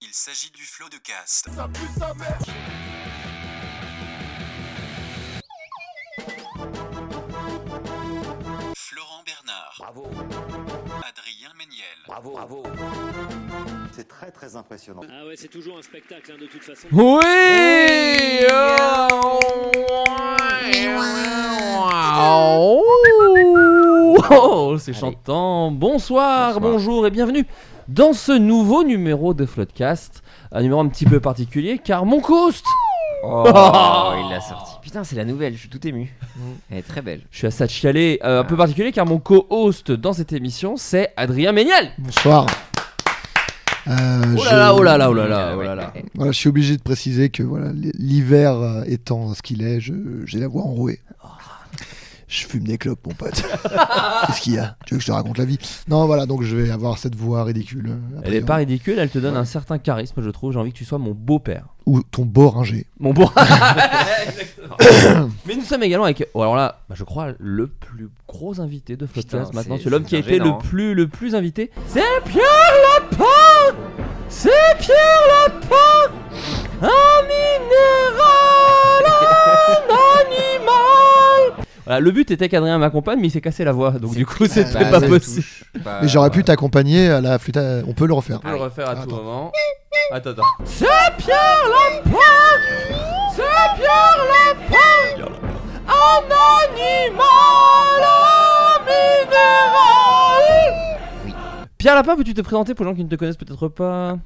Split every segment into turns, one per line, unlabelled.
Il s'agit du flot de cast. Florent Bernard.
Bravo,
Adrien Méniel.
bravo, bravo.
C'est très très impressionnant.
Ah ouais, c'est toujours un spectacle hein, de toute façon.
Oui Oh, c'est chantant. Bonsoir,
Bonsoir.
bonjour et bienvenue dans ce nouveau numéro de Floodcast. Un numéro un petit peu particulier car mon host,
Oh, il l'a sorti. Putain, c'est la nouvelle, je suis tout ému.
Mm.
Elle est très belle.
je suis à ça de chialer, euh,
Ah.
un peu particulier car mon co-host dans cette émission c'est Adrien Méniel.
Bonsoir. Euh,
Oh
je,
là là, oh là là, oh là là, oh là là.
voilà, je suis obligé de préciser que voilà, l- l'hiver euh, étant ce qu'il est, je- j'ai la voix enrouée. Je fume des clopes, mon pote. Qu'est-ce qu'il y a Tu veux que je te raconte la vie Non, voilà, donc je vais avoir cette voix ridicule. euh,
Elle est
après,
pas
hein.
ridicule, elle te donne un certain charisme, je trouve. J'ai envie que tu sois mon beau-père.
Ou ton beau ringé.
Mon bon. Mais nous sommes également avec. oh, alors là, bah, je crois le plus gros invité de Floodcast
Putain,
maintenant.
c'est-
C'est l'homme
c'est
qui a
bien
été le
gênant, hein.
plus, le plus invité. C'est Pierre Lapin C'est Pierre Lapin Un minéral Un animal Voilà, le but était qu'Adrien m'accompagne, mais il s'est cassé la voix. Donc du coup, c'était
bah,
pas
ça
possible.
Bah,
Mais j'aurais pu t'accompagner à la flûte. à- On peut le refaire.
On peut le refaire à
Attends.
tout moment. Attends, attends. C'est Pierre Lapin C'est Pierre Lapin Un animal minéral Pierre Lapin, peux-tu te présenter pour les gens qui ne te connaissent peut-être pas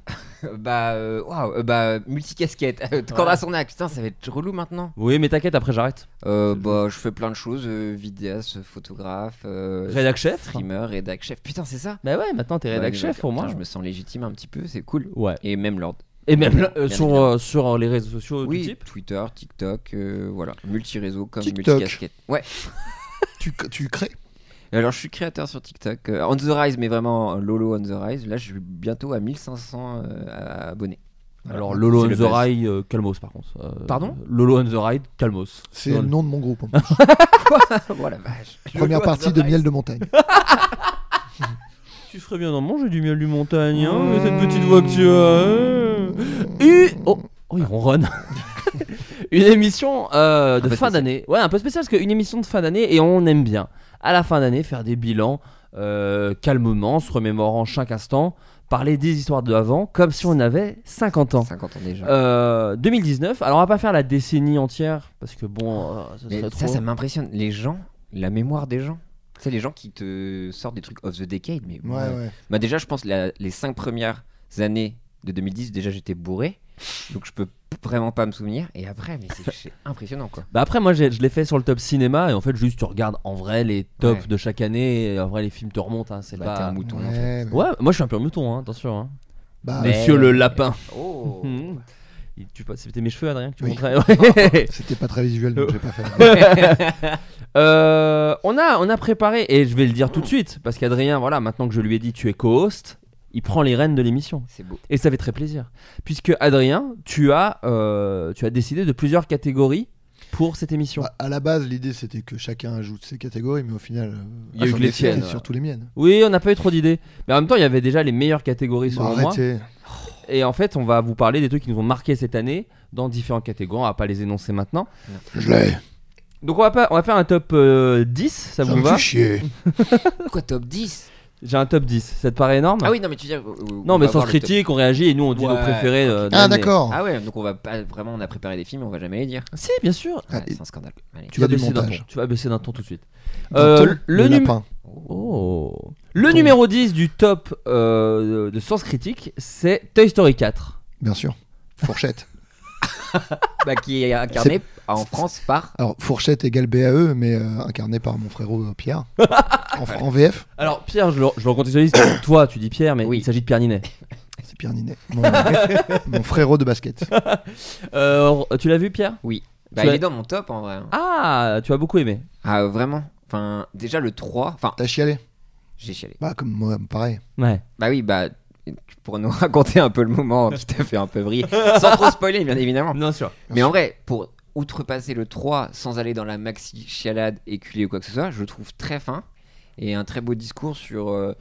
Bah, euh, waouh, euh, bah, multicasquette. Euh, Corde à son axe, putain, ça va être relou maintenant.
Oui, mais t'inquiète, après j'arrête.
Euh, bah, je fais plein de choses euh, vidéaste, photographe, euh,
Rédac chef
streamer, rédac chef. Putain, c'est ça
Bah ouais, maintenant t'es rédac
Ouais,
chef pour
putain,
moi.
Je me sens légitime un petit peu, c'est cool.
Ouais.
Et même l'ordre.
Et même là, euh,
Bien
sur,
évidemment.
euh, sur les réseaux sociaux du
Oui,
type.
Twitter, TikTok, euh, voilà. Multiréseau comme
TikTok.
multicasquette. Ouais.
Tu, tu crées
Et Alors, je suis créateur sur TikTok. euh, on the rise, mais vraiment euh, Lolo on the rise. Là, je suis bientôt à 1500 euh, abonnés.
Alors Lolo
C'est
on
le
the
buzz.
Ride, euh, Calmos par contre. Euh,
Pardon
Lolo on the Ride, Calmos.
C'est
Dans
le
le-
nom de mon groupe. en plus.
oh la vache.
Première partie de Miel de Montagne.
Tu ferais bien d'en manger du miel du montagne, hein, mais cette petite voix que tu as. Et... Oh, oh, il ronronne. une émission euh, de
peu
fin
spécial.
d'année. Ouais, un peu spéciale parce qu'une émission de fin d'année et on aime bien, à la fin d'année, faire des bilans euh, calmement, se remémorant chaque instant, parler des histoires de avant comme si on avait 50 ans.
50 ans déjà.
Euh, 2019, alors on va pas faire la décennie entière parce que bon, euh, ce
Mais
serait trop.
ça, ça m'impressionne. Les gens, la mémoire des gens. Tu sais, les gens qui te sortent des trucs of the decade. Mais
Ouais,
moi-
ouais.
Bah, déjà, je pense la- les 5 premières années de 2010, déjà, j'étais bourré. Donc, je peux vraiment pas me souvenir. Et après, mais c'est c'est impressionnant quoi.
Bah après moi j'ai- je l'ai fait sur le top cinéma et en fait juste tu regardes en vrai les tops
Ouais.
de chaque année et en vrai les films te remontent hein, c'est
Bah, t'es
pas
un mouton en fait.
Ouais, mais-
Ouais, moi je suis un pur mouton hein, attention hein.
bah,
Mais-
Monsieur le lapin.
Ah, Oh
Mhm. Il- Tu pas c'était mes cheveux Adrien que tu
Oui.
montrais. ouais.
C'était pas très visuel, donc j'ai pas fait.
Euh, on a on a préparé et je vais le dire tout de suite parce qu'Adrien voilà, maintenant que je lui ai dit tu es co-host, il prend les rênes de l'émission
C'est beau.
et ça fait très plaisir puisque Adrien, tu as euh, tu as décidé de plusieurs catégories pour cette émission.
Bah, à la base, l'idée c'était que chacun ajoute ses catégories, mais au final, euh,
Il y a eu
j'en
que les
ai fait
tiennes,
surtout les miennes.
Oui, on n'a pas eu trop d'idées. Mais en même temps, il y avait déjà les meilleures catégories
Bon,
selon moi.
Bah, arrêtez.
Et en fait, on va vous parler des trucs qui nous ont marqué cette année dans différentes catégories. On va pas les énoncer maintenant.
Je l'ai.
Donc on va, pas, on va faire un top euh, 10, ça
Ça
vous
me
va
fait chier.
Quoi, top 10
J'ai un top 10, ça te paraît énorme
Ah oui, non, mais tu dis. Non,
Non, mais sans se critique, on réagit et nous on dit
Ouais,
nos préférés. euh, de
Ah
l'année.
d'accord.
Ah ouais, donc on va pas vraiment, on a préparé des films, on va jamais les dire.
Si, bien sûr.
Ouais,
Allez.
c'est un scandale. Allez.
Tu vas du
baisser d'un
montage.
ton. Tu vas baisser d'un ton tout de suite.
Dans
Euh,
ton,
le num-
lapin.
Oh. Le numéro 10 du top euh, de Sens Critique, c'est Toy Story 4.
Bien sûr. Fourchette.
Bah, qui est incarné en France par.
Alors fourchette égale BAE, mais euh, incarné par mon frérot euh, Pierre. en, fr- en VF,
Alors Pierre, je le, je le recontextualise. Toi, tu dis Pierre, mais
Oui.
il s'agit de Pierre Ninet.
c'est Pierre Ninet. Mon, mon frérot de basket.
Euh, tu l'as vu, Pierre
Bah,
Tu
il
as-
est dans mon top en vrai. hein.
Ah, tu as beaucoup aimé.
Ah, vraiment Enfin, déjà le 3. Enfin,
T'as chialé
j'ai chialé.
Bah comme moi, pareil.
Ouais.
Bah oui, bah. Tu pourrais nous raconter un peu le moment qui t'a fait un peu briller. sans trop spoiler, bien évidemment.
Ah, Bien sûr.
Mais en vrai, pour outrepasser le 3 sans aller dans la maxi chialade éculée ou quoi que ce soit, je le trouve très fin et un très beau discours sur euh,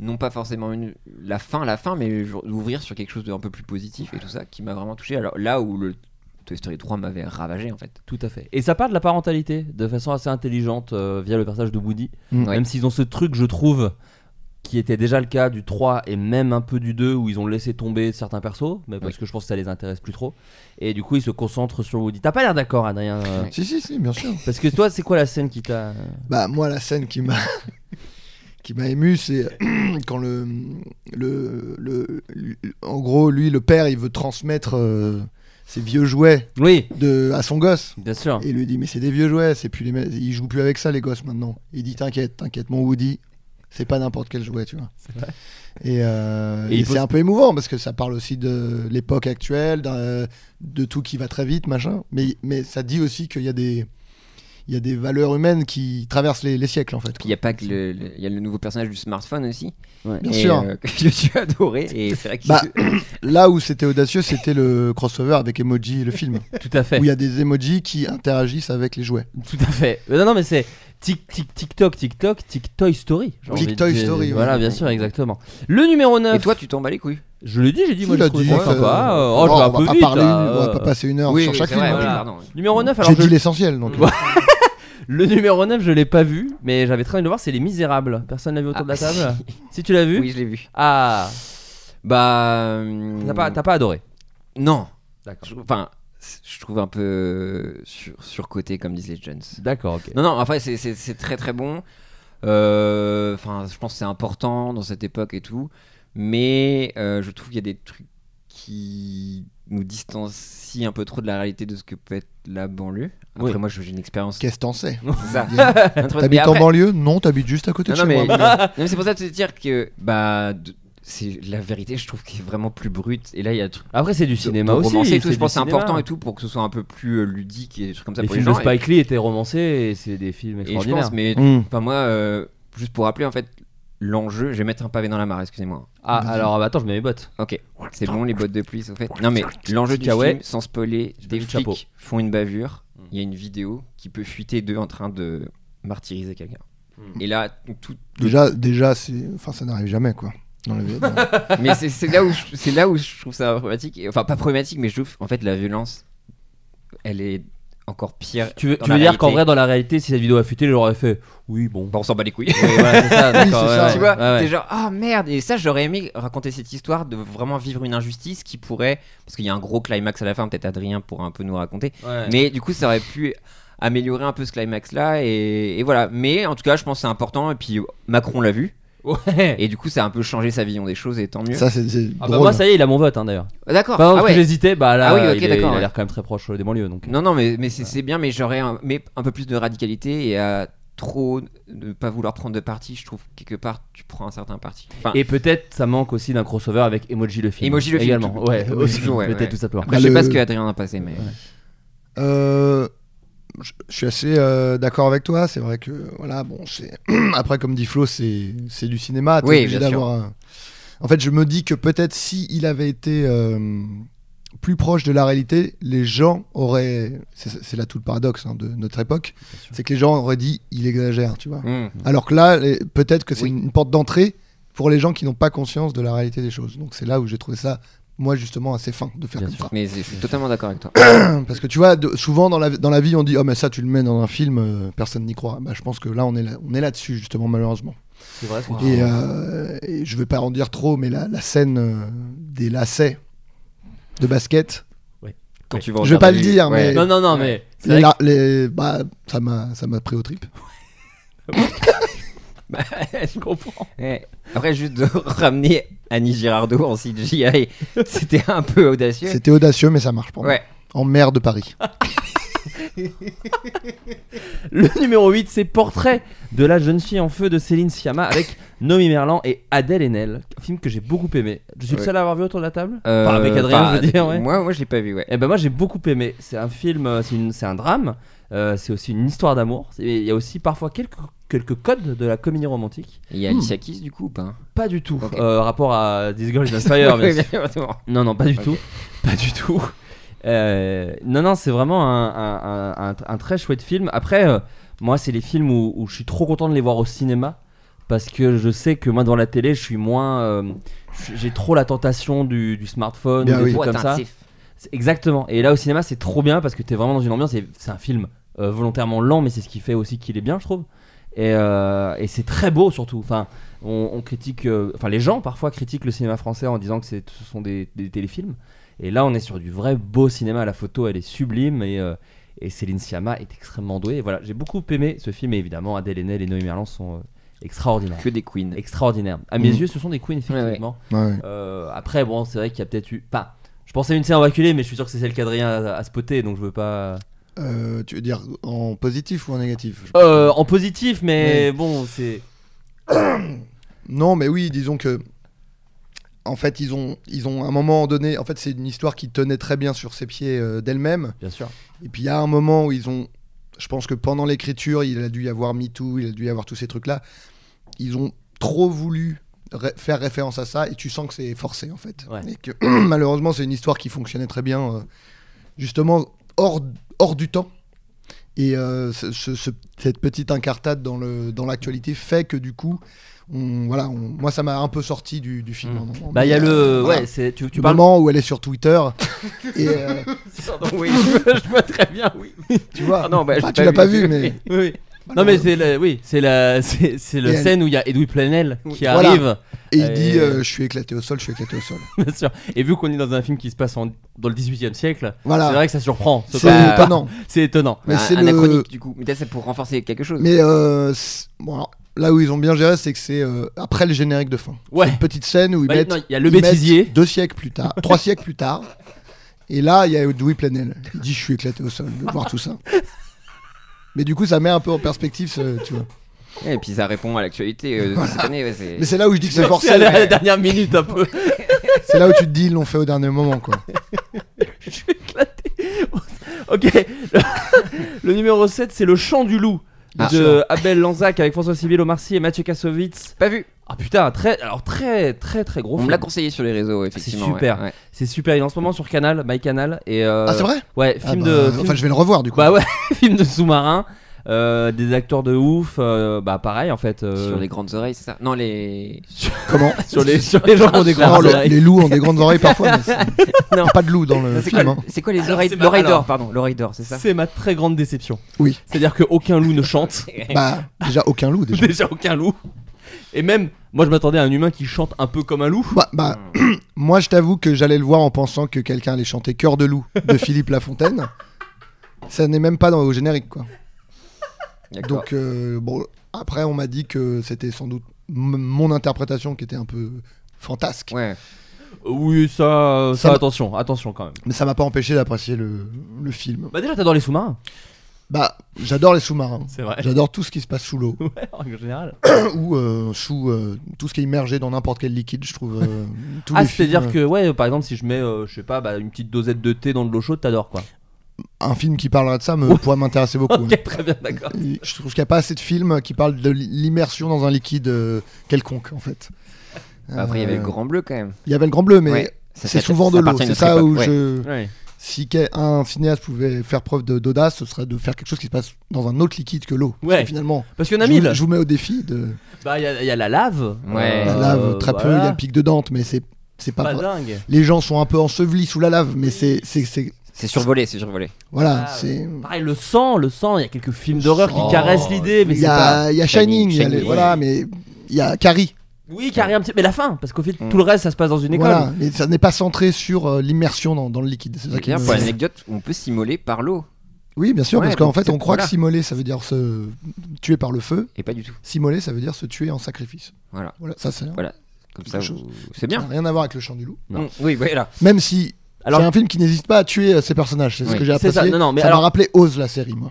non pas forcément une- la fin, la fin, mais genre d'ouvrir sur quelque chose d'un peu plus positif et tout ça, qui m'a vraiment touché. Alors là où le Toy Story 3 m'avait ravagé en fait.
Tout à fait. Et ça part de la parentalité de façon assez intelligente euh, via le personnage de Woody.
Mm.
Même s'ils ont ce truc, je trouve, qui était déjà le cas du 3 et même un peu du 2 où ils ont laissé tomber certains persos, mais parce que je pense que ça les intéresse plus trop. Et du coup, ils se concentrent sur Woody. T'as pas l'air d'accord, Adrien euh,
Si, si, si, bien sûr.
Parce que toi, c'est quoi la scène qui t'a.
Bah moi la scène qui m'a qui m'a ému c'est quand le, le le lui- en gros lui le père il veut transmettre euh, ses vieux jouets
Oui,
de à son gosse
bien sûr.
et il lui dit mais c'est des vieux jouets c'est plus les me- ils jouent plus avec ça les gosses maintenant il dit t'inquiète t'inquiète mon Woody c'est pas n'importe quel jouet tu vois et, euh,
Et
et
il
c'est
pose-
un peu émouvant parce que ça parle aussi de l'époque actuelle d'un- de tout qui va très vite machin mais mais ça dit aussi qu'il y a des il y a des valeurs humaines qui traversent les, les siècles en fait
Puis il y a pas que le, le- il y a le nouveau personnage du smartphone aussi.
Bien
Et,
sûr.
euh, que j'ai adoré. Et c'est vrai que
Bah, là où c'était audacieux, c'était le crossover avec Emoji, le film,
Tout à fait.
où il y a des emojis qui interagissent avec les jouets.
Tout à fait. Mais non, non, mais c'est tic tic tic toc tic toc tic Toy Story. j'ai
Tic
envie de
Toy
dire.
Story, ouais.
Voilà, bien sûr, exactement. Le numéro 9.
et toi tu t'en bats les couilles.
je l'ai dit, j'ai dit,
Tu
moi, je
l'as
trouve
dit,
ça
euh,
sympa. euh,
alors,
Oh, je vais un
on va
peu
pas
vite.
parler,
là,
on va
euh.
pas passer une heure sur chaque
c'est
film.
vrai,
hein.
oui,
voilà.
pardon.
Numéro 9, alors
J'ai
je-
dit l'essentiel, donc.
Ouais. le numéro 9, je l'ai pas vu, mais j'avais très envie de le voir, c'est Les Misérables. Personne l'a vu autour de la
Ah,
table Si tu l'as vu
Oui, je l'ai vu.
Ah,
Bah euh,
t'as pas, t'as pas adoré.
non.
D'accord.
Je- Enfin, c'est- je trouve un peu sur, surcoté comme disent les jeunes.
D'accord, ok.
Non, non, enfin, c'est- c'est c'est très très bon. Euh, Enfin, je pense que c'est important dans cette époque et tout. Mais euh, je trouve qu'il y a des trucs qui nous distancient un peu trop de la réalité de ce que peut être la banlieue. Après,
Oui.
moi, je- j'ai une expérience.
Qu'est-ce que t'en sais
C'est ça. Entre- mais
T'habites en
après-
banlieue Non, t'habites juste à côté
non,
de
non,
chez
mais,
moi. mon gars.
non, mais c'est pour ça de te dire que bah, de- c'est la vérité, je trouve, qui est vraiment plus brute. Et là, il y a un truc
Après, c'est du cinéma
de
aussi.
romancé et tout.
c'est
Je pense que c'est
du cinéma.
important et tout pour que ce soit un peu plus euh, ludique et des trucs comme ça
Les
pour les
films de
gens. Et-
Spike Lee étaient romancés et c'est des films
et je
extraordinaires. Hmm.
pense, mais
Mm.
Enfin, moi, euh, juste pour rappeler, en fait, l'enjeu, je vais mettre un pavé dans la mare, excusez-moi.
Ah, alors ah bah, attends, je mets mes bottes.
Ok, c'est bon, les bottes de pluie, au fait. Non, mais l'enjeu du
Kawaii.
film, sans spoiler,
Je
des
mets le chapeau.
flics font une bavure. Il y a une vidéo qui peut fuiter d'eux en train de martyriser quelqu'un. Et là, tout.
Déjà, déjà c'est... Enfin, ça n'arrive jamais, quoi. Dans la vie. Dans-
mais c'est- c'est là où je- c'est là où je trouve ça problématique. Et- Enfin, pas problématique, mais je trouve en fait la violence, elle est encore pire.
Tu veux,
dans
tu
la
veux dire qu'en
réalité.
vrai, dans la réalité, si cette vidéo a fuité, j'aurais fait oui, bon.
Bah, on s'en bat les couilles.
Oui, voilà, c'est ça, d'accord,
c'est
ouais,
ça.
ouais,
tu vois,
ouais, ouais.
t'es genre, ah merde, et ça, j'aurais aimé raconter cette histoire de vraiment vivre une injustice qui pourrait. Parce qu'il y a un gros climax à la fin, peut-être Adrien pourra un peu nous raconter.
Ouais.
Mais du coup, ça aurait pu améliorer un peu ce climax-là, et, et voilà. Mais en tout cas, je pense que c'est important, et puis Macron l'a vu,
Ouais.
et du coup, ça a un peu changé sa vision des choses, et tant mieux.
Ça, c'est, c'est
Ah bah
drôle.
moi, ça y est, il a mon vote hein, d'ailleurs.
Ah, D'accord,
Enfin,
ah
parce que
ouais.
j'hésitais, bah là,
Ah oui, ok,
il, est-
d'accord,
il a
ouais.
l'air quand même très proche euh, des banlieues donc.
Non, non, mais, mais c'est c'est bien, mais j'aurais un, mais un peu plus de radicalité, et à trop ne pas vouloir prendre de parti, je trouve, quelque part, tu prends un certain parti. Enfin,
Et peut-être ça manque aussi d'un crossover avec Emoji le film.
Emoji le film,
Également,
tout-
ouais,
tout-
aussi,
ouais,
peut-être
ouais. Bah,
tout simplement.
après, je sais
le-
pas ce que Adrien en a passé, mais.
Euh, je je suis assez euh, d'accord avec toi. C'est vrai que voilà, bon, c'est après comme dit Flo, c'est c'est du cinéma. t'es
Oui,
obligé
bien sûr.
d'avoir un- En fait, je me dis que peut-être si il avait été euh, plus proche de la réalité, les gens auraient. C'est c'est là tout le paradoxe hein, de notre époque, c'est que les gens auraient dit il exagère, tu vois.
Hmm.
Alors que là, les- peut-être que c'est
Oui.
une, une porte d'entrée pour les gens qui n'ont pas conscience de la réalité des choses. Donc c'est là où j'ai trouvé ça, moi justement, assez fin de faire
Bien
comme
sûr.
ça.
Mais je suis totalement d'accord avec toi.
Parce que tu vois, de- souvent dans la, dans la vie, on dit Oh, mais ça, tu le mets dans un film, euh, personne n'y croit. Bah, je pense que là, on est là- on est là-dessus, justement, malheureusement.
C'est vrai. ce que tu dis.
Et, euh, et je vais pas en dire trop, mais la, la scène euh, des lacets de basket,
Quand tu vas
Je vais pas le
regarder-
dire, mais-
Non, non, non, mais. c'est vrai
les la- les- bah, ça m'a ça m'a pris au trip.
que- je comprends.
Ouais. Après, juste de ramener Annie Girardot en CGI, c'était un peu audacieux.
C'était audacieux, mais ça marche pour moi.
Ouais.
En mer de Paris.
Le numéro 8, c'est Portrait de la jeune fille en feu de Céline Sciamma avec Nomi Merlan et Adèle Haenel. Un film que j'ai beaucoup aimé. Je suis le
Ouais.
seul à l'avoir vu autour de la table
Euh,
Enfin, avec Adrien,
enfin,
je veux dire, ouais.
Moi, moi, je l'ai pas vu, ouais.
Eh ben moi j'ai beaucoup aimé. C'est un film, euh, c'est une- c'est un drame, euh, c'est aussi une histoire d'amour. C'est- Il y a aussi parfois quelques, quelques codes de la comédie romantique.
Il y
Hmm.
a Alicia Keys, du coup, ou pas hein
Pas du tout.
Ok.
Euh, rapport à This Girl is on Fire. bien sûr.
Exactement.
Non, non, pas du
Ok.
tout. Pas du tout. Euh, non, non, c'est vraiment un, un- un- un- un très chouette film. Après, euh, moi, c'est les films où, où je suis trop content de les voir au cinéma parce que je sais que moi devant la télé, je suis moins, euh, j'ai trop la tentation du, du smartphone,
Bien
ou des
Ah oui.
trucs comme ça.
Pointif.
C'est- Exactement. Et là au cinéma, c'est trop bien parce que t'es vraiment dans une ambiance. et C'est un film euh, volontairement lent, mais c'est ce qui fait aussi qu'il est bien, je trouve. Et, euh, et c'est très beau surtout. Enfin, on, on critique, euh, enfin les gens parfois critiquent le cinéma français en disant que c'est- ce sont des, des téléfilms. Et là, on est sur du vrai beau cinéma. La photo, elle est sublime et, euh, et Céline Sciamma est extrêmement douée. Et voilà, j'ai beaucoup aimé ce film. Et évidemment, Adèle Haenel et Noémie Merlant sont euh, extraordinaires.
Que des queens.
Extraordinaires. À mes
Mm.
yeux, ce sont des queens effectivement.
Ouais.
Euh, après, bon, c'est vrai qu'il y a peut-être eu. Pas. Je pensais à une scène reculée, mais je suis sûr que c'est celle qu'Adrien a, a spoté, donc je veux pas.
Euh, tu veux dire en positif ou en négatif Je-
Euh, en positif, mais bon, c'est.
Non, mais oui, disons que. En fait, ils ont, ils ont à un moment donné. En fait, c'est une histoire qui tenait très bien sur ses pieds euh, d'elle-même.
Bien sûr.
Et puis, il y a un moment où ils ont. Je pense que pendant l'écriture, il a dû y avoir MeToo, il a dû y avoir tous ces trucs-là. Ils ont trop voulu ré- faire référence à ça et tu sens que c'est forcé, en fait.
Ouais.
Et que malheureusement, c'est une histoire qui fonctionnait très bien, euh, justement, hors, hors du temps. Et euh, ce- ce- ce- cette petite incartade dans le- dans l'actualité fait que, du coup, on, voilà, on- moi, ça m'a un peu sorti du, du film.
Mm.
En- en-
Bah, il y a le.
voilà.
Ouais, c'est. Tu, tu
Du
parles.
moment où elle est sur Twitter. et euh,
Oui.
je vois très bien, oui.
tu vois,
Ah non, bah,
Enfin,
j'ai
tu
pas
l'as
vu,
pas vu,
j'ai-
mais. Ah,
oui, oui. Non, mais c'est le. Oui, c'est la. C'est c'est
Et
le
elle-
scène où il y a Edoui Plenel qui
Voilà.
arrive.
Et il
Euh,
dit euh, Je suis éclaté au sol, je suis éclaté au sol.
Bien sûr. Et vu qu'on est dans un film qui se passe en- dans le 18 e siècle, c'est
Voilà.
vrai que ça surprend.
C'est
pas-
étonnant.
C'est étonnant.
Mais
Bah,
c'est
anachronique
le.
du coup. Mais peut-être c'est pour renforcer quelque chose.
Mais euh, c'est- bon, alors, là où ils ont bien géré, c'est que c'est euh, après le générique de fin.
Ouais.
Une petite scène où ils
Bah,
mettent.
non, il y a le
ils mettent
bêtisier.
Deux siècles plus tard, trois siècles plus tard. Et là, il y a Louis Plenel. Il dit Je suis éclaté au sol, de voir tout ça. Mais du coup, ça met un peu en perspective, ce- tu vois.
Et puis ça répond à l'actualité euh, de cette année. ouais, c'est-
Mais c'est là où je dis que c'est
C'est
forcé.
à la, à la dernière minute un peu.
C'est là où tu te dis Ils l'ont fait au dernier moment, quoi.
Je suis éclaté. ok. Le, le numéro 7, c'est Le Chant du Loup
Ah.
de Abel Lanzac avec François Civil, Omar Sy et Mathieu Kassovitz.
pas vu.
Ah putain, très, alors très, très, très gros
On me
film.
l'a conseillé sur les réseaux, effectivement. ouais,
Ah, super.
ouais.
C'est super. Il est en ce moment sur Canal, My Canal. Et euh,
Ah, c'est vrai
Ouais,
Ah
film
bah,
de. film-
Enfin, je vais le revoir, du coup.
Bah ouais, film de sous-marin. euh, des acteurs de ouf. euh, bah pareil en fait. euh,
Sur les grandes oreilles, c'est ça Non, les.
Comment
sur les, sur les gens qui ont des
Non,
grandes
Oh, Ah, le-
oreilles.
les loups ont des grandes oreilles parfois. mais c'est-
Non.
Pas de loup dans le
C'est quoi,
film. hein.
c'est quoi les
Alors,
oreilles
c'est
L'oreille
pas- alors-
d'or, pardon. L'oreille d'or, c'est ça
C'est ma très grande déception.
Oui.
C'est-à-dire qu'aucun loup ne chante.
Bah, déjà aucun loup déjà.
Déjà aucun loup. Et même, moi je m'attendais à un humain qui chante un peu comme un loup.
Bah, bah,
Hmm,
moi je t'avoue que j'allais le voir en pensant que quelqu'un allait chanter Cœur de loup de Philippe Lafontaine. Ça n'est même pas dans au générique quoi.
D'accord.
Donc euh, bon, après on m'a dit que c'était sans doute m- mon interprétation qui était un peu fantasque,
Ouais.
Oui, ça, euh,
Ça
ça,
m'a-
attention, attention quand même.
mais ça m'a pas empêché d'apprécier le, le film.
Bah déjà, t'adores les sous-marins.
Bah, j'adore les sous-marins.
C'est vrai.
J'adore tout ce qui se passe sous l'eau
Ouais, en général.
ou euh, sous euh, tout ce qui est immergé dans n'importe quel liquide, je trouve. euh, tous
Ah,
les films,
c'est-à-dire
euh,
que, ouais, par exemple, si je mets, euh, je sais pas, bah, une petite dosette de thé dans de l'eau chaude, t'adores quoi.
un film qui parlera de ça me pourrait m'intéresser beaucoup. hein.
Ok, très bien, d'accord.
Et Je trouve qu'il n'y a pas assez de films qui parlent de l'immersion dans un liquide euh, quelconque, en fait.
Après, il y avait
Euh,
le grand bleu quand même.
il y avait le Grand Bleu, mais
Ouais. Ça,
c'est
ça-
souvent
ça
de l'eau.
appartient à notre
C'est ça
époque,
où
ouais.
je.
Ouais.
Si quel- un cinéaste pouvait faire preuve de- d'audace, ce serait de faire quelque chose qui se passe dans un autre liquide que l'eau. Parce que
Ouais.
Finalement,
Parce qu'il y en
je
a
vous,
mille.
je vous mets au défi de
Bah, il y, a- il y a la lave.
Ouais.
la
Euh,
lave, très peu, il y a
voilà.
le pic de Dante, mais c'est c'est pas,
Pas
vrai.
dingue.
Les gens sont un peu ensevelis sous la lave, mais c'est c'est- c'est-
C'est survolé, c'est survolé.
voilà,
Ah,
c'est
Pareil, le sang, le sang, il y a quelques films d'horreur qui
Oh.
caressent l'idée, mais
il
c'est
y
pas.
a, il y a
Shining,
Shining, il y a les-
Shining,
voilà, mais il y a Carrie.
Oui, carré un petit. Mais la fin, parce qu'au fil,
Mm.
tout le reste, ça se passe dans une école.
Voilà, mais ça n'est pas centré sur euh, l'immersion dans, dans le liquide. C'est ça qui
D'ailleurs,
me-
pour l'anecdote, on peut s'immoler par l'eau.
Oui, bien sûr,
Ouais,
parce qu'en
donc
fait,
c'est-
on croit
voilà.
que s'immoler, ça veut dire se tuer par le feu.
Et pas du tout.
S'immoler, ça veut dire se tuer en sacrifice.
Voilà.
Voilà, ça, c'est
Voilà. Comme ça,
Quelque chose.
vous- c'est
ça n'a
bien.
rien à voir avec le chant du loup.
Non.
Mm, Oui, voilà.
Même si
Alors-
c'est un film qui n'hésite pas à tuer euh, ses personnages. C'est ce
Oui,
que j'ai
c'est
apprécié.
ça. Non, non, mais
ça
alors-
m'a rappelé Oz, la série, moi.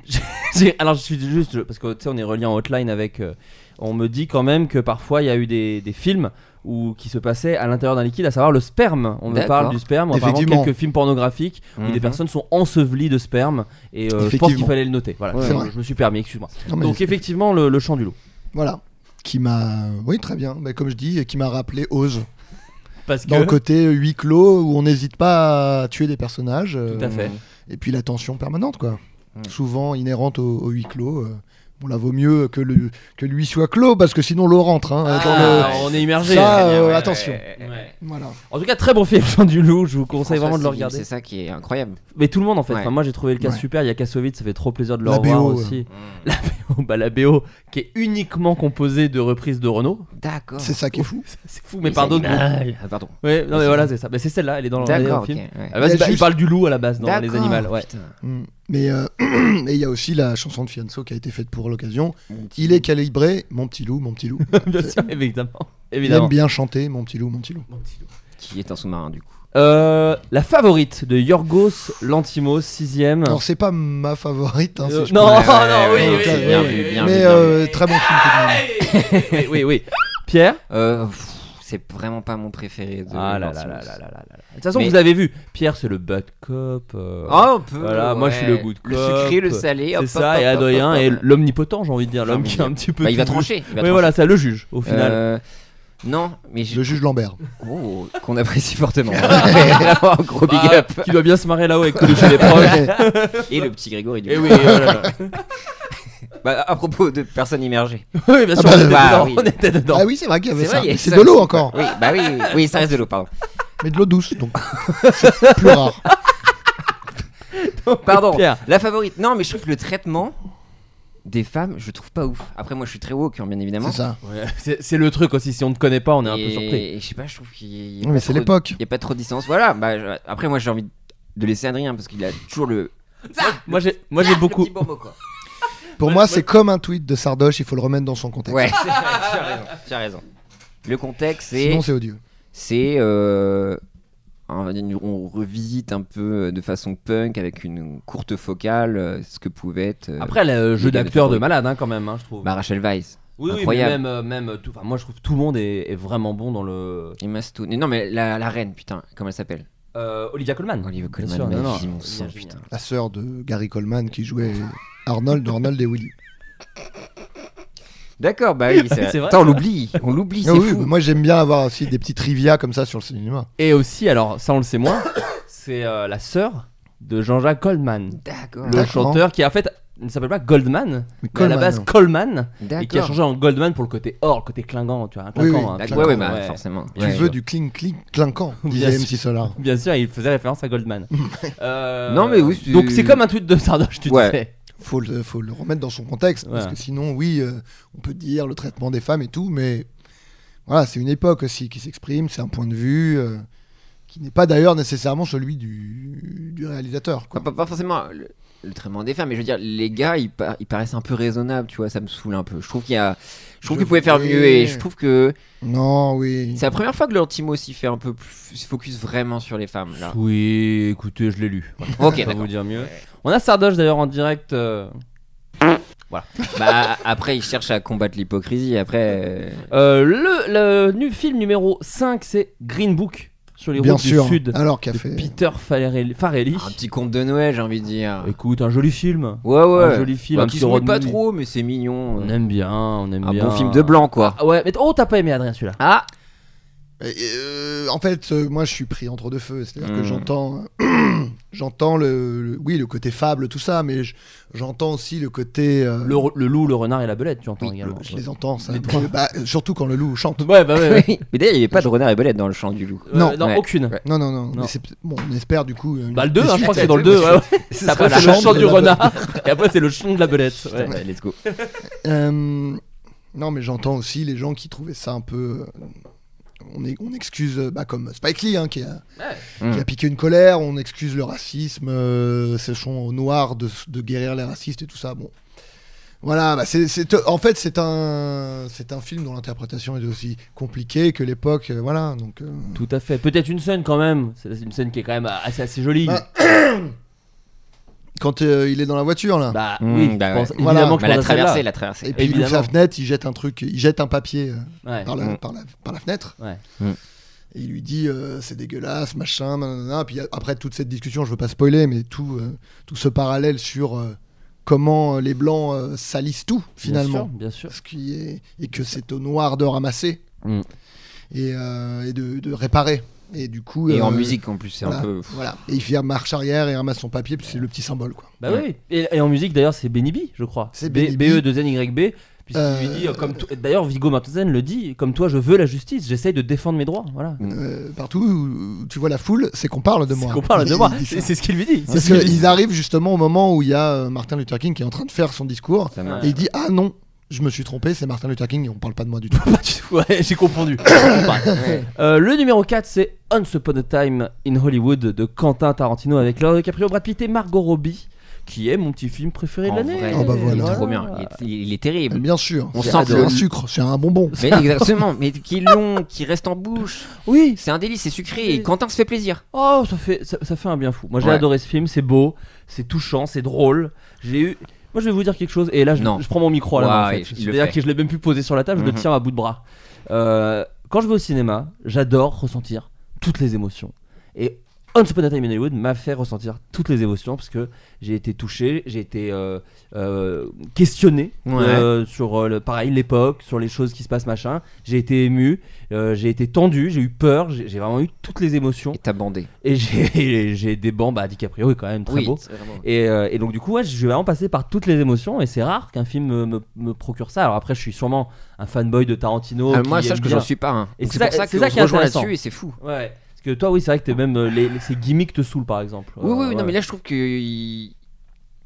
J'ai- Alors je suis juste je- parce que tu sais on est relié en hotline avec. euh, on me dit quand même que parfois il y a eu des, des films où qui se passaient à l'intérieur d'un liquide, à savoir le sperme. On me
D'accord.
parle du sperme. Apparemment
Effectivement.
quelques films pornographiques où des
Mhm.
personnes sont ensevelies de sperme et euh, je pense qu'il
Effectivement.
fallait le noter. Voilà,
Ouais,
je,
ouais.
je me suis permis, excuse-moi.
Non, mais-
Donc effectivement le, le chant du loup.
Voilà. Qui m'a. Oui, très bien. Mais comme je dis, qui m'a rappelé Oz.
Parce que
Dans le côté huis clos où on n'hésite pas à tuer des personnages. euh,
tout à fait.
Et puis la tension permanente, quoi.
Mm.
Souvent inhérente au, au huis clos. euh, Bon, là, vaut mieux que, le, que lui soit clos parce que sinon l'eau rentre. hein,
Ah,
dans le-
Ah, On est immergé.
Ça,
Très bien,
euh,
ouais,
attention.
ouais, ouais, ouais.
Voilà.
En tout cas, très bon film, Jean du Loup. Je vous conseille vraiment
François
de le
Civil,
regarder.
C'est ça qui est incroyable.
Mais tout le monde en fait.
Ouais.
Enfin, moi j'ai trouvé le cas
Ouais.
super. Il y a Kassovitz, ça fait trop plaisir de le
La
revoir
BO,
aussi. La BO, bah, la BO qui est uniquement composée de reprises de Renault.
D'accord.
C'est ça qui est fou.
C'est fou, mais par d'autres groupes.
Ah, Pardon.
Ouais, non mais voilà, c'est ça. Mais c'est celle-là, elle est dans le elle est dans
D'accord.
le
ok,
film.
ouais.
Ah, vas-y,
Il y a
bah, Il
juste-
parle du loup à la base dans Les
D'accord,
Animaux. Ouais.
putain.
Mm. Mais euh, et il y a aussi la chanson de Fianso qui a été faite pour l'occasion. Il est calibré, mon petit loup, mon petit loup.
bien sûr, évidemment.
Il aime
évidemment.
bien chanter, mon petit loup, mon petit
Ah.
loup.
Qui est un sous-marin du coup.
Euh, la favorite de Yorgos Lantimos, 6
Alors c'est pas ma favorite. hein, si
Euh,
je
non,
peux-
non, oui, oui,
ok,
oui,
bien
oui,
vu,
oui,
bien
oui.
Mais
bien
euh, très bon film tout de même.
oui, oui, oui. Pierre
Euh, pff, C'est vraiment pas mon préféré. De
Ah là là
Lawrence
là là
Welk.
là là là. De toute façon,
Mais-
vous avez vu, Pierre c'est le bad cop. euh,
Ah, un peu.
Voilà, moi, je suis
ouais.
le good
Le sucré,
cop.
le salé. hop,
C'est
hop,
ça,
hop,
et
hop,
Adoyen
hop,
est
hop.
l'omnipotent, j'ai envie de dire, l'homme
J'ai
qui a
envie
un
de
petit peu.
Bah, il va
tout vu.
trancher. il va
Oui, voilà, ça le juge au
trancher.
final.
Euh, Non, mais je.
Le juge Lambert.
Oh, qu'on apprécie fortement. Vraiment, un gros big
Bah,
up.
Qui doit bien se marrer là-haut avec tous les chez les proches.
Et le petit Grégory du
Et
coup.
oui, oh là là.
Bah, à propos de personnes immergées.
Ah oui, bien sûr,
bah,
on était
bah,
dedans,
oui.
on était dedans.
Ah oui, c'est vrai qu'il y avait
C'est vrai,
ça.
il y a
Mais C'est
ça
de l'eau
aussi.
encore,
Oui, bah oui, oui, oui, ça reste de l'eau, pardon.
mais de l'eau douce, donc c'est plus rare.
Ah Pardon.
Pierre.
La favorite. Non, mais je trouve que le traitement des femmes, je trouve pas ouf. Après, moi, je suis très woke, hein, bien évidemment.
C'est ça.
Ouais, c'est c'est le truc aussi, si on ne connaît pas, on est un peu
Et-
surpris.
Et je sais pas, je trouve qu'il y a
Oui,
pas
mais c'est
trop-
l'époque.
Il y a pas trop de distance. Voilà. Bah, je- Après, moi, j'ai envie de laisser Adrien parce qu'il a toujours le.
Moi j'ai moi, j'ai
le
beaucoup.
petit bon mot, quoi.
Pour moi, c'est comme un tweet de Sardoche, il faut le remettre dans son contexte.
Ouais. tu as raison. Tu as raison. Le contexte, c'est.
Sinon, c'est odieux.
c'est euh, un- on revisite un peu euh, de façon punk avec une courte focale euh, ce que pouvait être euh,
Après, le jeu
il y a
d'acteur
des-
de malade, hein, quand même, hein, je trouve.
bah, Rachel Weisz
oui, oui, mais
incroyable.
même, euh, même tout. enfin, Moi, je trouve que tout le monde est, est vraiment bon dans le.
Emma Stone non mais la, la reine putain comment elle s'appelle
Euh, Olivia Colman.
Olivia
Bien
Colman
sûr,
ma
non, non,
vie, mon
Olivia
sang,
Colman.
putain.
La sœur de Gary Coleman qui jouait Arnold dans Arnold et Willy.
d'accord bah oui c'est
C'est
vrai.
vrai,
Attends, on
ça.
l'oublie on l'oublie c'est
Ah oui,
fou
mais moi j'aime bien avoir aussi des petits trivia comme ça sur le cinéma.
Et aussi, alors, ça on le sait moins, c'est euh, la sœur de Jean-Jacques Goldman,
d'accord
le
D'accord.
chanteur qui en fait ne s'appelle pas Goldman,
Mais
mais à la
Coleman,
base
hein.
Coleman, et qui a
d'accord
changé en Goldman pour le côté or, le côté clinquant, tu vois, un
Oui,
clinquant, hein,
oui,
un
D'accord.
clinquant,
ouais ouais bah
ouais.
forcément
Tu
Ouais.
veux du cling cling clinquant,
Bien
disait
sûr.
MC Solar.
Bien sûr, il faisait référence à Goldman. Euh,
Non, mais oui, c'est-
Donc c'est comme un tweet de Sardoche, tu
Ouais.
disais.
Faut le, faut le remettre dans son contexte
Voilà.
parce que sinon, oui, euh, on peut dire le traitement des femmes et tout, mais voilà, c'est une époque aussi qui s'exprime, c'est un point de vue euh, qui n'est pas d'ailleurs nécessairement celui du, du réalisateur.
Pas,
quoi.
pas- pas forcément le, le traitement des femmes, mais je veux dire, les gars, ils, par- ils paraissent un peu raisonnables, tu vois, ça me saoule un peu. Je trouve qu'il y a. Je trouve
Je
qu'ils pouvaient faire
vais-
mieux et je trouve que
Non, oui.
c'est la première fois que leur Timo s'y fait un peu plus focus vraiment sur les femmes. Là.
Oui, écoutez, je l'ai lu.
Ok,
Je vais
d'accord.
vous dire mieux. On a Sardoche d'ailleurs en direct. euh,
Bah, après, ils cherchent à combattre l'hypocrisie. Après, euh,
euh, le, le nu- film numéro 5, c'est Green Book sur les
Bien
routes
sûr.
du Sud.
Alors qu'a
de
fait
Peter Farelli. Farelli.
un petit conte de Noël, j'ai envie de dire.
Écoute, un joli film.
Ouais, ouais.
Un joli film,
Bah,
un
qui
petit
se mouille
road
pas
movie.
trop, mais c'est mignon.
On aime bien, on aime
un
bien.
bon film de blanc, quoi.
Ah ouais, mais t- oh, t'as pas aimé Adrien celui-là.
Ah,
Et, euh, en fait, euh, moi, je suis pris entre deux feux. C'est-à-dire
Mm.
que j'entends, euh, j'entends le, le- oui, le côté fable, tout ça, mais je- j'entends aussi le côté. euh,
Le, re- le loup, le renard et la belette, tu entends
oui,
également.
le- je les entends, ça.
Les
Mais,
trois.
bah, euh, surtout quand le loup chante.
Ouais, bah ouais. ouais.
mais d'ailleurs, il n'y avait pas de renard et belette dans le champ du loup.
Euh,
Non.
non,
Ouais.
aucune.
Ouais.
Non, non, non.
Non.
mais c'est, bon, on espère du coup. euh, une-
Bah, le 2, je
des
crois que
suites.
c'est dans le 2. Ouais, ouais.
C'est
Après,
sera
c'est
la
le chant
chambre
du
de la
renard. Et après, c'est le chant de la belette. Ouais.
let's go.
Euh, non, mais j'entends aussi les gens qui trouvaient ça un peu. euh, On, est, on excuse, euh, bah, comme Spike Lee, hein, qui, a,
Ouais.
qui a piqué une colère, on excuse le racisme, euh, ce chant noir de, de guérir les racistes et tout ça. Bon. Voilà, bah, c'est, c'est- en fait, c'est un, c'est un film dont l'interprétation est aussi compliquée que l'époque. euh, voilà, donc. euh,
Tout à fait. Peut-être une scène quand même. C'est une scène qui est quand même assez, assez jolie. Bah,
Bah, quand euh, il est dans la voiture, là.
Mmh,
oui,
bah
je pense,
ouais.
évidemment
Voilà.
que
Bah,
je pense à
la
celle-là.
traversée, la traversée.
et puis il ouvre
évidemment.
sa fenêtre, il jette un truc, il jette un papier. euh,
Ouais.
par, la,
Mm.
par, la, par la fenêtre.
Ouais.
Mm.
Et il lui dit euh, c'est dégueulasse, machin, nanana. Puis euh, après toute cette discussion, je veux pas spoiler, mais tout, euh, tout ce parallèle sur euh, comment euh, les blancs euh, salissent tout
Bien
finalement,
sûr. bien sûr.
ce qui est et que c'est au noir de ramasser
Mm.
et, euh, et de, de réparer. Et du coup.
Et en
euh,
musique en plus, c'est
voilà,
un peu.
voilà. Et il fait marche arrière et ramasse son papier, puis c'est le petit symbole, quoi.
Bah oui. Et, et en musique d'ailleurs c'est Benny B, je crois.
C'est
B- E
Benny B.
BE 2 NYB. Puisqu'il
Euh,
lui dit, euh, comme to- d'ailleurs Vigo Mortensen le dit, comme toi je veux la justice, j'essaye de défendre mes droits. Voilà.
Euh, partout où tu vois la foule, c'est qu'on parle de
C'est
moi.
qu'on parle de
Il
moi.
dit
C'est
ça.
c'est ce qu'il lui dit. C'est
Parce
ce qu'il lui dit.
qu'ils arrivent justement au moment où il y a euh, Martin Luther King qui est en train de faire son discours.
Ça marche.
Et il dit Ah non, je me suis trompé, c'est Martin Luther King et on parle pas de moi du tout.
Pas du tout. Ouais, j'ai confondu. Ouais. Euh, le numéro 4, c'est Once Upon a Time in Hollywood de Quentin Tarantino avec Leonardo DiCaprio, Brad Pitt et Margot Robbie, qui est mon petit film préféré de
En
l'année.
vrai,
Oh, bah
Il
voilà.
est trop bien. Il est, il- il est terrible.
Bien sûr,
On
c'est
sent
c'est
que-
un sucre, c'est un bonbon.
Mais exactement, mais qui est long, qui reste en bouche.
Oui.
C'est un délice, c'est sucré. Et Quentin se fait plaisir.
Oh, ça fait, ça, ça fait un bien fou. Moi, j'ai
Ouais.
adoré ce film. C'est beau, c'est touchant, c'est drôle. J'ai eu. Moi, je vais vous dire quelque chose. Et là, je,
Non.
je prends mon micro à la main. en
Ouais,
fait.
il- il le
C'est-à-dire
fait.
que je l'ai même plus posé sur la table. Je
Mhm.
le tiens à bout de bras. Euh, quand je vais au cinéma, j'adore ressentir toutes les émotions. Et Once Upon a Time in Hollywood m'a fait ressentir toutes les émotions parce que j'ai été touché, j'ai été euh, euh, questionné
Ouais.
euh, sur euh, le, pareil l'époque, sur les choses qui se passent machin. J'ai été ému, euh, j'ai été tendu, j'ai eu peur, j'ai j'ai vraiment eu toutes les émotions.
Et t'as bandé.
Et j'ai j'ai des bancs, bah DiCaprio est quand même très
oui.
beau.
c'est vraiment-
Et, euh, et donc du coup, ouais, je suis vraiment passé par toutes les émotions et c'est rare qu'un film me, me- me procure ça. Alors après, je suis sûrement un fanboy de Tarantino.
Ah,
qui
moi,
aime
sache que
bien-
j'en suis pas un.
Et
Donc,
c'est
C'est pour
ça-
ça
c'est
que
ça
on
qui
se
est
rejoint
intéressant.
là-dessus et c'est fou.
Ouais. Parce que toi, oui, c'est vrai que t'es même euh, les, les- ces gimmicks te saoulent par exemple.
Oui,
Euh,
oui,
ouais.
non, mais là, je trouve que il...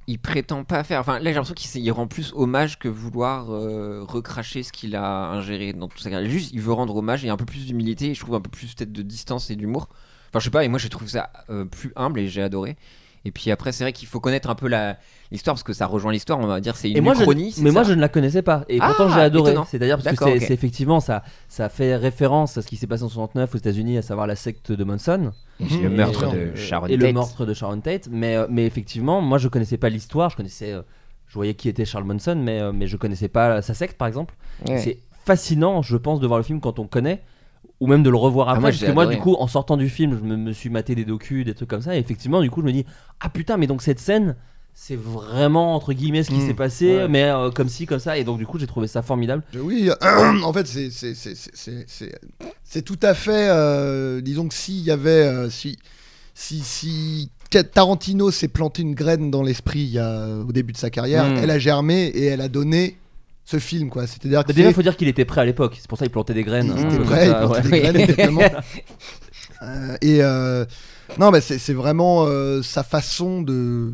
il prétend pas faire. Enfin, là, j'ai l'impression qu'il s'est- il rend plus hommage que vouloir euh, recracher ce qu'il a ingéré dans tout ça. Juste, il veut rendre hommage et un peu plus d'humilité. Et je trouve un peu plus peut-être de distance et d'humour. Enfin, je sais pas. Et moi, je trouve ça euh, plus humble et j'ai adoré. Et puis après, c'est vrai qu'il faut connaître un peu la l'histoire parce que ça rejoint l'histoire. On va dire, c'est une
Et moi, je,
uchronie, c'est
mais moi
ça
je ne la connaissais pas et pourtant
Ah,
j'ai adoré.
étonnant.
C'est-à-dire parce que
D'accord,
c'est
ok.
c'est effectivement ça, ça fait référence à ce qui s'est passé en 69 aux États-Unis, à savoir la secte de Manson.
le
Et-
meurtre
euh,
de Sharon
et le
Tate.
meurtre de Sharon Tate mais euh, mais effectivement moi je connaissais pas l'histoire je connaissais euh, je voyais qui était Charles Manson mais euh, mais je connaissais pas sa secte par exemple
Ouais.
c'est fascinant je pense de voir le film quand on connaît ou même de le revoir après
moi,
parce
j'ai
que moi
adoré.
du coup en sortant du film je me, me suis maté des docus des trucs comme ça et effectivement du coup je me dis ah putain mais donc cette scène c'est vraiment entre guillemets ce qui
Mm.
s'est passé mais euh, comme ci comme ça et donc du coup j'ai trouvé ça formidable
Je- Oui, euh, en fait, c'est- c'est- c'est- c'est- c'est c'est- c'est tout à fait. euh, disons que s'il y avait. euh, si, si, si Ka- Tarantino s'est planté une graine dans l'esprit il y a, au début de sa carrière,
Mm.
elle a germé et elle a donné ce film, quoi. C'est-à-dire que.
Bah, déjà il
c'est- Mm.
faut dire qu'il était prêt à l'époque c'est pour ça qu'il plantait des graines
Il
un
était
peu
prêt,
comme ça,
il plantait
ouais.
des graines, exactement. Euh, et euh, non, mais c'est c'est vraiment euh, sa façon de,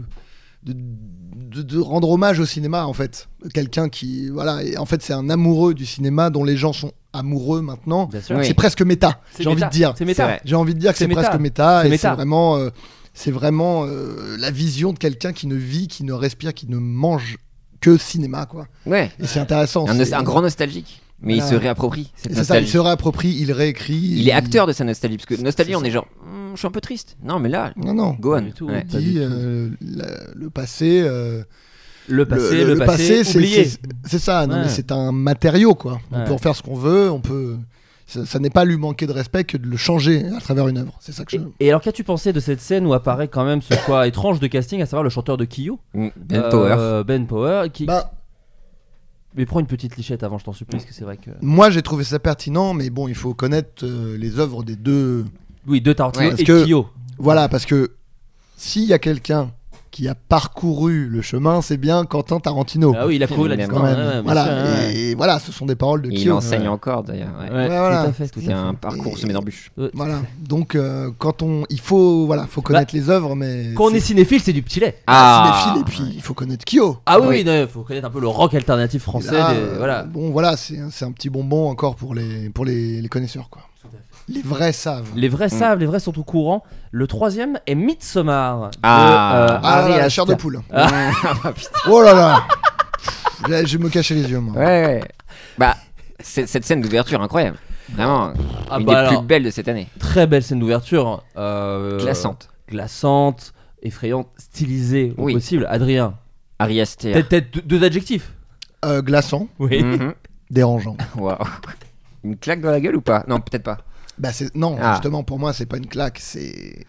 de, de- de rendre hommage au cinéma, en fait. Quelqu'un qui, voilà, et en fait, c'est un amoureux du cinéma dont les gens sont amoureux maintenant.
Bien sûr.
Oui.
C'est presque méta,
C'est
j'ai envie
méta,
de dire.
c'est méta.
C'est vrai.
J'ai envie de dire que
C'est
c'est
méta.
presque méta,
C'est
et
méta.
c'est vraiment, euh, c'est vraiment euh, la vision de quelqu'un qui ne vit, qui ne respire, qui ne mange que cinéma, quoi.
Ouais.
Et c'est intéressant.
Un,
c'est-
un grand nostalgique. Mais il
Voilà.
se réapproprie cette
et C'est ça, il
nostalgie.
se réapproprie, il réécrit.
Il est acteur de sa nostalgie parce que nostalgie
c'est
on est genre Hmm, je suis un peu triste. Non mais là
Non, non.
Gohan.
Pas du tout.
Ouais.
Pas du
dit
tout.
euh, la- le passé. euh,
le passé le, passé,
c'est-
oublié.
c'est c'est ça. non,
Ouais.
mais c'est un matériau, quoi. On
Ouais.
peut en faire ce qu'on veut. On peut. Ça, ça n'est pas lui manquer de respect que de le changer à travers une œuvre. C'est ça que je.
Et, et alors qu'as-tu pensé de cette scène où apparaît quand même ce choix étrange de casting, à savoir le chanteur de Kyo
Mm, Ben Power.
Euh, Ben Power, qui...
Bah,
Mais prends une petite lichette avant, je t'en supplie, parce que c'est vrai que...
moi, j'ai trouvé ça pertinent, mais bon, il faut connaître euh, les œuvres des deux.
Oui, deux Tarantino
Ouais,
et
parce que-
Kyo.
Voilà, parce que s'il y a quelqu'un qui a parcouru le chemin, c'est bien Quentin Tarantino.
Ah oui, il a couru la
Quand
distance.
quand même.
ouais, ouais, bien
voilà,
sûr, ouais.
et, voilà, ce sont des paroles de
Et il
Keogh.
enseigne encore d'ailleurs. ouais.
Ouais,
voilà.
tout à fait, tout à
C'est un
fait.
parcours semé d'embûches.
Ouais.
Voilà. Donc euh, quand on, il faut, voilà, faut connaître les œuvres, mais
Bah, Quand on est
c'est
cinéphile, c'est du petit lait.
Ah.
cinéphile, et puis il faut connaître Kyo.
Ah oui,
Oui.
oui, non, faut connaître un peu le rock alternatif français.
Là,
des-
euh,
Voilà.
Bon, voilà, c'est un- c'est un petit bonbon encore pour les pour les, les connaisseurs quoi. Les vrais savent.
Les vrais savent, les vrais sont au courant. Le troisième est Midsommar. de,
Ah.
euh,
Ah là
Ari
là, la
Aster.
chair de poule.
Ah, putain.
Oh là là. Là, je vais me cacher les yeux moi.
ouais. Bah c'est- cette scène d'ouverture incroyable. Vraiment
Ah
une
bah
des
alors,
plus belles de cette année.
Très belle scène d'ouverture. euh,
Glaçante.
glaçante, effrayante, stylisée au
Oui.
possible. Adrien,
Ari Aster.
peut-être peut-être deux- deux adjectifs.
Euh, glaçant,
Oui.
Mhm.
dérangeant.
Waouh. Une claque dans la gueule ou pas Non peut-être pas.
Bah c'est non,
Ah.
justement pour moi c'est pas une claque, c'est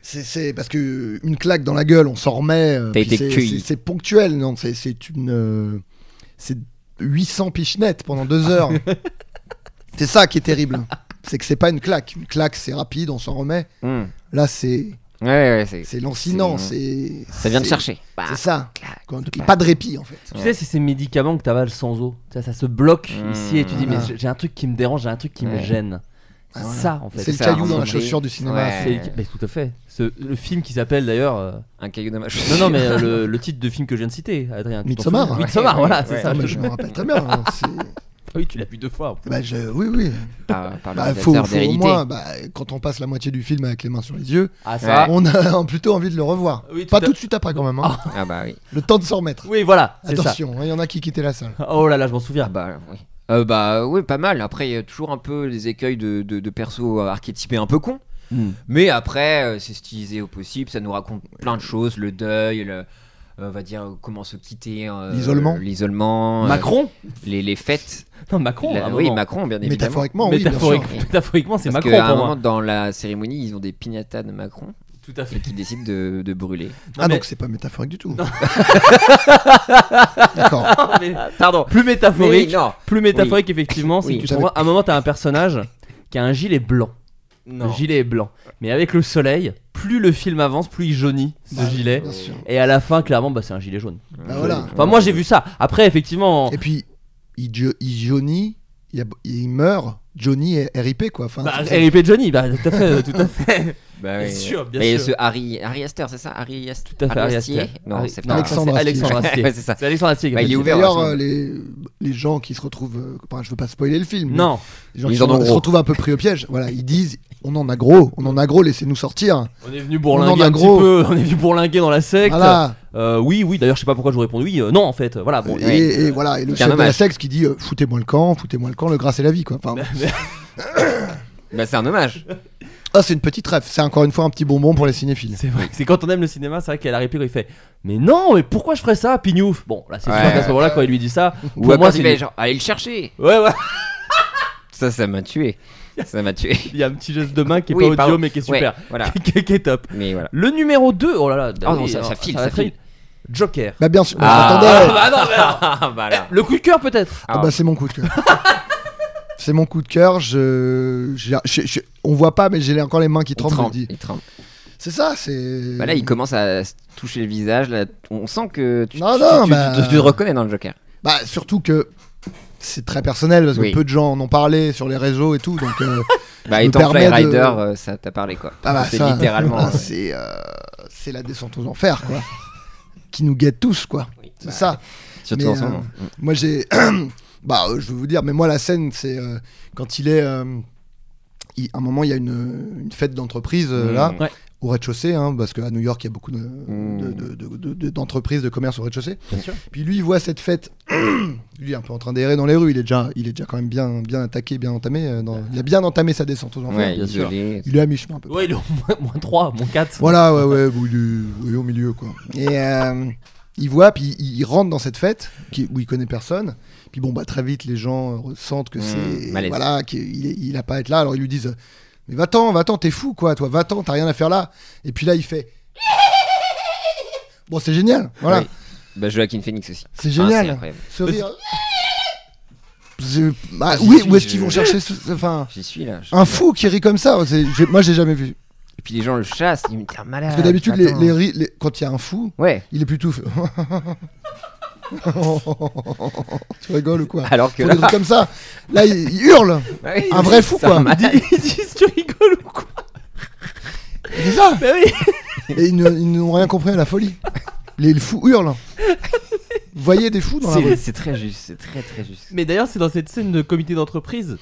c'est- c'est parce que une claque dans la gueule, on s'en remet. euh,
T'as
puis
été
c'est-
cueilli.
c'est- C'est ponctuel, non C'est c'est une euh, c'est 800 pichenettes pendant deux heures. c'est ça qui est terrible. C'est que c'est pas une claque. Une claque, c'est rapide, on s'en remet.
Hmm.
Là, c'est
Ouais, ouais, c'est-
c'est lancinant.
c'est-
C'est
Ça vient de
c'est-
chercher. Bah,
C'est ça.
claque,
Quand-
claque.
Pas de répit en fait.
Tu sais, c'est ces médicaments que t'avales sans eau. Ça, ça se bloque
Mmh.
ici et tu dis, mais
Voilà.
j'ai- j'ai un truc qui me dérange, j'ai un truc qui me
Ouais.
gêne. C'est
voilà.
ça, en fait.
C'est le
ça,
caillou dans la
rassembler.
chaussure du cinéma.
Ouais.
C'est- mais tout à fait. Ce- le film qui s'appelle d'ailleurs. euh,
Un caillou dans ma
Non, non, mais euh, le, le titre de film que je viens de citer, Adrien. tu t'en
Midsommar,
souviens
ouais.
Midsommar, voilà, c'est
Ouais.
ça.
Ah, mais je me rappelle très bien. hein, c'est-
Ah Oui, tu l'as vu deux fois.
bah, je- Oui, oui.
Ah, Par, par le
Bah, faut,
réalisateur
faut au
d'Hérédité.
moins, bah, quand on passe la moitié du film avec les mains sur les yeux,
Ah, ça.
on a plutôt envie de le revoir.
Oui, tout
pas
à-
tout de suite après quand même. hein.
Ah bah oui.
Le temps de s'en remettre.
Oui, voilà, c'est ça.
Attention, hein, il y en a qui quittaient la salle.
Oh là là, je m'en souviens.
Ah bah oui. Euh, bah oui, pas mal. Après, il y a toujours un peu les écueils de, de, de perso archétypés un peu cons.
Hmm.
Mais après, euh, c'est stylisé au possible. Ça nous raconte plein de choses. Le deuil, le- euh, on va dire euh, comment se quitter. euh,
L'isolement.
L'isolement. euh,
Macron
les, les fêtes.
Non, Macron.
La-
à un
oui,
moment.
Macron, bien évidemment.
Métaphoriquement, oui, bien sûr.
Métaphorique-
sûr.
Métaphoriquement, c'est
Parce
Macron
qu'à un
pour
moment,
moi.
dans la cérémonie, ils ont des piñatas de Macron
Tout à fait.
et qui décident de, de brûler.
Ah,
mais-
donc c'est pas métaphorique du tout. D'accord.
Mais
Pardon.
plus métaphorique,
non.
plus métaphorique effectivement, c'est
Oui.
que tu te rends- à un moment t'as un personnage qui a un gilet blanc. Le gilet est blanc. Mais avec le soleil, plus le film avance, plus il jaunit ce
Bah,
gilet.
Bien sûr.
Et à la fin, clairement, bah, c'est un gilet jaune.
Bah, voilà.
Enfin, moi j'ai vu ça. Après, effectivement.
Et puis, il, jo- il Johnny, il, a- il meurt. Johnny est RIP quoi. Enfin,
Bah,
tout ça.
R.I.P. Johnny, bah, tout à fait, tout à fait.
Bah, oui.
bien
Mais ce Harry, Harry Astor, c'est ça Harry Astor
Tout à fait, Harry Astier.
Non,
Harry-
c'est
non,
pas
Alexandre
c'est
Astier.
Alexandre Astier.
Ouais, c'est ça.
C'est Alexandre Astier qui
Bah,
a fait
il est
ça.
ouvert.
D'ailleurs,
à son-
euh, les, les gens qui se retrouvent, euh, enfin, je veux pas spoiler le
hein.
film. mais
Non,
les gens
Ils
qui
en ont
se
gros.
retrouvent un peu pris au piège. Voilà, ils disent, on en a gros, on en a gros, laissez-nous sortir.
on est venu bourlinguer
On en a
un petit
gros.
peu. On est venu bourlinguer dans la secte.
Voilà.
Euh, oui, oui, d'ailleurs, je sais pas pourquoi je vous réponds oui. euh, non, en fait, voilà. Bon,
Et,
Ouais.
et voilà, et le
C'est un
chef de la
hommage.
sexe qui dit, euh, foutez-moi le camp, foutez-moi le camp, le gras c'est la vie quoi. Enfin,
Bah, c'est un hommage.
ah, c'est une petite rêve. C'est encore une fois un petit bonbon pour les cinéphiles.
C'est vrai, que c'est quand on aime le cinéma, c'est vrai qu'il y a la réplique où il fait Mais non, mais pourquoi je ferais ça, Pignouf Bon, là, c'est sûr
Ouais.
qu'à ce moment-là, quand il lui dit ça, pour
Ou à
moi,
moi,
c'est.
il fait
une-
genre, allez le chercher.
Ouais, ouais,
Ça, ça m'a tué. Ça m'a tué.
il y a un petit geste de main qui est
Oui,
pas audio,
pardon.
mais qui est
Ouais,
super,
voilà.
qui, qui- qui est top.
Mais voilà.
Le numéro 2, oh là là,
Ah
oui,
non, ça-
alors,
ça file,
va
ça
très
file.
vite. Joker.
Bah bien sûr. Bah,
Ah.
attendez.
Ah non, mais alors,
Ah, voilà.
Le coup de cœur, peut-être
Ah bah c'est mon coup de cœur. c'est mon coup de cœur. Je, j'ai- je- je- on voit pas, mais j'ai encore les mains qui
Il
tremblent.
tremble,
je me dis.
il tremble.
C'est ça, c'est.
Bah là, il commence à se toucher le visage. Là, on sent que tu,
Non,
tu-
non,
tu-
bah-
tu- tu te reconnais dans le Joker.
Bah, surtout que c'est très personnel parce que
Oui.
peu de gens en ont parlé sur les réseaux et tout, donc. euh,
Bah,
Je me
étant Fly
permets de-
Rider, euh, ça t'a parlé quoi.
ah bah,
c'est
ça,
littéralement.
ah,
euh,
c'est euh, c'est la descente aux enfers quoi. qui nous guette tous quoi. C'est
bah,
ça.
Surtout
Mais,
en ce
euh,
moment.
Moi j'ai. bah euh, je veux vous dire, mais moi la scène c'est euh, quand il est. euh, il- à un moment il y a une, une fête d'entreprise euh,
Mm.
là.
Ouais.
Au rez-de-chaussée, hein, parce qu'à New York, il y a beaucoup de-
Mm.
de- de- de- de- de- d'entreprises, de, commerces au rez-de-chaussée.
Bien sûr.
Puis lui, il voit cette fête. lui, est un peu en train d'errer dans les rues. Il est déjà, il est déjà quand même bien, bien attaqué, bien entamé. euh, dans- Il a bien entamé sa descente aux enfers.
Ouais,
bien sûr.
isolé.
Il est à mi-chemin un peu.
Ouais, il est au moins, moins 3, moins 4.
Voilà, ouais, ouais, bon, il est- il est au milieu, quoi. Et euh, il voit, puis il, il rentre dans cette fête qui- où il connaît personne. Puis bon, bah, très vite, les gens euh, ressentent que
Mmh,
c'est.
malaise.
Voilà, qu'il est- il a pas à être là. Alors ils lui disent Mais va-t'en, va-t'en, t'es fou, quoi, toi, va-t'en, t'as rien à faire là. Et puis là, il fait Bon, c'est génial, voilà,
Oui. Bah, Joaquin Phoenix aussi.
c'est
Ah, c'est
génial.
incroyable.
Ce rire. C'est- bah,
j'y
oui,
suis,
où
Ah,
est-ce
je-
qu'ils vont chercher ce- enfin,
J'y suis là. Je-
un fou qui rit comme ça c'est- j'ai- Moi, j'ai jamais vu.
Et puis les gens le chassent. Ils me disent, t'es un malade.
Parce que d'habitude, les,
Euh, attends.
les ris- les- quand il y a un fou,
Ouais.
il est plutôt. fait- tu rigoles ou quoi
Ah,
Alors que
Faut des
là.
trucs comme ça. Là, il, il hurle.
Ouais,
Un vrai fou,
c'est un
quoi.
malade.
Ils disent Tu rigoles ou quoi
C'est ça.
Bah oui
Et ils ne- ils n'ont rien compris à la folie. Les, les fous hurlent. Vous voyez des fous dans la
C'est-
rue
C'est très juste, c'est très très juste.
Mais d'ailleurs, c'est dans cette scène de comité d'entreprise.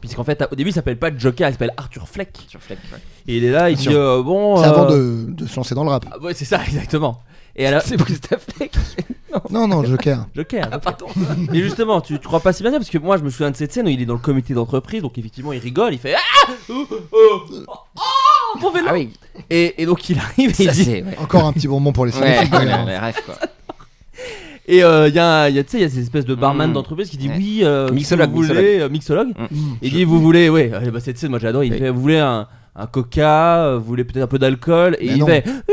Puisqu'en fait, au début, il s'appelle pas Joker, il s'appelle Arthur Fleck.
Sur Fleck, ouais.
Et il est là, il
Bien
dit
sûr.
euh, Bon.
C'est avant
euh,
de, de se lancer dans le rap.
Ah, ouais, c'est ça, exactement. Et alors,
C'est Christophe Fleck.
Non, non, Joker.
Joker. Joker. Mais justement, tu, tu crois pas si bien dire parce que moi, je me souviens de cette scène où il est dans le comité d'entreprise, donc effectivement, il rigole, il fait Ah Oh, oh, oh, oh, mon vélo
Ah oui,
et, et donc il arrive et il
ça
dit
c'est. Ouais,
Encore un petit bonbon pour les
ouais,
cinéphiles.
voilà, ouais, ref, quoi.
Et euh, il y a, un- il y a, tu sais, il y a cette espèce de barman
Mm.
d'entreprise qui dit
Ouais.
Oui, euh,
Mixologue,
vous voulez, euh, mixologue.
Mm.
Il dit Vous voulez, ouais, euh, bah, cette scène, moi j'adore. Il
Oui.
fait Vous voulez un, un coca, euh, vous voulez peut-être un peu d'alcool Et
Mais
il
non.
fait Euh,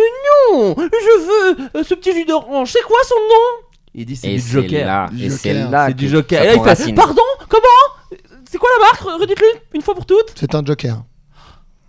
Non, je veux euh, ce petit jus d'orange, c'est quoi son nom Il dit C'est
Et
du
c'est
Joker.
là,
Du
et c'est
Joker.
là.
C'est
que
du Joker.
ça
Et là, il
prend
fait
racine.
Pardon Comment C'est quoi la marque Redites-le une fois pour toutes.
C'est un Joker.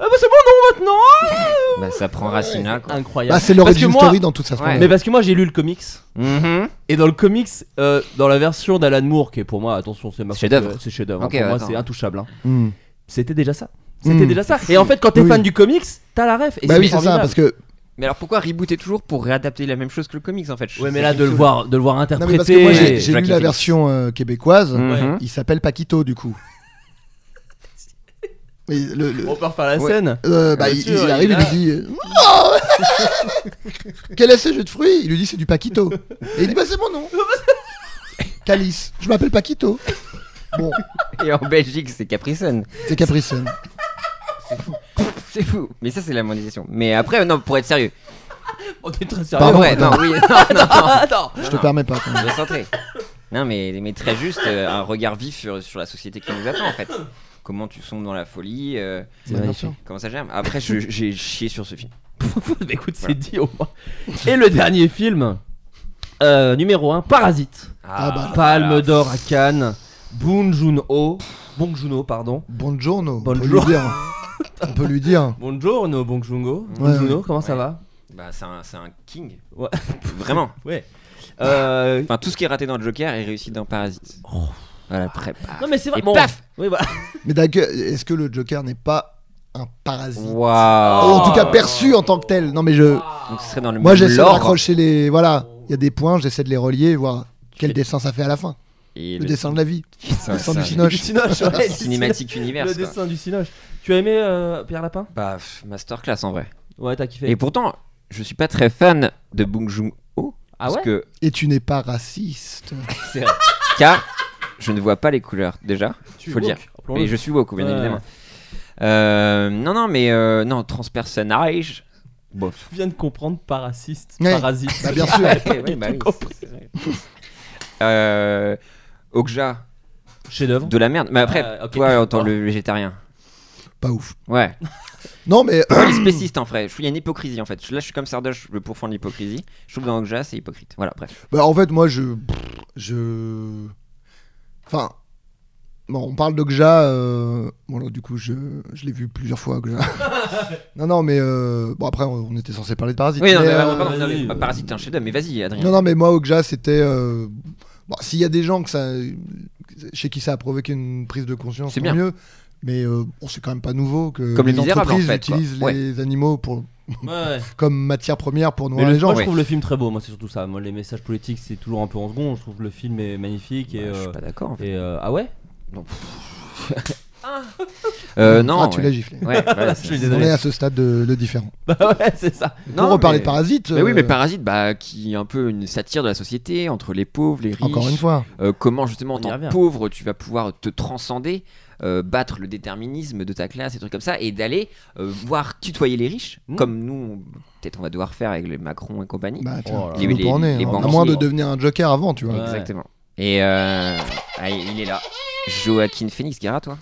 Ah bah c'est mon nom maintenant
Bah, ça prend Racina, quoi.
Incroyable.
Bah, c'est
Parce que
l'origin
moi-
story dans toute sa splendeur.
Mais parce que moi j'ai lu le comics
Mhm.
et dans le comics euh, dans la version d'Alan Moore qui est pour moi attention c'est ma
Chef-d'œuvre.
c'est chef d'œuvre
Ok,
pour moi
attends.
c'est intouchable hein.
Hmm.
c'était déjà ça c'était
Mm.
déjà ça et en fait quand t'es
Oui.
fan du comics t'as la ref et
Bah
c'est
oui, c'est ça,
formidable.
parce que.
Mais alors pourquoi rebooter toujours pour réadapter la même chose que le comics en fait Je-
ouais mais
ça
là
me
de le
saoule.
voir de le voir
Non,
interpréter
mais parce que moi, j'ai
Prêté,
j'ai lu
Jackie
la
Phillips.
version euh, québécoise.
Hmm.
Mhm.
Il s'appelle Paquito, du coup. Et le- le-
on peut refaire la
Ouais.
scène
euh, bah,
Bien
il,
sûr,
il
il
arrive,
est
il lui
là.
dit euh, Non Quel est ce jeu de fruits Il lui dit C'est du Paquito. Et il dit Bah, c'est mon nom Calice, je m'appelle Paquito. Bon,
Et en Belgique, c'est Capricen.
c'est Capricen.
C'est fou. Mais ça, c'est la mondialisation. Mais après, non, pour être sérieux.
on est très
En
sérieux
Pardon,
vrai, non,
attends.
oui. Non, non,
attends
Je te permets pas. quand même.
non, de centrer. Non, mais, mais très juste, euh, un regard vif sur, sur la société qui nous attend en fait. Comment tu sombes dans la folie, euh,
C'est
Bah, bien
magnifique.
sûr.
comment ça germe. Après, je- j'ai chié sur ce film.
Bah, écoute c'est
Voilà.
dit au moins et le dernier film euh, numéro 1 Parasite
Ah, bah,
Palme d'or à Cannes Bong Joon-ho Bong Joon-ho pardon
Buongiorno. On
Bonjour.
peut lui dire. On peut lui dire.
Buongiorno Bong Joon-ho
Ouais,
Bong Joon-ho comment ça
Ouais.
va
Bah, c'est un, c'est un king.
Ouais.
Vraiment.
ouais
Ah.
euh,
Enfin, tout ce qui est raté dans Joker est réussi dans Parasite.
Oh.
Voilà, prêt. paf.
Non mais c'est vrai.
Et paf
Oui, voilà.
Mais d'accord, est-ce que le Joker n'est pas un parasite
Waouh.
Ou En tout cas, perçu en tant que tel. Non, mais je.
Ah,
Donc, ce serait dans le
Oh. Moi,
même
j'essaie de
lore.
raccrocher les. Voilà, il y a des points, j'essaie de les relier, voir quel dessin ça fait à la fin.
Et
Le dessin de la vie,
dessin,
le dessin
ça-
du Cinoche.
Cinoche, ouais, du
Cinématique
Cinoche.
univers.
Le
quoi.
dessin du Cinoche. Tu as aimé euh, Pierre Lapin
Bah, pff, masterclass en vrai.
Ouais, t'as kiffé.
Et pourtant, je suis pas très fan de Bong Joon Ho.
ah ouais
parce que,
Et tu n'es pas raciste.
car je ne vois pas les couleurs déjà.
Tu
faut le
woke.
dire.
Rappelons-le.
Mais je suis woke, bien
Ouais.
évidemment. Euh, non, non, mais euh, non, transpersonnage. Bof.
Je viens de comprendre parasiste.
Ouais.
Parasite.
Bah, bien sûr.
Ok, ouais, bah oui, c'est- c'est vrai. Euh, Okja,
Chef d'œuvre.
de la merde. Mais après,
Euh, ok.
toi, en tant que végétarien.
Pas ouf.
Ouais.
Non, mais.
Pourquoi les spécistes en vrai Je trouve qu'il y a une hypocrisie en fait. Je- Là, je suis comme Sardoche, je veux pourfendre l'hypocrisie. Je trouve que dans Okja, c'est hypocrite. Voilà, bref.
Bah, en fait, moi, je. Je. Enfin. Bon, on parle d'Okja. euh, Bon, alors, du coup, je, je l'ai vu plusieurs fois, Okja. non, non, mais. euh, Bon, après, on on était censé parler de Parasite.
Oui, non,
mais,
mais,
euh,
pardon, pardon, non,
vas-y.
mais Parasite, t'es un chef-d'œuvre, mais vas-y, Adrien.
Non, non, mais moi, Okja, c'était. euh, bon, S'il y a des gens que ça, chez qui ça a provoqué une prise de conscience,
C'est
tant
bien.
mieux. Mais euh, bon, c'est quand même pas nouveau que
Comme Les
les
Misérables, en
entreprises
fait, quoi.
utilisent les animaux pour,
Ouais, ouais.
comme matière première pour
Mais
nourrir
le-
les gens.
moi je
ouais.
trouve le film très beau, moi c'est surtout ça. Moi les messages politiques c'est toujours un peu en second, je trouve que le film est magnifique
Bah,
et,
je
euh,
suis pas d'accord en fait.
et, euh, ah ouais
Euh, non.
Ah, tu
ouais.
l'as giflé.
Ouais, voilà,
Je
c'est-
suis
c'est-
On
désolé.
est à ce stade de, de différent.
Bah ouais c'est ça.
Non,
pour reparler
mais-
parasite.
Mais oui,
euh,
mais Parasite, bah, qui est un peu une satire de la société entre les pauvres, les riches.
Encore une fois.
Euh, comment justement, en
On y
tant que
revient.
pauvre, tu vas pouvoir te transcender, euh, battre le déterminisme de ta classe et trucs comme ça, et d'aller euh, voir tutoyer les riches,
Mm.
comme nous, on- peut-être on va devoir faire avec les Macron et compagnie.
Bah, tiens,
Oh là
tu
là.
nous prends au nez,
Les- les
hein. à
banquiers.
moins de devenir un Joker avant, tu vois.
Ouais.
Exactement. Et euh, ah, il est là. Joaquin Phoenix, Gara, toi.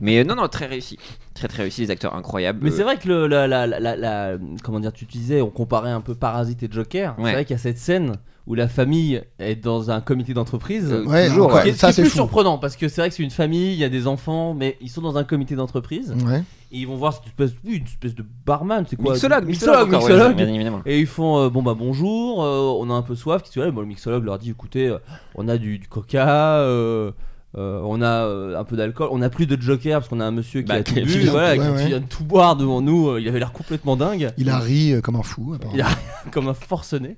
Mais euh, non, non, très réussi. Très, très réussi, les acteurs incroyables.
Mais
Euh,
c'est vrai que le, la, la, la- la- la- comment dire, tu disais, on comparait un peu Parasite et Joker.
Ouais.
C'est vrai qu'il y a cette scène où la famille est dans un comité d'entreprise.
Euh,
Ouais,
Toujours,
encore-
qui est,
ça
qui est
c'est
plus
fou.
surprenant parce que c'est vrai que c'est une famille, il y a des enfants, mais ils sont dans un comité d'entreprise
Ouais.
et ils vont voir cette espèce, oui, une espèce de barman, c'est quoi
Euh, mixologue,
mixologue,
encore, ouais,
mixologue.
bien évidemment.
Et ils font euh, bon bah bonjour, euh, on a un peu soif, qu'est-ce que tu veux Bon, Le mixologue leur dit écoutez, euh, on a du, du coca, euh, euh, on a euh, un peu d'alcool, on a plus de Joker parce qu'on a un monsieur qui
Bah,
a tout
qui
bu,
vient de-
voilà,
ouais,
qui
ouais.
vient de tout boire devant nous, euh, il avait l'air complètement dingue,
Il a ri euh, comme un fou. apparemment.
Il a- comme un forcené.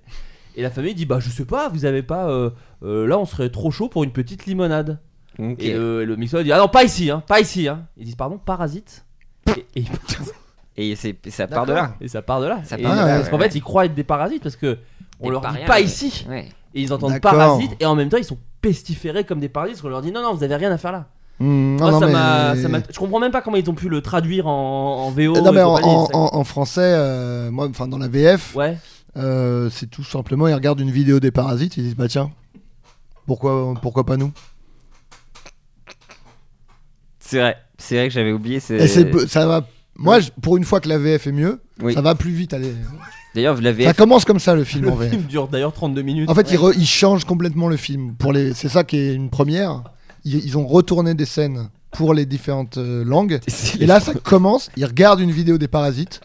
Et la famille dit bah je sais pas, vous avez pas, euh, euh, là on serait trop chaud pour une petite limonade.
Ok.
Et le, le mixeur dit Ah non, pas ici, hein, pas ici. Hein. Ils disent Pardon, parasite. Et, et ils partent.
Et c'est ça part de là.
Et ça part de là.
Ça
Et-
part
de là,
Parce
ouais,
qu'en
ouais.
fait, ils croient être des parasites parce que on
Des
leur dit
parias,
pas
ouais.
ici.
Ouais.
Et ils entendent
D'accord.
parasite et en même temps, ils sont pestiférés comme des parasites parce qu'on leur dit Non, non, vous avez rien à faire là.
Hmm,
Moi,
non, non,
Ah, ça
mais-
m'a- ça m'a- Je comprends même pas comment ils ont pu le traduire en, en VO.
Non,
et
mais en,
compagnie,
en-
c'est-
en- en français, euh, moi, enfin dans la VF,
Ouais,
euh, c'est tout simplement ils regardent une vidéo des parasites, ils disent bah tiens, pourquoi pourquoi pas nous
C'est vrai. C'est vrai que j'avais oublié. c'est-
Et c'est peu- ça va. Moi, je- pour une fois que la VF est mieux,
Oui.
ça va plus vite. Allez,
D'ailleurs, vous l'avez.
ça commence comme ça le film en
le
VF.
film dure d'ailleurs 32 minutes.
En fait, ils, re- ils changent complètement le film. Pour les, c'est ça qui est une première. ils, ils ont retourné des scènes pour les différentes euh, langues.
Si,
Et là, ça commence. Il regarde une vidéo des Parasites.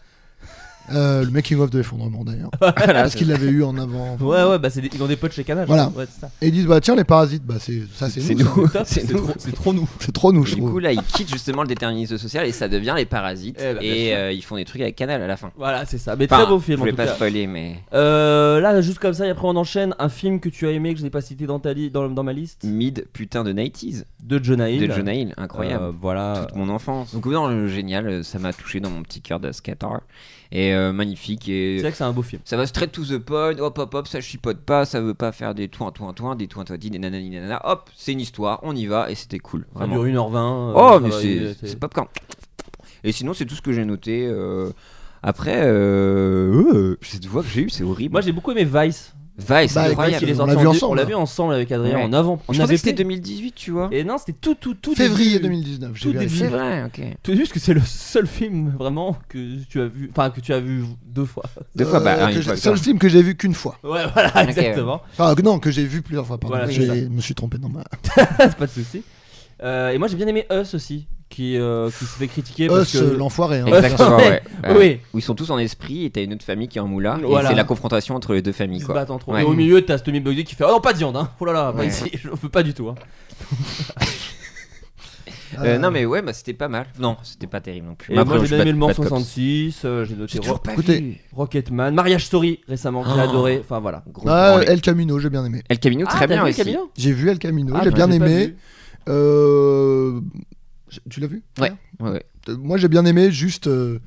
Euh, le making of de l'effondrement d'ailleurs. Parce qu'il l'avait eu en avant.
Ouais, ouais, bah c'est des- ils ont des potes chez Canal.
Voilà.
Ouais, c'est ça.
Et ils disent bah tiens les Parasites, bah c'est ça c'est
C'est
nous. ça.
nous.
Top,
C'est
c'est
nous.
trop- c'est trop nous.
C'est trop nous je
Du coup,
trouve.
là, ils quittent justement le déterminisme social et ça devient les parasites.
Eh ben, bien
et
sûr.
euh, ils font des trucs avec Canal à la fin.
Voilà, c'est ça. Mais
Enfin,
très beau film en
Je voulais
tout
pas
cas.
spoiler, mais.
Euh, là, juste comme ça, et après on enchaîne un film que tu as aimé que je n'ai pas cité dans ta li- dans, dans ma liste
Mid putain de 90s
de Jonah Hill.
Mm. de Jonah Hill, incroyable.
Euh, voilà.
Toute mon enfance. Donc, non, euh, génial, euh, ça m'a touché dans mon petit cœur de skater. Et euh, magnifique.
C'est
Et
vrai que c'est un beau film.
ça va straight to the point. Hop, hop, hop, ça chipote pas, ça veut pas faire des toin, toin, toin, des toin, toin, des nanani, nanana. Hop, c'est une histoire, on y va et c'était cool.
Ça
Vraiment.
dure 1h20.
Oh, mais c'est- c'est popcorn. Et sinon, c'est tout ce que j'ai noté. euh, Après, euh, euh, cette voix que j'ai eue, c'est horrible.
Moi j'ai beaucoup aimé Vice.
Vice, c'est
Bah,
Vice,
incroyable.
il est
on
sorti
l'a vu
en deux-
ensemble,
On l'a
hein.
vu ensemble avec Adrien
Ouais.
en avant. On
Je pensais
avait
que c'était
fait-
2018, tu vois.
Et non, c'était tout, tout, tout.
Février
début.
2019. j'ai
tout
vérifié.
début.
C'est vrai, ok.
Tout juste que c'est le seul film vraiment que tu as vu, enfin que tu as vu deux fois.
Deux fois,
Euh,
bah,
que
une
j'ai-
fois.
c'est le film que j'ai vu qu'une fois.
Ouais, voilà,
Ok,
exactement.
Enfin, que- non, que j'ai vu plusieurs fois. Pardon.
Voilà,
J'ai-
c'est ça.
je me suis trompé dans ma.
C'est pas de souci. Euh, et moi j'ai bien aimé Us aussi, qui, euh, qui se fait critiquer parce
Us, euh,
que.
l'enfoiré. hein.
Exactement, ouais.
Oui.
Ouais. Où ils sont tous en esprit et t'as une autre famille qui est en moula.
Voilà. Bah,
Et c'est la confrontation entre les deux familles,
Ils se
quoi.
battent entre eux.
Ouais.
Et au milieu, t'as ce Tommy Bugsy qui fait Oh non, pas de viande, hein. Oh là là, pas
Ouais.
ici, je veux pas du tout. Hein.
Euh,
Euh,
non, mais ouais, bah c'était pas mal. Non, c'était pas terrible non plus.
Et
Mais
moi
après,
j'ai
je
bien aimé
suis
le
Bad-
Mans
Bad Cops.
66, euh, j'ai noté
J'ai toujours
Rock-
pas
Écoutez,
vu.
Rocketman, Mariage Story récemment, que j'ai
Oh.
adoré. Enfin voilà.
Gros
ah,
branlé.
El Camino, j'ai bien aimé.
El Camino,
Ah,
très
t'as
bien
vu
aussi.
Camino
J'ai vu El Camino,
Ah,
j'ai
bah,
bien
j'ai pas
aimé.
vu.
Euh, je- Tu l'as vu
Ouais. Ouais, ouais.
Euh, Moi, j'ai bien aimé. Juste, euh,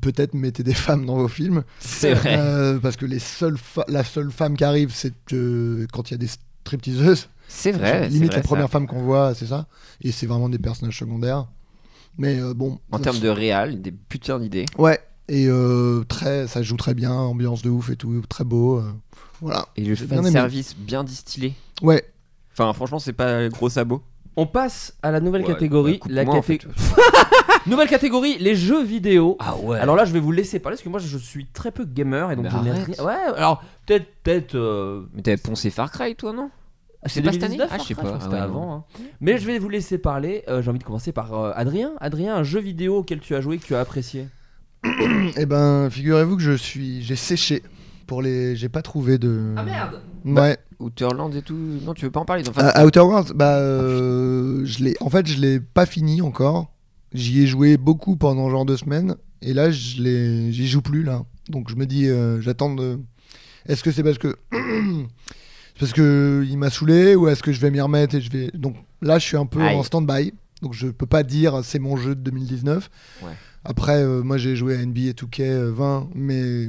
peut-être mettez des femmes dans vos films,
C'est vrai.
Euh, parce que les seules fa- la seule femme qui arrive, c'est euh, quand il y a des stripteaseuses.
C'est
Genre,
vrai. c'est
limite
vrai,
la
ça.
première femme qu'on voit, c'est ça. Et c'est vraiment des personnages secondaires. Mais euh, bon.
En
ça-
termes de réal, des putains d'idées.
Ouais. Et euh, très, ça joue très bien, ambiance de ouf et tout, très beau. euh, voilà.
Et le
J'ai bien aimé.
service bien distillé.
Ouais.
Enfin, franchement, c'est pas gros sabot.
On passe à la nouvelle
Ouais, bah,
catégorie.
coupe-moi,
La
en
catég- nouvelle catégorie, les jeux vidéo.
Ah ouais.
Alors là, je vais vous laisser parler parce que moi, je suis très peu gamer et donc
Mais
je n'ai
arrête.
rien- Ouais, alors peut-être, peut-être. euh,
Mais t'avais poncé Far Cry, toi, non
c'est
pas cette
2019,
année Ah, je
Far Cry,
sais pas.
crois que
Ah
C'était
ouais,
avant. hein. Mais je vais vous laisser parler. Euh, J'ai envie de commencer par euh, Adrien. Adrien, un jeu vidéo auquel tu as joué que tu as apprécié.
Eh ben, figurez-vous que je suis, j'ai séché pour les, j'ai pas trouvé de.
Ah,
Ouais.
Outerland et tout. Non, tu veux pas en parler. ils ont fait-
Euh, Outer Worlds, bah, euh, je l'ai. En fait, je l'ai pas fini encore. J'y ai joué beaucoup pendant genre deux semaines, et là, je l'ai, j'y joue plus là. Donc, je me dis, euh, j'attends. De... Est-ce que c'est parce que c'est parce que il m'a saoulé, ou est-ce que je vais m'y remettre et je vais. Donc là, je suis un peu
Aïe.
en stand-by. Donc, je peux pas dire c'est mon jeu de 2019.
Ouais.
Après, euh, moi, j'ai joué à NBA 2K20, euh, mais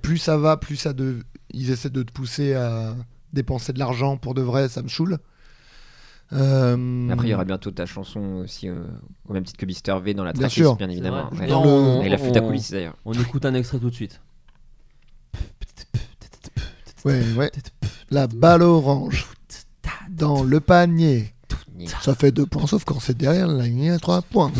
plus ça va, plus ça de... ils essaient de te pousser à dépenser de l'argent pour de vrai, ça me saoule. Euh,
Après, il y aura bientôt ta chanson aussi, euh, au même titre que Mister V dans la
Bien
tracklist,
sûr.
bien évidemment.
C'est
ouais.
vrai. Oh.
Dans
Non,
le-
Et la flûte à
on-
coulisses d'ailleurs.
On écoute un extrait tout de suite.
Ouais, ouais. La balle orange dans le panier. Ça fait deux points, sauf quand c'est derrière la ligne, trois points.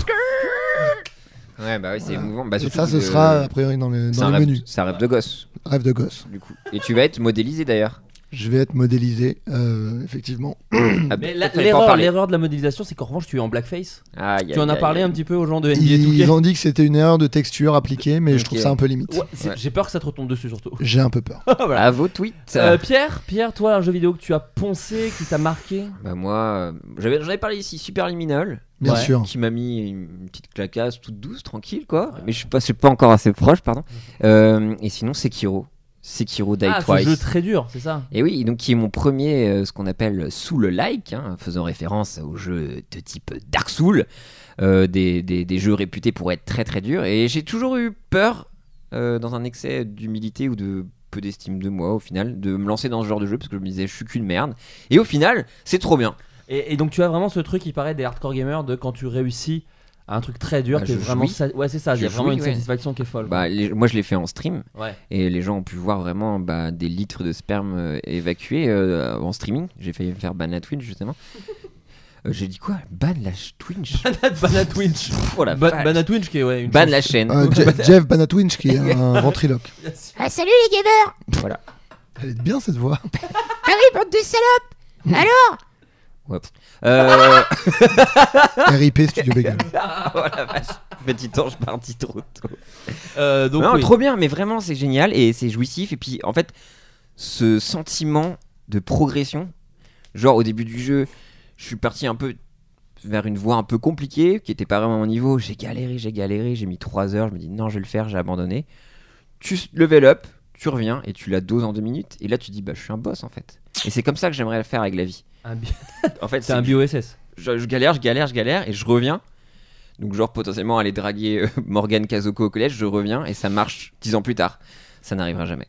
Ouais, bah oui, c'est
Voilà.
émouvant. Bah,
Et
surtout
ça, ce
que-
sera a priori dans le,
C'est
dans
un
le
rêve-
menu.
c'est un rêve de gosse,
Rêve de gosse.
du coup. Et tu vas être modélisé d'ailleurs.
Je vais être modélisé, euh, effectivement.
Ah,
Mais
peut-être
la-
fallait pas en
l'erreur
parler.
l'erreur de la modélisation, c'est qu'en revanche, tu es en blackface.
Aïe,
Tu en
aïe,
as
aïe,
parlé
aïe.
un petit peu aux gens de NBA 2K.
Ils ont dit que c'était une erreur de texture appliquée, mais je trouve
Ok.
ça un peu limite.
Ouais, c'est- J'ai peur que ça te retombe dessus surtout.
J'ai un peu peur.
Voilà.
À vos tweets.
Euh, Pierre, Pierre, toi, un jeu vidéo que tu as poncé, qui t'a marqué
Bah moi, euh, j'avais- j'en avais parlé ici, Superliminal,
Bien
Ouais.
sûr.
qui m'a mis une une petite clacasse toute douce, tranquille quoi. Mais je suis pas, je suis pas encore assez proche, pardon. Euh, et sinon, Sekiro. Sekiro Die
Ah, ce
Twice.
jeu très dur, c'est ça
Et oui, donc qui est mon premier, euh, ce qu'on appelle sous le like, hein, faisant référence au jeu de type Dark Souls, euh, des, des- des jeux réputés pour être très très durs. Et j'ai toujours eu peur, euh, dans un excès d'humilité ou de peu d'estime de moi au final, de me lancer dans ce genre de jeu parce que je me disais je suis qu'une merde. Et au final, c'est trop bien.
Et, et donc tu as vraiment ce truc qui paraît des hardcore gamers de quand tu réussis à un truc très dur,
Bah,
t'es
je
vraiment
jouis.
sa- ouais c'est ça, il y a
Je
vraiment
jouis,
une
ouais.
satisfaction qui est folle.
Bah, les- moi je l'ai fait en stream
ouais.
et les gens ont pu voir vraiment bah, des litres de sperme euh, évacués euh, en streaming. J'ai failli me faire ban la Twitch justement. Euh, j'ai dit quoi Ban la ch- Twitch
Banat Twitch.
Oh la
Ba-
vache.
Banat Twitch qui est ouais, une
Ban
chose-
la chaîne.
Euh, Je- Jeff Banatwinch qui est un ventriloque.
Ah, salut les gamers
Voilà.
Elle est bien cette voix.
Ah oui, bande de salopes Alors
Ouais, pff. Euh,
RIP Studio Bagel.
ah, oh la vache. Petit ange parti trop tôt.
Euh, donc,
non,
oui.
trop bien, mais vraiment, c'est génial et c'est jouissif. Et puis, en fait, ce sentiment de progression, genre au début du jeu, je suis parti un peu vers une voie un peu compliquée, qui était pas vraiment à mon niveau. J'ai galéré, j'ai galéré, j'ai mis 3 heures, je me dis non, je vais le faire, j'ai abandonné. Tu s- level up, tu reviens et tu la doses en 2 minutes. Et là, tu dis, bah, je suis un boss en fait. Et c'est comme ça que j'aimerais le faire avec la vie.
Un bi-
En fait,
C'est un bio-SS.
je, je galère, je galère, je galère et je reviens. Donc genre potentiellement aller draguer euh, Morgane Kazoko au collège, je reviens et ça marche dix ans plus tard. Ça n'arrivera jamais.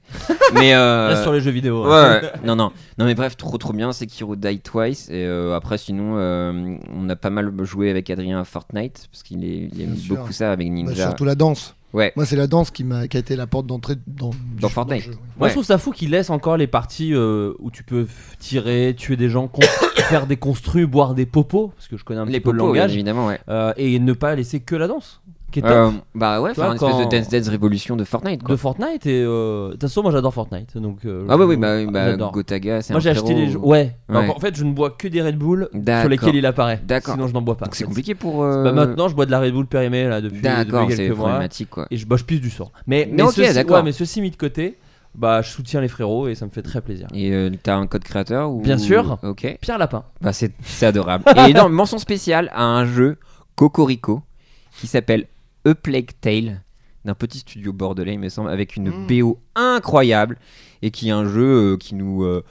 mais euh,
Reste sur les jeux vidéo.
ouais,
hein.
ouais. non non non mais bref trop trop bien Sekiro Die Twice et euh, après sinon euh, on a pas mal joué avec Adrien à Fortnite parce qu'il est- il aime
Bien sûr.
beaucoup ça avec
Bah,
Ninja.
surtout la danse.
Ouais.
Moi, c'est la danse qui, m'a, qui a été la porte d'entrée dans, du-
Dans Fortnite.
le jeu, ouais.
Moi,
Ouais.
je trouve ça fou qu'il laisse encore les parties euh, où tu peux f- tirer, tuer des gens, con- faire des construits, boire des popos, parce que je connais un
les
petit peu le
popos, oui,
langage,
évidemment ouais.
euh, et ne pas laisser que la danse, qui est top
Euh, bah ouais
Toi,
faire une espèce
quand-
de Dance Dance Révolution de Fortnite
de
quoi.
Fortnite. Et euh, de toute façon, moi, j'adore Fortnite. Donc, euh,
Ah ouais oui
je-
bah, oui, bah,
j'adore.
Gotaga c'est
Moi,
un
j'ai acheté
frérot.
les jeux. Ouais. Bah,
Ouais.
En fait, je ne bois que des Red Bull sur
D'accord.
lesquels il apparaît.
D'accord.
Sinon, je n'en bois pas.
Donc c'est compliqué pour euh,
Bah, maintenant, je bois de la Red Bull périmée là depuis,
D'accord,
depuis
c'est
quelques mois.
problématique quoi.
et je, bah, je pisse du sang. Mais,
Mais ok,
ceci,
d'accord.
ouais, mais ceci mis de côté, bah, je soutiens les frérots et ça me fait très plaisir.
Et euh, t'as un code créateur ou...
Bien sûr.
Ok.
Pierre Lapin.
Bah c'est c'est adorable. Et non, mention spéciale à un jeu Cocorico qui s'appelle A Plague Tale d'un petit studio bordelais il me semble avec une
Mm.
BO incroyable et qui est un jeu euh, qui nous euh,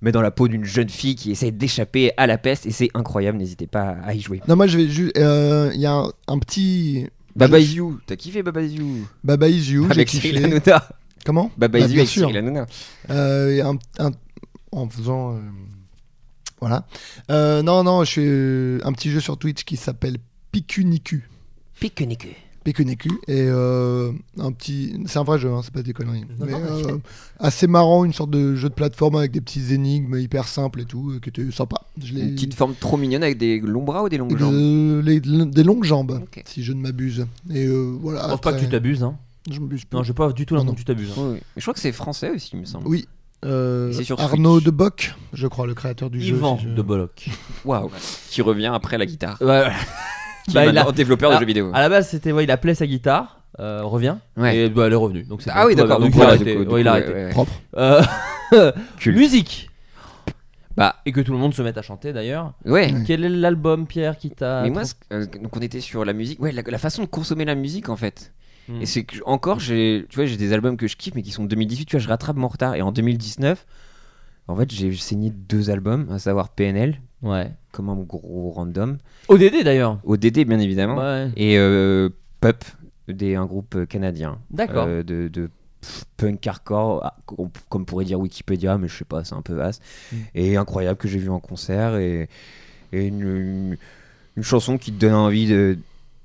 met dans la peau d'une jeune fille qui essaie d'échapper à la peste et c'est incroyable, n'hésitez pas à y jouer.
Non, moi, je vais juste. euh, Il y a un, un petit.
Bah,
Baba Is You, t'as kiffé Baba Is You
Baba Is You, j'ai
Avec Cyril
kiffé.
Hanouna.
Comment
Baba
Bah,
Is You
bien
avec
sûr.
Cyril Hanouna.
Euh, il y a un, un- En faisant. euh, Voilà. Euh, non, non, je suis euh, un petit jeu sur Twitch qui s'appelle Picunicu.
Pique-nique.
PQNQ et euh, un petit c'est un vrai jeu hein, c'est pas des conneries mais euh, assez marrant une sorte de jeu de plateforme avec des petites énigmes hyper simples et tout euh, qui était sympa je l'ai-
Une petite forme trop mignonne avec des longs bras ou des longues
Ex-
jambes
euh, les- des longues jambes
Ok.
si je ne m'abuse et euh, voilà
Je pense pas que
après,
tu t'abuses, hein.
je m'abuse plus.
Non, j'ai pas du tout l'impression
non.
que tu t'abuses. hein.
Oui, oui. Mais Je crois que c'est français aussi, il me semble.
oui euh,
C'est sur
Arnaud
Switch.
de Bock je crois le créateur du
Yvan
jeu si je-
de Bollock.
Waouh. Qui revient après la guitare.
Bah,
Qui
bah,
est
il a-
maintenant développeur
Ah,
de jeux vidéo.
à la base, c'était ouais, il appelait sa guitare, euh, revient,
Ouais.
et bah, elle est revenue. Donc c'est
Ah
bon,
oui,
tout va
d'accord.
bien.
Donc
Donc, il a arrêté.
voilà, du coup- du
Ouais, il
coup,
a
ouais,
arrêté.
ouais, ouais.
propre
Euh,
Culte.
musique.
Bah.
Et que tout le monde se mette à chanter d'ailleurs.
Ouais.
Quel est l'album, Pierre, qui t'a.
Mais moi, ce- euh, donc on était sur la musique, ouais, la, la façon de consommer la musique en fait.
Hmm.
Et c'est que encore, j'ai, tu vois, j'ai des albums que je kiffe mais qui sont de 2018, tu vois, je rattrape mon retard. Et en 2019, en fait, j'ai saigné deux albums, à savoir PNL,
Ouais.
comme un gros random,
ODD d'ailleurs.
ODD bien évidemment,
Ouais.
et euh, Pup, des, un groupe euh, canadien.
D'accord.
euh, de, de pff, punk hardcore, ah, com- comme pourrait dire Wikipédia, mais je sais pas, c'est un peu vaste.
Mm.
Et incroyable que j'ai vu en concert et, et une, une- une chanson qui te donne envie de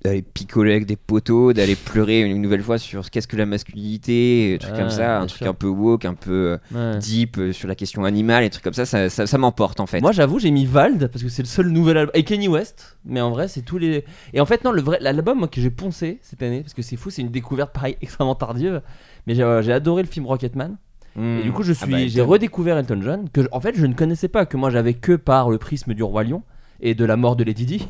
d'aller picoler avec des poteaux, d'aller pleurer une nouvelle fois sur ce qu'est-ce que la masculinité, des trucs
Ouais,
comme ça,
bien
un truc
sûr.
un peu woke, un peu euh,
Ouais.
deep euh, sur la question animale, et trucs comme ça, ça, ça- ça m'emporte en fait.
Moi j'avoue j'ai mis Vald parce que c'est le seul nouvel album et Kenny West mais en vrai c'est tous les et en fait non le vrai l'album moi, que j'ai poncé cette année parce que c'est fou c'est une découverte pareil extrêmement tardive mais j'ai euh, j'ai adoré le film Rocketman
Mm.
et du coup je
Ah
suis
bah,
j'ai redécouvert Elton John que je- en fait je ne connaissais pas que moi j'avais que par le prisme du roi lion et de la mort de Lady Di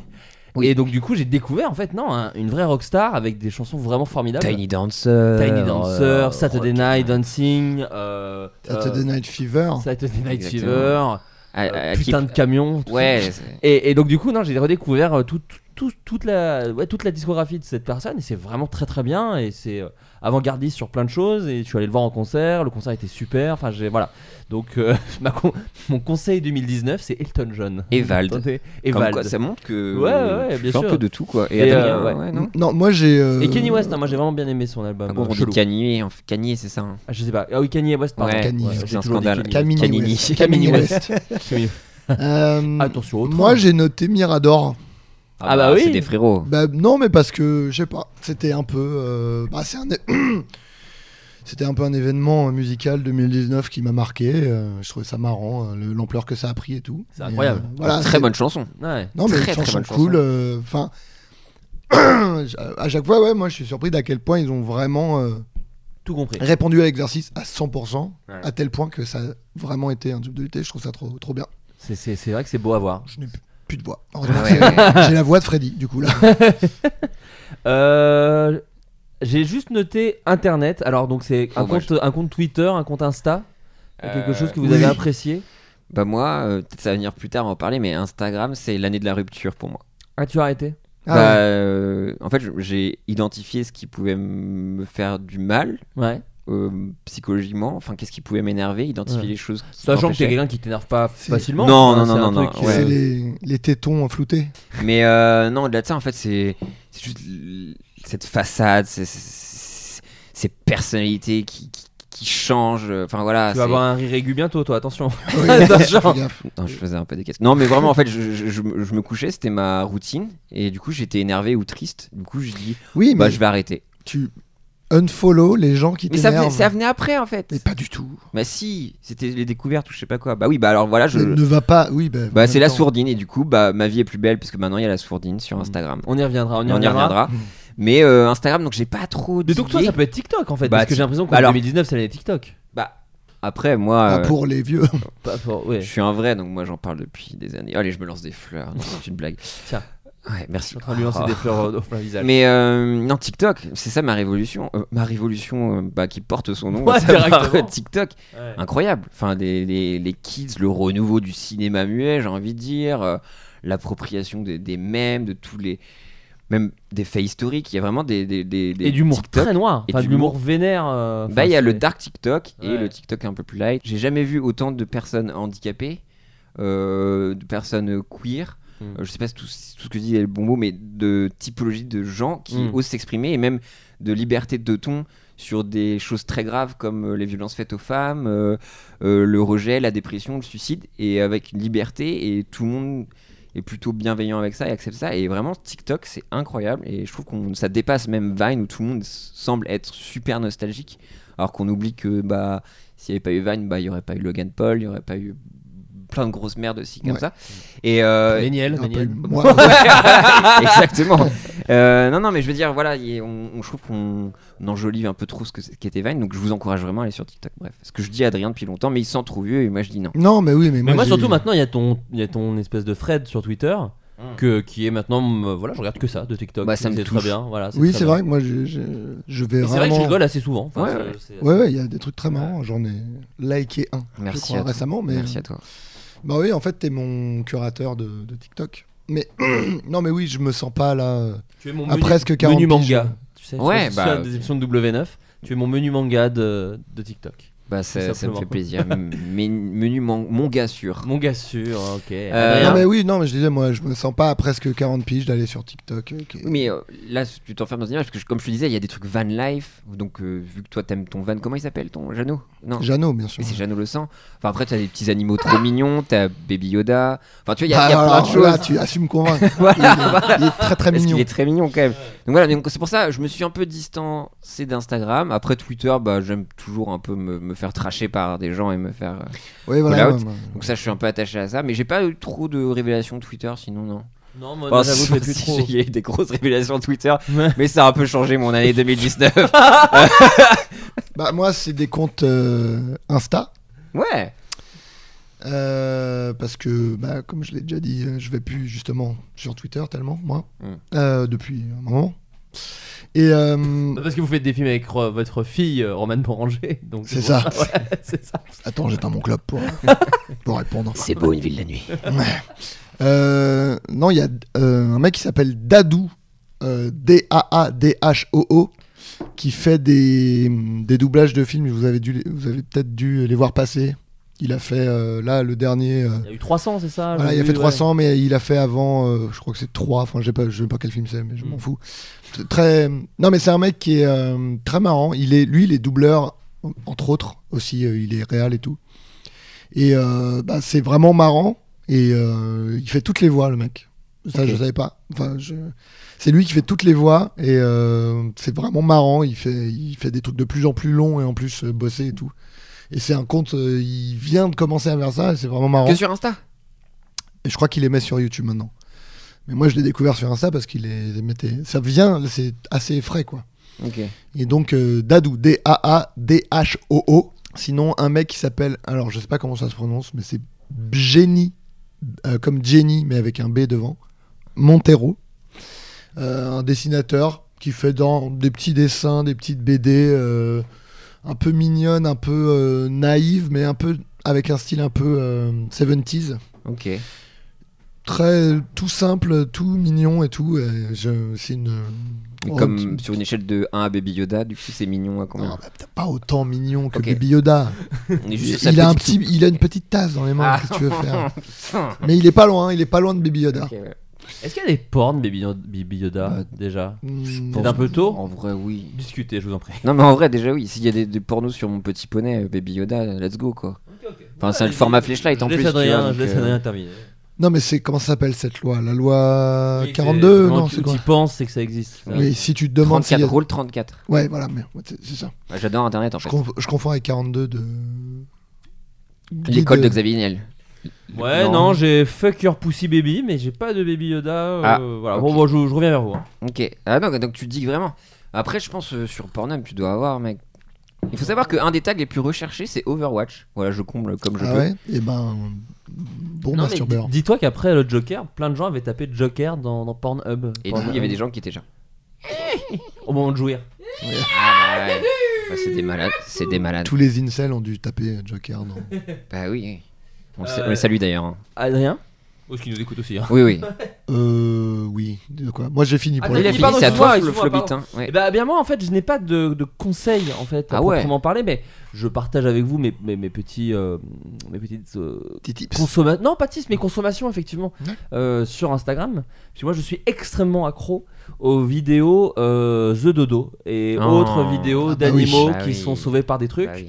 Oui.
et donc du coup j'ai découvert en fait non un- une vraie rockstar avec des chansons vraiment formidables
Tiny Dancer,
Ah, Tiny Dancer
euh,
Saturday
Rock-
Night Dancing euh,
Saturday
euh,
Night Fever
Saturday Night
Exactement.
Fever
Ah,
euh,
ah,
putain
qui-
de camion tout ça.
Ouais, c'est-
Et, et donc du coup, non, j'ai redécouvert euh, tout- tout- toute, la, ouais, toute la discographie de cette personne et c'est vraiment très très bien et c'est euh, avant-gardiste sur plein de choses et je suis allé le voir en concert, le concert était super, enfin j'ai voilà. Donc euh, ma con- mon conseil 2019 c'est Elton John.
Et Vald.
Attendez, Et
Comme
Vald.
quoi, ça montre que
Ouais, ouais, ouais,
tu
bien
fais
sûr.
un peu de tout quoi. Et,
Et,
Adrien,
euh, ouais.
ouais, non
non moi j'ai euh,
Et Kanye West, hein, moi j'ai vraiment bien aimé son album.
Ah bon,
euh,
on dit
chelou.
Kanye, en fait, Kanye, c'est ça. hein.
Ah, je sais pas. Ah oui, Kanye West, pardon.
Ouais,
Kanye.
Ouais,
c'est
j'ai
un
toujours dit
scandale.
Kanye.
Camini
Camini.
West.
Camini
Camini
West.
West.
Camini.
Euh,
Attention, autre.
moi j'ai noté Mirador
Ah bah oui.
C'est des frérots.
Bah non, mais parce que je sais pas, c'était un peu, euh, bah, c'est un, é- c'était un peu un événement musical 2019 qui m'a marqué. euh, je trouvais ça marrant, euh, le- l'ampleur que ça a pris et tout.
Ah, C'est incroyable.
euh, voilà,
Très
c'est-
bonne chanson.
Ouais.
Non mais
très, très
chanson
bonne chanson.
cool. euh, Enfin, à chaque fois, ouais, moi je suis surpris d'à quel point ils ont vraiment euh,
Tout compris.
répondu à l'exercice à 100%,
Ouais.
à tel point que ça a vraiment été un tube de lutte. Je trouve ça trop, trop bien.
C'est- C'est c'est vrai que c'est beau à voir.
Je n'ai plus- plus de voix.
Ah
Heureusement,
ouais,
c'est-
ouais.
J'ai la voix de Freddy, du coup, là.
Euh, J'ai juste noté Internet. Alors, donc, c'est un,
Oh, moi,
compte, un compte Twitter, un compte Insta. Quelque
Euh,
chose que vous
oui.
avez apprécié.
Bah moi, euh, peut-être ça va venir plus tard, on va en parler, mais Instagram, c'est l'année de la rupture pour moi.
Ah, tu as arrêté
Bah,
Ah ouais.
euh, en fait, je- j'ai identifié ce qui pouvait m- me faire du mal
Ouais.
euh, psychologiquement, enfin qu'est-ce qui pouvait m'énerver, identifier
Ouais.
les choses qui
Sachant que t'es
m'empêchaient.
quelqu'un qui t'énerve pas
C'est-
facilement.
Non,
Enfin,
non,
c'est
non,
un
non,
truc euh,
non,
qui-
C'est
ouais.
les, les tétons floutés.
Mais euh, non, au-delà de ça, en fait, c'est c'est juste l- cette façade, c'est- c'est- ces personnalités qui, qui, qui changent. euh, Enfin voilà.
Tu vas
c'est-
avoir un rire aigu bientôt, toi, attention.
Oui,
Attention.
fais gaffe.
Attends, je faisais un peu des caisses. Non, mais vraiment, en fait, je, je- je me je me couchais, c'était ma routine, et du coup, j'étais énervé ou triste. Du coup, je dis,
Oui, mais
bah, je vais arrêter.
tu unfollow les gens qui
Mais ça, venait-
t'énervent.
ça venait après, en fait.
Mais pas du tout.
Bah si, c'était les découvertes ou je sais pas quoi. Bah oui, bah alors voilà, je.
Ne va pas. Oui, bah, en
Bah c'est
même
la
temps.
sourdine et du coup bah ma vie est plus belle parce que maintenant il y a la sourdine sur Instagram.
On y reviendra, Mm. on y
On, y
reviendra. Mm.
reviendra. Mais euh, Instagram donc j'ai pas trop.
Mais donc toi,
digué.
ça peut être TikTok en fait,
Bah,
parce que
ti-
j'ai l'impression qu'en
bah, alors-
2019, c'est l'année TikTok.
Bah après moi,
Ah,
euh,
pour les vieux.
Pas fort, ouais.
je suis un vrai donc moi j'en parle depuis des années. Allez je me lance des fleurs, non, c'est une blague.
Tiens.
Ouais
Je
merci.
suis en train de lui lancer
Oh.
des fleurs euh, au plein visage.
Mais euh, non TikTok, c'est ça ma révolution, Euh, ma révolution euh, bah, qui porte son nom.
Ouais,
à savoir,
directement.
TikTok.
Ouais.
incroyable. Enfin, les, les- les kids, le renouveau du cinéma muet, j'ai envie de dire, euh, l'appropriation des, des mèmes, de tous les. même des faits historiques. Il y a vraiment des. des, des, des
Et d'humour
TikTok.
très noir,
Et
enfin, de
d'humour-
l'humour vénère. euh,
Bah,
enfin,
il y a le
c'est-
dark TikTok et
Ouais.
le TikTok un peu plus light. J'ai jamais vu autant de personnes handicapées, euh, de personnes queer.
Mm.
Euh, je sais pas si tout, si tout ce que je dis est le bon mot, mais de typologie de gens qui
Mm.
osent s'exprimer et même de liberté de ton sur des choses très graves comme euh, les violences faites aux femmes, euh, euh, le rejet, la dépression, le suicide, et avec une liberté et tout le monde est plutôt bienveillant avec ça et accepte ça. Et vraiment, TikTok, c'est incroyable. Et je trouve qu'on ça dépasse même Vine où tout le monde s- semble être super nostalgique. Alors qu'on oublie que bah, s'il n'y avait pas eu Vine, bah, il n'y aurait pas eu Logan Paul, il n'y aurait pas eu plein de grosses merdes aussi comme
Ouais.
ça. Et, euh,
Méniel,
Non, pas
Méniel.
eu- moi,
Exactement. Euh, non, non, mais je veux dire, voilà, il est- on, on- je trouve qu'on on enjolive un peu trop ce que c'est- qu'était Vine, donc je vous encourage vraiment à aller sur TikTok. Bref, ce que je dis à Adrien depuis longtemps, mais il sent trop vieux et moi je dis non.
non, mais oui, mais
Mais
moi,
moi,
j'ai-
surtout maintenant, il y, a ton- il y a ton espèce de Fred sur Twitter.
Mm.
Que, qui est maintenant euh, voilà je regarde que ça de TikTok
Bah, ça me
c'est
touche.
très bien voilà
Oui,
très
c'est
bien.
vrai que moi, je, je, je
Et
vais
c'est vrai que
rarement.
je rigole assez souvent Enfin,
Ouais,
c'est-
ouais.
c'est-
Ouais, ouais, il y a des trucs très marrants. J'en ai liké un. je
Merci
crois,
à toi.
récemment, mais
Merci à toi.
bah oui, en fait, t'es mon curateur de, de TikTok. Mais non, mais oui, je me sens pas là.
tu es mon
À
menu,
presque 40
menu
piges.
manga tu sais
Ouais,
sur-
bah,
sur la description de W9 tu es mon menu manga de, de TikTok
Bah, ça,
Tout
ça me fait
simplement.
plaisir. M- men- Menu mon, mon gars sûr.
mon gars sûr ok Ah,
Euh,
bah,
Rien.
Non, mais oui, non, mais je disais, moi, je me sens pas à presque 40 piges d'aller sur TikTok. euh, qui-
Oui, mais euh, là, tu t'enfermes dans une image parce que, je- comme je te disais, il y a des trucs van life. Donc, euh, vu que toi, t'aimes ton van, comment il s'appelle ton Jeannot Non,
Jeannot, bien sûr.
Mais c'est Jeannot le sang. Enfin, après, t'as des petits animaux trop mignons, t'as Baby Yoda. Enfin, tu vois, il y a, il y a plein
Ah,
de
alors
choses.
Là, tu assumes convaincre. il, est- il est très très
Parce
mignon.
qu'il est très mignon quand même. Donc voilà, donc c'est pour ça je me suis un peu distancé d'Instagram. Après Twitter, bah, j'aime toujours un peu me, me faire tracher par des gens et me faire. euh,
Oui, voilà.
Fallout.
ouais, ouais.
Donc ça, je suis un peu attaché à ça. Mais j'ai pas eu trop de révélations Twitter, sinon non.
Oh, non moi,
Enfin,
moi, j'avoue je fais plus
Bah, si,
trop
Il y a eu des grosses révélations Twitter,
Ouais.
mais ça a un peu changé mon année 2019.
Bah, moi, c'est des comptes euh, Insta.
ouais.
euh, parce que, bah, comme je l'ai déjà dit, euh, je vais plus justement sur Twitter tellement, moi,
Mm.
euh, depuis un moment. Et euh,
Bah, parce que vous faites des films avec euh, votre fille euh, Romane Boranger donc
C'est
bon,
ça.
ouais, c'est ça
attends, j'éteins mon club pour, pour répondre.
C'est beau une ville la nuit.
Ouais. Euh, non, il y a euh, un mec qui s'appelle Dadou, euh, D-A-A-D-H-O-O, qui fait des, des doublages de films. Vous avez, dû, les- vous avez peut-être dû les voir passer. Il a fait, euh, là, le dernier. euh,
il y a eu 300 c'est ça
voilà,
j'ai
il
Ah,
a
vu,
fait
ouais.
300, mais il a fait avant, euh, je crois que c'est 3, enfin, je sais pas, je sais pas quel film c'est, mais je m'en
Mm.
fous. T- Très, non, mais c'est un mec qui est euh, très marrant. Il est, lui, il est doubleur, en- entre autres, aussi, euh, il est réel et tout. Et euh, bah, c'est vraiment marrant. Et euh, il fait toutes les voix, le mec. Ça,
Ok.
je savais pas. Enfin, je... C'est lui qui fait toutes les voix et euh, c'est vraiment marrant. Il fait, il fait des trucs de plus en plus longs et en plus euh, bossés et tout. Et c'est un compte, euh, il vient de commencer à faire ça et c'est vraiment marrant.
Que sur Insta
Et je crois qu'il les met sur YouTube maintenant. Mais moi, je l'ai découvert sur Insta parce qu'il les les mettait. Ça vient, c'est assez frais, quoi.
Ok.
Et donc, euh, Dadou, D-A-A-D-H-O-O. Sinon, un mec qui s'appelle, alors je sais pas comment ça se prononce, mais c'est Bgeni euh, comme Jenny, mais avec un B devant, Montero, euh, un dessinateur qui fait dans des petits dessins, des petites BD euh, un peu mignonnes, un peu euh, naïves, mais un peu avec un style un peu euh, 70s
Ok.
très tout simple, tout mignon et tout. et je, c'est une.
Et
Oh,
comme
tu-
sur une échelle de 1 à Baby Yoda, du coup, c'est mignon hein, à
Non,
combien
bah, t'as pas autant mignon que
Ok.
Baby Yoda.
On est
Il,
juste sur sa
a un petit,
petite
il a une petite tasse dans les mains.
Ah.
Qu'est-ce que tu veux faire
soupe.
Mais il est pas loin. Il est pas loin de Baby Yoda.
Ok, ouais.
Est-ce qu'il y a des pornes Baby Yoda, Baby Yoda,
Bah,
déjà
Hmm,
C'est un peu tôt
En vrai, oui.
Discutez, je vous en prie.
Non, mais en vrai, déjà, oui. S'il y a des, des pornos sur mon petit poney, euh, Baby Yoda, let's go, quoi. Enfin, c'est le format flashlight en
Je
plus.
laisse
tu vois,
Adrien,
donc,
je laisse
euh,
Adrien terminer.
Non, mais c'est comment ça s'appelle cette loi La loi
Oui,
42
quand
Euh, Non,
tu-
c'est quoi
Tu penses, c'est que ça existe.
Oui, si tu te demandes. s'il
34,
y a-
rôle 34.
Ouais, voilà, mais c'est c'est ça.
Bah, J'adore Internet, en
Je,
fait.
conf- je confonds avec 42 de.
L'école de
Guide-
Xavier Niel.
Ouais, non,
Non.
j'ai fuck your pussy baby, mais j'ai pas de baby Yoda. euh,
Ah,
voilà,
ok.
bon, bon, je, je reviens vers vous. hein.
Ok. Ah non, donc tu dis vraiment. Après, je pense euh, sur Pornhub, tu dois avoir, mec. Il faut savoir qu'un des tags les plus recherchés, c'est Overwatch. Voilà, je comble comme je
Ah
peux.
ouais Eh ben. Bon
Non, mais
masturbeur.
dis- Dis-toi qu'après le Joker, plein de gens avaient tapé Joker dans, dans Pornhub.
Et du
Pornhub.
coup, il y avait des gens qui étaient genre.
Au moment de jouir.
Ah bah ouais. Bah, c'est des malades. C'est des malades.
Tous les incels ont dû taper Joker dans.
Bah oui, oui. On, le sa-
Euh,
on les salue d'ailleurs. hein.
Adrien Ou ce qui nous écoute aussi. hein.
Oui, oui.
Euh. Oui. De quoi Moi j'ai fini
Ah,
pour
t'as
il a
la
dit,
fini,
pardon,
c'est à toi
excuse-moi,
le
excuse-moi,
flobit. Hein. Ouais.
Eh ben, bien moi en fait je n'ai pas de, de conseils en fait à
Ah ouais.
proprement parler mais je partage avec vous mes, mes, mes petits euh, mes petites euh,
Petit tips.
consommations non pas tips mais consommation effectivement
Ouais.
euh, sur Instagram puis moi je suis extrêmement accro aux vidéos euh, The Dodo et
Oh.
autres vidéos
Ah bah oui.
d'animaux
Ah
qui
oui.
sont sauvés par des trucs
Bah oui.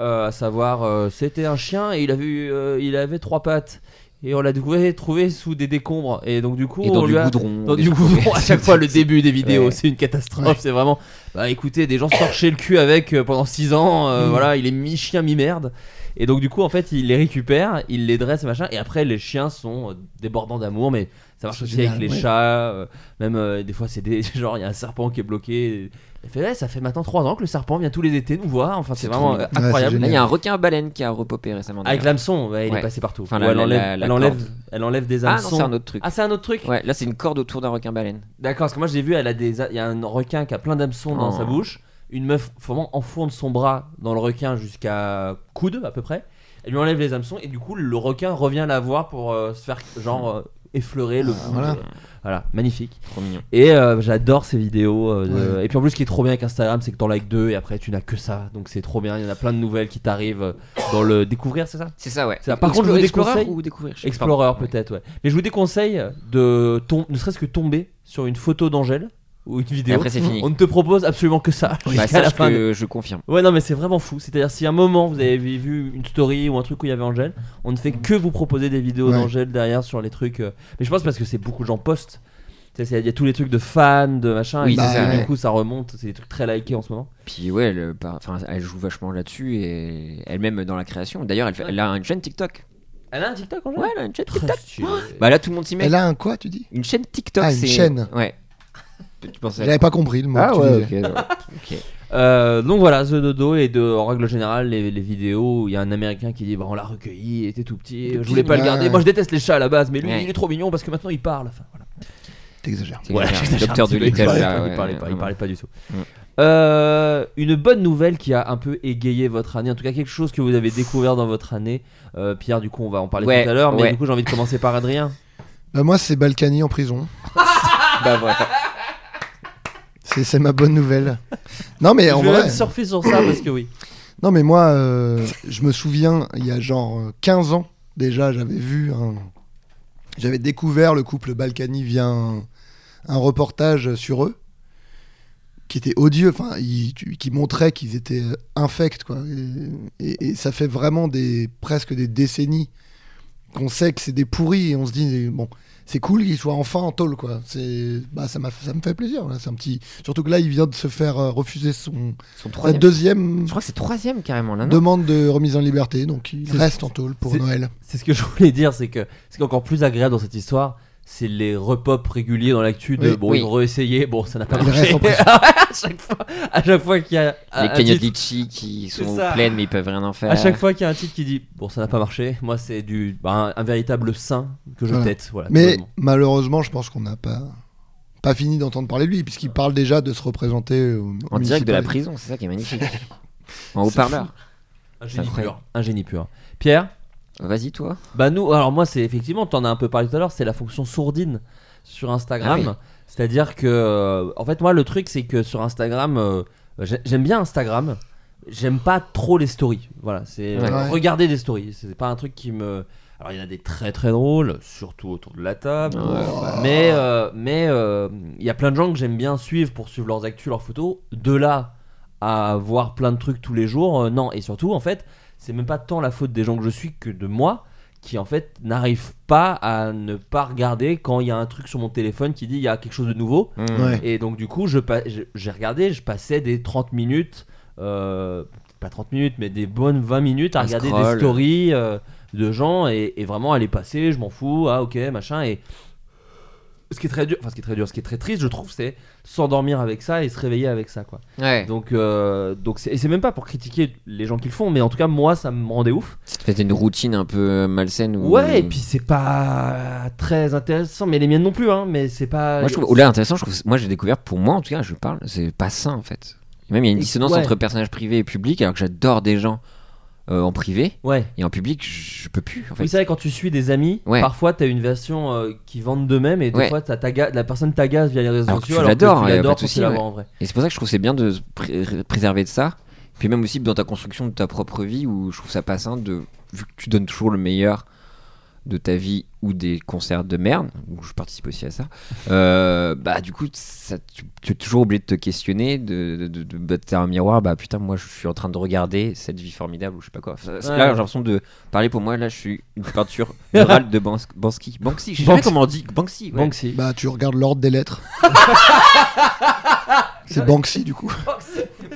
Euh, à savoir euh, c'était un chien et il avait eu, euh, il avait trois pattes et on l'a découvert trouvé sous des décombres et donc du coup
Et
on
dans
lui
du
a
goudron.
dans
des
du
trucs
coup,
comme ça.
à chaque fois, le début des vidéos,
Ouais.
c'est une catastrophe.
Ouais.
C'est vraiment. Bah écoutez, des gens se torchaient le cul avec euh, pendant 6 ans. euh,
Mm.
Voilà, il est mi-chien, mi-merde. Et donc, du coup, en fait, il les récupère, il les dresse, machin. Et après, les chiens sont euh, débordants d'amour, mais ça marche
C'est
aussi
génial,
avec les
ouais.
chats. euh, même euh, des fois, c'est des. Genre, il y a un serpent qui est bloqué. Elle fait, ouais, ça fait maintenant 3 ans que le serpent vient tous les étés nous voir. Enfin, c'est
C'est
vraiment
trop
euh,
mignon. Ouais,
incroyable.
c'est
Là,
génial.
il y a un requin baleine qui a repopé récemment.
avec
d'ailleurs.
l'hameçon, ouais, il
Ouais.
est passé partout.
Enfin,
Ou
la-
elle,
la-
enlève,
la- la
elle, enlève,
corde.
elle enlève des
Ah non,
hameçons.
c'est un autre truc.
ah, c'est un autre truc
Ouais, là, c'est une corde autour d'un requin baleine.
D'accord, parce que moi j'ai vu, elle a des, il y a un requin qui a plein d'hameçons dans
Oh.
sa bouche. Une meuf vraiment enfourne son bras dans le requin jusqu'à coude à peu près. Elle lui enlève les hameçons et du coup le requin revient la voir pour euh, se faire genre euh, effleurer le.
Ah, voilà.
Voilà, magnifique.
Trop mignon.
Et euh, j'adore ces vidéos. euh, de- Et puis en plus, ce qui est trop bien avec Instagram, c'est que t'en likes deux et après tu n'as que ça. Donc c'est trop bien. Il y en a plein de nouvelles qui t'arrivent euh, dans le découvrir, c'est ça
C'est ça, ouais.
C'est ça. Par contre, je
Explorer-
vous
Explorer
déconseille-
ou découvrir je sais pas.
Explorer
Ouais.
peut-être, ouais. Mais je vous déconseille de tom- ne serait-ce que tomber sur une photo d'Angèle ou une
Et
vidéo.
Après, c'est fini.
On ne te propose absolument que ça.
Bah,
jusqu'à la
sache
fin de-
que je confirme.
Ouais, non, mais c'est vraiment fou. C'est-à-dire, si à un moment vous avez vu une story ou un truc où il y avait Angèle, on ne fait que vous proposer des vidéos
Ouais.
d'Angèle derrière sur les trucs. euh, Mais je pense parce que c'est beaucoup de gens postent. Tu sais, c'est- Il y a tous les trucs de fans, de machin.
Oui,
et
c'est
donc,
ça,
du
ouais.
coup, ça remonte. C'est des trucs très likés en ce moment.
Puis ouais, elle, par- enfin, elle joue vachement là-dessus et elle-même dans la création. D'ailleurs, elle, fait- elle a une chaîne TikTok.
Elle a un TikTok, Angèle
Ouais, elle a une chaîne
Très
TikTok.
stylé.
Bah là, tout le monde s'y met.
Elle a un quoi, tu dis
Une chaîne TikTok,
Ah, une
c'est-
chaîne.
Ouais. Tu pensais à
J'avais
quoi
pas compris le mot. que
Ah
tu
ouais,
disais.
ok. d'accord. Ok.
Euh, donc voilà, The Dodo et de, en règle générale les, les vidéos, où il y a un américain qui dit bah, on l'a recueilli, il était tout petit, je voulais pas le
Ouais.
garder. Moi je déteste les chats à la base, mais lui
Ouais.
il est trop mignon parce que maintenant il parle. Enfin, voilà.
T'exagères.
C'est
Ouais,
clair.
j'exagère
Docteur
un petit
de
peu,
Little,
il parlait
là,
pas,
ouais,
il parlait pas, il
vraiment.
parlait pas du tout.
Mm.
Euh, une bonne nouvelle qui a un peu égayé votre année, en tout cas quelque chose que vous avez découvert dans votre année. Euh, Pierre, du coup on va en parler
Ouais,
tout à l'heure, mais
ouais.
du coup j'ai envie de commencer par Adrien.
Bah, moi, c'est Balkany en prison.
Bah, voilà.
C'est c'est ma bonne nouvelle. Non, mais
je
en
vais
vrai.
même surfer sur ça parce que oui.
Non, mais moi, euh, je me souviens, il y a genre euh, 15 ans, déjà, j'avais vu un. J'avais découvert le couple Balkany via un, un reportage sur eux, qui était odieux, enfin, il- tu- qui montrait qu'ils étaient euh, infects, quoi. Et, et- et ça fait vraiment des, presque des décennies qu'on sait que c'est des pourris, et on se dit, bon, c'est cool qu'ils soient enfin en tôle, quoi. C'est, bah, ça, m'a- ça me fait plaisir, voilà, c'est un petit. Surtout que là, il vient de se faire euh, refuser son.
Son
Sa
troisième.
Euh,
deuxième
Je crois que c'est troisième carrément là. Ah non
demande de remise en liberté, donc il
C'est-
reste en tôle pour
c'est-
Noël.
C'est ce que je voulais dire, c'est que ce qui est encore plus agréable dans cette histoire, c'est les repop réguliers dans l'actu de
Oui.
bon
Oui.
ils ont réessayé bon ça n'a pas
Il
marché
reste en plus.
à chaque fois à chaque fois qu'il y a un- un
Les cagnottes
Ah, titre-
litchi qui
C'est
sont
ça.
pleines mais ils peuvent rien en faire.
à chaque fois qu'il y a un titre qui dit bon ça n'a pas marché moi c'est du bah, un, un véritable saint que je
Voilà.
tête voilà
Mais
totalement.
malheureusement, je pense qu'on n'a pas, pas fini d'entendre parler de lui, puisqu'il parle déjà de se représenter au, au
En direct de la
municipal.
prison, c'est ça qui est magnifique. en haut-parleur.
un génie
incroyable.
pur un génie pur Pierre
Vas-y toi.
Bah nous, alors moi c'est effectivement, t'en as un peu parlé tout à l'heure, c'est la fonction sourdine sur Instagram.
Ah oui.
C'est-à-dire que, euh, en fait moi le truc c'est que sur Instagram, euh, j'ai- j'aime bien Instagram, j'aime pas trop les stories. Voilà, c'est euh,
Ouais.
regarder des stories, c'est pas un truc qui me... Alors il y en a des très très drôles, surtout autour de la table. Mais euh, mais euh, il y a plein de gens que j'aime bien suivre pour suivre leurs actus, leurs photos. De là à voir plein de trucs tous les jours, euh, non. Et surtout, en fait, c'est même pas tant la faute des gens que je suis que de moi qui en fait n'arrive pas à ne pas regarder quand il y a un truc sur mon téléphone qui dit il y a quelque chose de nouveau.
Ouais.
Et donc du coup, je pa- je- j'ai regardé, je passais des 30 minutes, euh, pas 30 minutes, mais des bonnes 20 minutes à
Un
regarder
scroll.
des stories euh, de gens et, et vraiment à les passer, je m'en fous, ah ok, machin. Et ce qui est très dur, enfin ce qui est très dur, ce qui est très triste, je trouve, c'est s'endormir avec ça et se réveiller avec ça, quoi.
Hmm. Ouais.
Donc, euh, donc c'est- et c'est même pas pour critiquer les gens qui le font, mais en tout cas, moi, ça me rendait ouf.
C'était une routine un peu malsaine. Où...
Ouais, et puis c'est pas très intéressant, mais les miennes non plus, hein. Mais c'est pas.
Moi, je trouve, au-delà intéressant, je trouve, moi j'ai découvert, pour moi en tout cas, je parle, c'est pas sain en fait. Et même il y a une
Et-
dissonance
ouais.
entre personnage privé et public, alors que j'adore des gens euh, en privé
Ouais.
et en public, je je peux plus en fait.
Oui, c'est vrai, quand tu suis des amis,
Ouais.
parfois t'as une version euh, qui vendent d'eux-mêmes et des
Ouais.
fois t'as taga- la personne t'agace via les réseaux
Alors que
sociaux.
tu
alors que
l'adores, hein,
tu
y a
l'adores
pas
quand
de
tu
souci,
la
ouais.
vois en vrai.
Et c'est pour ça que je trouve que c'est bien de se pré- préserver de ça. Puis même aussi dans ta construction de ta propre vie, où je trouve ça pas sain de. Vu que tu donnes toujours le meilleur de ta vie ou des concerts de merde, où je participe aussi à ça, euh, bah du coup, ça, tu, tu es toujours obligé de te questionner, de, de, de, de battre un miroir, bah putain, moi je suis en train de regarder cette vie formidable ou je sais pas quoi. Ça- ça-
Ouais.
Là, j'ai l'impression de parler pour moi, là je suis une peinture murale de Bans- Bansky. Banksy, je sais pas
Banksy.
comment on dit, Banksy, ouais.
Banksy.
Bah, tu regardes l'ordre des lettres. c'est Banksy, du coup.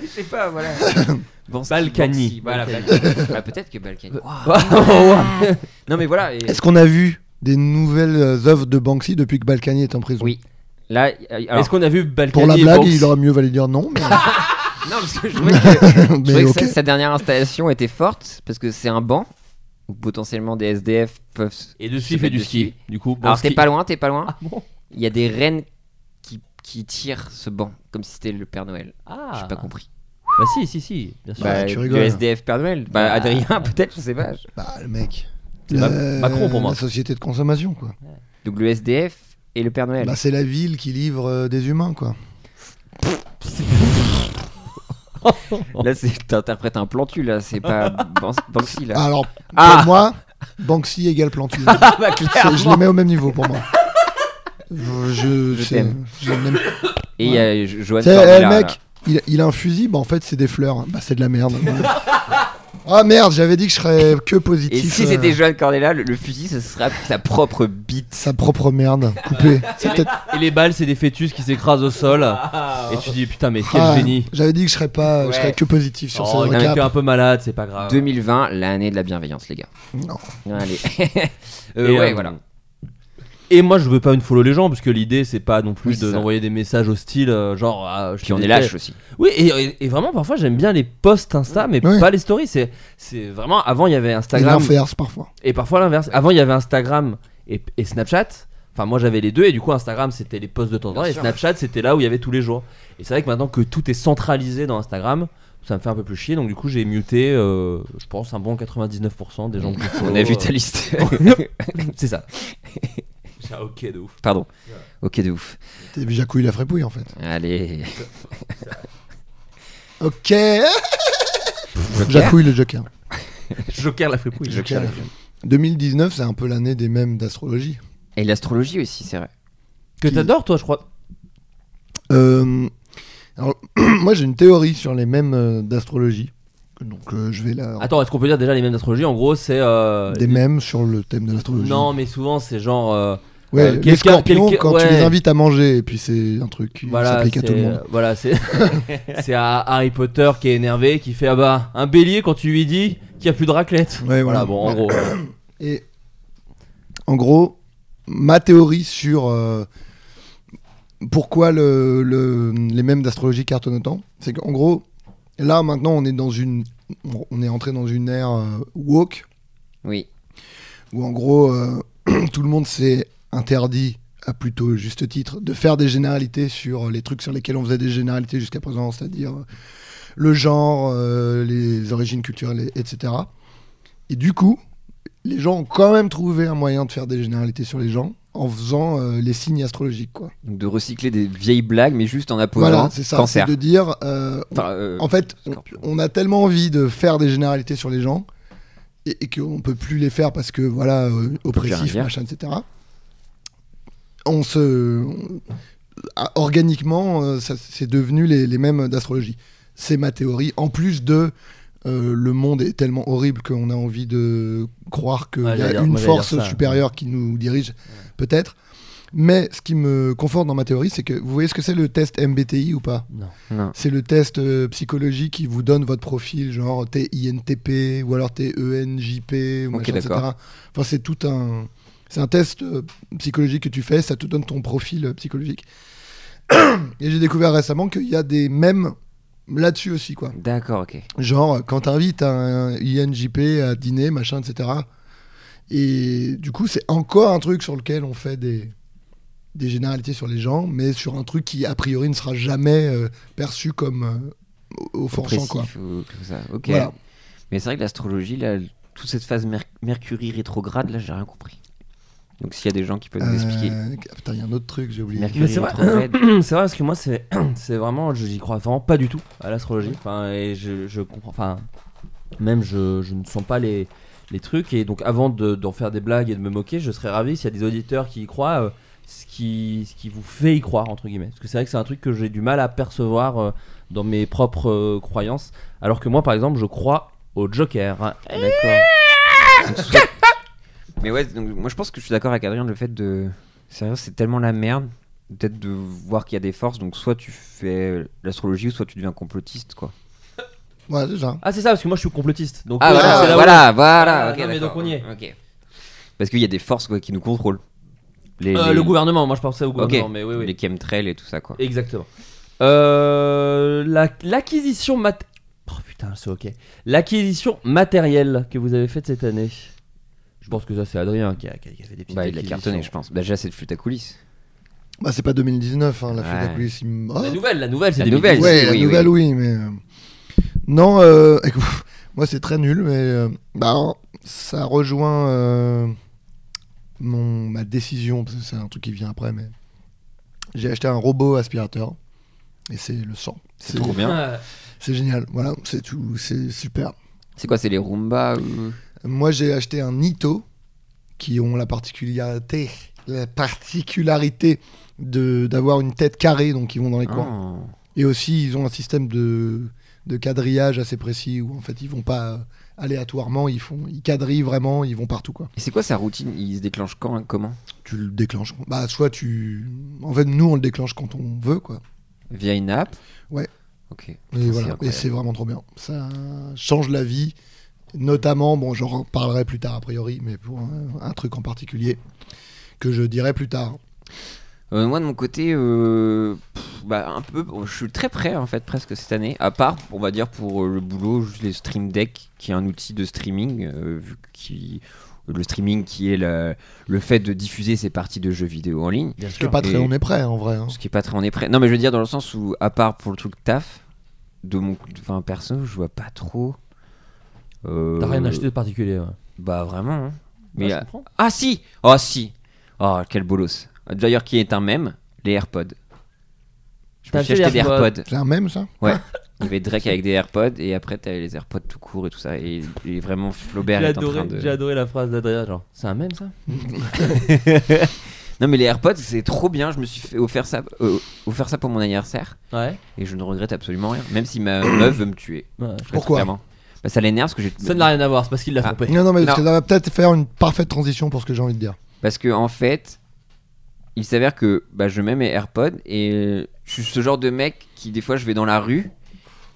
Je sais pas, voilà. Bansky,
Balkany.
Banksy, voilà,
Balkany. Euh, Oh,
Balkany. Bah, peut-être que Balkany.
Ouais.
Non, mais voilà. et-
Est-ce qu'on a vu des nouvelles euh, œuvres de Banksy depuis que Balkany est en prison
Oui. Là, euh, alors,
Est-ce qu'on a vu Balkany
Pour la
et
blague,
Banksy
il aurait mieux valé dire non, mais,
non, parce que je trouvais que, je trouvais
mais
que
ok.
sa, sa dernière installation était forte parce que c'est un banc où potentiellement des SDF peuvent. se-
Et dessus,
se
il fait
mettre
du
dessus.
ski. Du coup,
Alors
Banksy-
t'es pas loin, t'es pas loin.
Ah bon
Il y a des rennes qui, qui tirent ce banc comme si c'était le Père Noël.
Ah.
J'ai pas compris.
Bah si, si, si, bien sûr.
Bah, tu rigoles.
Le SDF Père Noël. Bah
Ah.
Adrien peut-être, je sais pas.
Bah, le mec.
C'est Ma-
Euh,
Macron pour moi.
La société de consommation, quoi.
Donc le SDF et le Père Noël.
Bah, c'est la ville qui livre euh, des humains, quoi.
Là c'est t'interprètes un plan cul là, c'est pas Ban- Banksy là.
Alors, pour
Ah.
moi, Banksy égale Plantu.
Ah bah
C'est- je
clairement.
les mets au même niveau pour moi. Je, je-
Je
c'est-
t'aime.
je n'aime-
Et il y a Jo- Johan
Tu sais,
Cordula,
eh,
là.
mec, il, il a un fusil, bah en fait c'est des fleurs. Bah c'est de la merde. ah merde, j'avais dit que je serais que
Et
positif.
si
euh,
c'était Joan Cordella, le, le fusil, ce serait sa propre bite.
Sa propre merde, coupée. C'est peut-être-
Et les balles, c'est des fœtus qui s'écrasent au sol. Et tu dis putain, mais quel
Ah,
génie.
J'avais dit que je serais pas, je
Ouais.
serais que positif sur
Oh,
ce
il était
recap.
un peu malade, c'est pas grave.
2020, l'année de la bienveillance, les gars.
Non.
Allez.
Euh,
Euh, ouais,
euh,
voilà.
Et moi, je veux pas une follow les gens, parce que l'idée, c'est pas non
Oui,
plus
c'est
de-
ça.
d'envoyer des messages hostiles, euh, genre. ah, je
Puis on
te
est
déteste.
lâche aussi.
Oui, et, et- et vraiment, parfois, j'aime bien les posts Insta, mais
Ouais.
pas les stories. C'est c'est vraiment. Avant, il y avait
C'est
Instagram.
l'inverse parfois.
Et parfois l'inverse. Avant, il y avait Instagram et, et Snapchat. Enfin, moi j'avais les deux, et du coup, Instagram c'était les posts de temps en temps,
Bien
et
sûr.
Snapchat c'était là où il y avait tous les jours. Et c'est vrai que maintenant que tout est centralisé dans Instagram, ça me fait un peu plus chier, donc du coup, j'ai muté, euh, je pense, un bon 99% des gens que je
On
follow,
a vu
euh,
ta liste.
c'est ça. J'ai un ok de ouf.
Pardon. Ok, de ouf.
T'es Jacouille la frépouille en fait.
Allez.
Ok. Jacouille le Joker.
Joker la fripouille.
Joker, la frépouille. 2019, c'est un peu l'année des mêmes d'astrologie.
Et l'astrologie aussi, c'est vrai.
Que t'adores, toi, je crois.
Euh, alors, moi, j'ai une théorie sur les mêmes euh, d'astrologie. Donc, euh, je vais la.
Attends, est-ce qu'on peut dire déjà les mêmes d'astrologie En gros, c'est. Ah, euh,
des mêmes sur le thème de l'astrologie.
Non, mais souvent, c'est genre. euh,
ouais,
euh,
les
quelqu'un-
scorpions,
quelqu'un-
quand tu
ouais.
les invites à manger, et puis c'est un truc qui
Voilà,
s'applique à tout le
c'est- euh,
monde.
Voilà, c'est c'est à Harry Potter qui est énervé, qui fait ah bah un bélier quand tu lui dis qu'il y a plus de raclette.
Ouais,
voilà,
voilà.
bon en gros. voilà.
Et en gros, ma théorie sur euh, pourquoi le- le- les mêmes d'astrologie cartonnent autant, c'est qu'en gros, là maintenant on est dans une, on est entré dans une ère euh, woke
Oui.
où en gros euh, tout le monde s'est interdit à plutôt juste titre de faire des généralités sur euh, les trucs sur lesquels on faisait des généralités jusqu'à présent, c'est-à-dire euh, le genre, euh, les origines culturelles, et- etc. Et du coup, les gens ont quand même trouvé un moyen de faire des généralités sur les gens en faisant euh, les signes astrologiques, quoi.
Donc de recycler des vieilles blagues, mais juste en apposant
Voilà, c'est ça, c'est
cancer.
de dire. euh,
Enfin, euh,
en fait, on,
scorpion.
on a tellement envie de faire des généralités sur les gens et, et qu'on peut plus les faire parce que voilà, euh,
peut plus rien
oppressif,
dire.
machin, etc. On se, on- ah, organiquement, euh, ça- c'est devenu les, les mêmes d'astrologie. C'est ma théorie. En plus de euh, le monde est tellement horrible qu'on a envie de croire qu'il
Ouais,
y
j'allais
a
dire-
une
moi, j'allais dire
force
ça.
supérieure qui nous dirige, peut-être. Mais ce qui me conforte dans ma théorie, c'est que vous voyez ce que c'est le test MBTI ou pas
non.
c'est le test euh, psychologique qui vous donne votre profil, genre t'es INTP ou alors E t'es ENJP, ou
Ok,
machin, etc.
d'accord.
Enfin, c'est tout un, c'est un test euh, psychologique que tu fais, ça te donne ton profil euh, psychologique. Et j'ai découvert récemment qu'il y a des mèmes là-dessus aussi, quoi.
D'accord, ok.
Genre, euh, quand t'invites un INJP à dîner, machin, etc. Et du coup, c'est encore un truc sur lequel on fait des, des généralités sur les gens, mais sur un truc qui, a priori, ne sera jamais euh, perçu comme euh, offensant, quoi.
Oppressif ou comme ça. Ok.
Voilà.
Mais c'est vrai que l'astrologie, là, toute cette phase Mer- Mercury rétrograde, là, j'ai rien compris. Donc s'il y a des gens qui peuvent nous expliquer.
Euh, ah, putain, il y a un autre truc, j'ai oublié.
Mais
Mercury
c'est vrai.
rétrograde.
C'est vrai parce que moi c'est c'est vraiment je- j'y crois vraiment pas du tout à l'astrologie. Enfin et je, je comprends. Enfin même je, je ne sens pas les les trucs et donc avant de- d'en faire des blagues et de me moquer, je serais ravi s'il y a des auditeurs qui y croient. euh, ce qui, ce qui vous fait y croire entre guillemets parce que c'est vrai que c'est un truc que j'ai du mal à percevoir euh, dans mes propres euh, croyances alors que moi par exemple je crois au Joker Ah, d'accord
Mais ouais, donc moi je pense que je suis d'accord avec Adrien, le fait de. Sérieux, c'est tellement la merde. Peut-être de voir qu'il y a des forces, donc soit tu fais l'astrologie ou soit tu deviens complotiste, quoi.
Ouais, c'est ça.
ah c'est ça parce que moi je suis complotiste donc
Ah,
euh,
voilà,
c'est là où-
voilà, voilà.
Ah,
ok,
non, mais
d'accord,
donc on y est.
ok. Parce qu'il y a des forces quoi, qui nous contrôlent. Les,
Euh,
Ah, les-
le gouvernement moi je pensais au
Ok,
gouvernement mais oui oui
les chemtrails et tout ça, quoi.
Exactement. Euh, la- L'acquisition mat... Oh putain, c'est ok. L'acquisition matérielle que vous avez faite cette année. Je pense que ça, c'est Adrien qui a, qui a- qui a fait des petites
Bah, il a
acquisitions.
cartonné, je pense. Bah, déjà, c'est le flûte à coulisses.
Bah, c'est pas 2019, hein, la
Ouais.
fuite à la police, il me- Oh,
La nouvelle, la nouvelle, c'est
La
des
nouvelle,
bêtises.
Ouais, la
oui,
nouvelle, oui, mais. euh, Non, euh, moi c'est très nul, mais euh, bah, ça rejoint euh, mon, ma décision, parce que c'est un truc qui vient après, mais. J'ai acheté un robot aspirateur, et c'est le sang. C'est
trop bien.
Ah,
c'est génial, voilà, c'est tout, c'est super.
C'est quoi, c'est les Roomba euh, ou...
Moi j'ai acheté un Nito, qui ont la particularité, la particularité de- d'avoir une tête carrée, donc ils vont dans les coins.
Oh.
Et aussi, ils ont un système de, de quadrillage assez précis où en fait, ils vont pas euh, aléatoirement, ils font, ils quadrillent vraiment, ils vont partout quoi.
Et c'est quoi sa routine Il se déclenche quand hein, Comment
Tu le déclenches. Bah, soit tu, en fait, nous on le déclenche quand on veut quoi.
Via une app
Ouais.
Ok.
Et
c'est
voilà. Et
incroyable.
c'est vraiment trop bien. Ça change la vie, notamment, bon, j'en reparlerai plus tard a priori, mais pour un, un truc en particulier que je dirai plus tard.
Euh, moi de mon côté, euh, pff, bah, un peu, je suis très prêt en fait presque cette année. À part, on va dire pour euh, le boulot, juste les Stream Deck, qui est un outil de streaming, euh, vu qui le streaming qui est le, le fait de diffuser ses parties de jeux vidéo en ligne.
bien
Parce que
sûr.
pas très,
Et-
on est prêt en vrai. hein.
Ce qui est pas très on est prêt. Non mais je veux dire dans le sens où à part pour le truc taf de mon, enfin perso, je vois pas trop. Euh,
T'as rien acheté de particulier. ouais.
Bah vraiment. hein.
Ouais,
Mais
je
euh,
comprends.
ah si Oh si Oh quel bolos D'ailleurs qui est un mème, les AirPods. Je
T'as
me suis
acheté
acheté des
les
AirPods.
C'est un même ça
Il y avait Drake avec des AirPods et après t'avais les AirPods tout court et tout ça. Et, et vraiment Flaubert
J'ai
est en train
adoré, j'ai
de...
adoré la phrase d'Adrien, genre, c'est un même ça
Non mais les AirPods c'est trop bien, je me suis fait offert ça, euh, offert ça pour mon anniversaire
Ouais.
et je ne regrette absolument rien. Même si ma meuf veut me tuer.
Ouais.
Très,
Pourquoi
très clairement. bah, Ça l'énerve parce que j'ai...
Ça n'a rien à voir, c'est parce qu'il l'a
Ah.
trompé.
Non, non, mais parce
Non.
que ça va peut-être faire une parfaite transition pour ce que j'ai envie de dire.
Parce que en fait, il s'avère que bah, je mets mes AirPods et je suis ce genre de mec qui des fois je vais dans la rue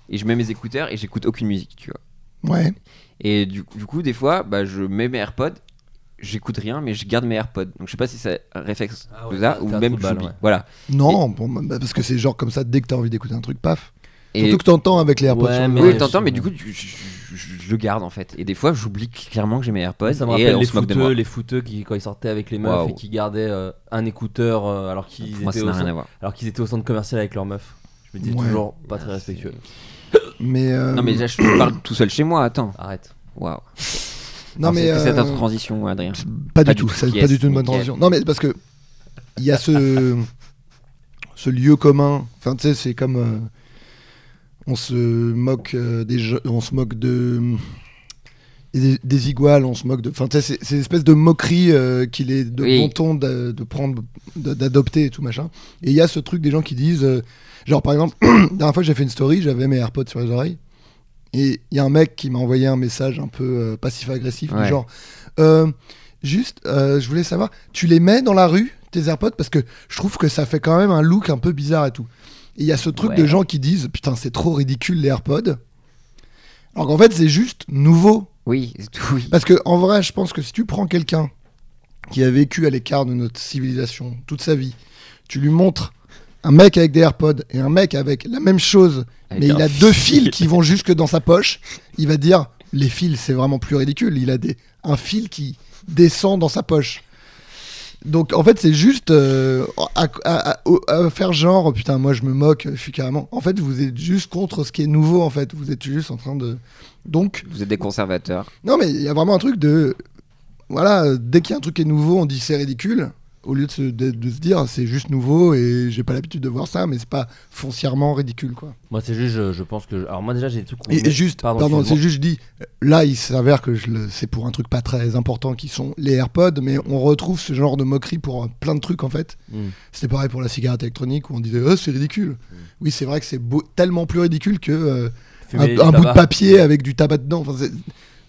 et je mets mes écouteurs et j'écoute aucune musique, tu vois.
Ouais.
Et du, du coup, des fois, bah, je mets mes AirPods j'écoute rien, mais je garde mes AirPods. Donc je sais pas si c'est un réflexe
Ah ouais,
de ça
t'es
ou
un
même
trou de balle,
j'oublie.
ouais.
Voilà.
Non, bon, bah, parce que c'est genre comme ça, dès que t'as envie d'écouter un truc, paf.
Et
Surtout que t'entends avec les AirPods.
Ouais,
sur le
mais-
oreille.
oui, t'entends, mais du coup, tu- je, je- je le garde en fait. Et des fois, j'oublie clairement que j'ai mes AirPods.
Ça me
et
rappelle
on
les
se moque de moi.
fouteux, les fouteux qui quand ils sortaient avec les meufs
Waouh.
et qui gardaient euh, un écouteur euh, alors qu'ils
Pour moi,
étaient,
ça
au
n'a rien à
centre-
voir.
alors qu'ils étaient au centre commercial avec leurs meufs. Je me dis
Ouais.
toujours pas très respectueux.
Mais, euh,
Non, mais déjà, je parle tout seul chez moi. Attends.
Arrête.
Waouh.
non,
Alors,
mais,
c'est- c'est
euh,
cette transition, Adrien.
Pas,
Pas
du
du
tout,
tout.
ça-
Yes,
pas du tout une bonne
nickel.
transition. Non, mais parce que il y a ce, ce lieu commun. Enfin, tu sais, c'est comme euh, on se moque euh, des, je- on se moque de des, des iguales, on se moque de. Enfin, tu sais, c'est- c'est une espèce de moquerie euh, qu'il est de
Oui.
bon ton d'a- de prendre, d'a- d'adopter et tout machin. Et il y a ce truc des gens qui disent, euh, genre par exemple, la dernière fois j'ai fait une story, j'avais mes AirPods sur les oreilles. Et il y a un mec qui m'a envoyé un message un peu euh, passif-agressif, du
Ouais.
genre euh, Juste, euh, je voulais savoir, tu les mets dans la rue, tes AirPods Parce que je trouve que ça fait quand même un look un peu bizarre et tout. Et il y a ce truc
Ouais.
de gens qui disent Putain, c'est trop ridicule les AirPods. Alors qu'en fait, c'est juste nouveau.
Oui, c'est tout. Oui.
Parce que en vrai, je pense que si tu prends quelqu'un qui a vécu à l'écart de notre civilisation toute sa vie, tu lui montres un mec avec des AirPods et un mec avec la même chose,
Avec
mais il
un
a deux
fil.
fils qui vont jusque dans sa poche, il va dire les fils, c'est vraiment plus ridicule. Il a des, un fil qui descend dans sa poche. Donc en fait, c'est juste euh, à, à- à- au- à faire genre oh, putain, moi je me moque, je suis carrément. En fait, vous êtes juste contre ce qui est nouveau. En fait, vous êtes juste en train de. Donc
Vous êtes des conservateurs.
non, mais il y a vraiment un truc de. Voilà, euh, dès qu'il y a un truc qui est nouveau, on dit c'est ridicule. Au lieu de se, de, de se dire c'est juste nouveau et j'ai pas l'habitude de voir ça, mais c'est pas foncièrement ridicule quoi.
Moi c'est juste, je, je pense que. Alors moi déjà j'ai des trucs. qu'on
Et,
met-
et juste, pardon, c'est
excuse-moi.
juste, je dis, là il s'avère que je le- c'est pour un truc pas très important qui sont les AirPods, mais on retrouve ce genre de moquerie pour euh, plein de trucs en fait.
Mm.
C'était pareil pour la cigarette électronique où on disait oh, c'est ridicule. Oui, c'est vrai que c'est beau- tellement plus ridicule que. euh, un,
Fumer du
un bout de
tabac.
papier avec du tabac dedans. Enfin, c'est-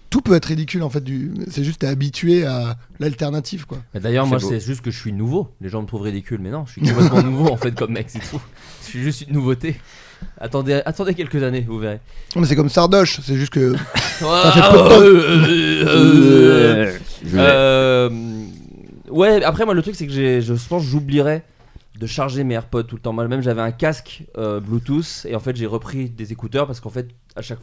tout peut être ridicule en fait. Du... C'est juste t'es habitué à l'alternative quoi.
Mais D'ailleurs, moi,
C'est beau.
c'est juste que je suis nouveau. Les gens me trouvent ridicule, mais non, je suis complètement nouveau en fait, comme mec, c'est tout. Je suis juste une nouveauté. Attendez, attendez quelques années, vous verrez.
Non, mais c'est comme Sardoche. C'est juste que fait
Ah,
peu de temps.
euh, euh,
Je vais-
euh, ouais, après, moi, le truc, c'est que j'ai- je pense que j'oublierais de charger mes AirPods tout le temps. Moi-même, j'avais un casque euh, Bluetooth et en fait, j'ai repris des écouteurs parce qu'en fait, à chaque,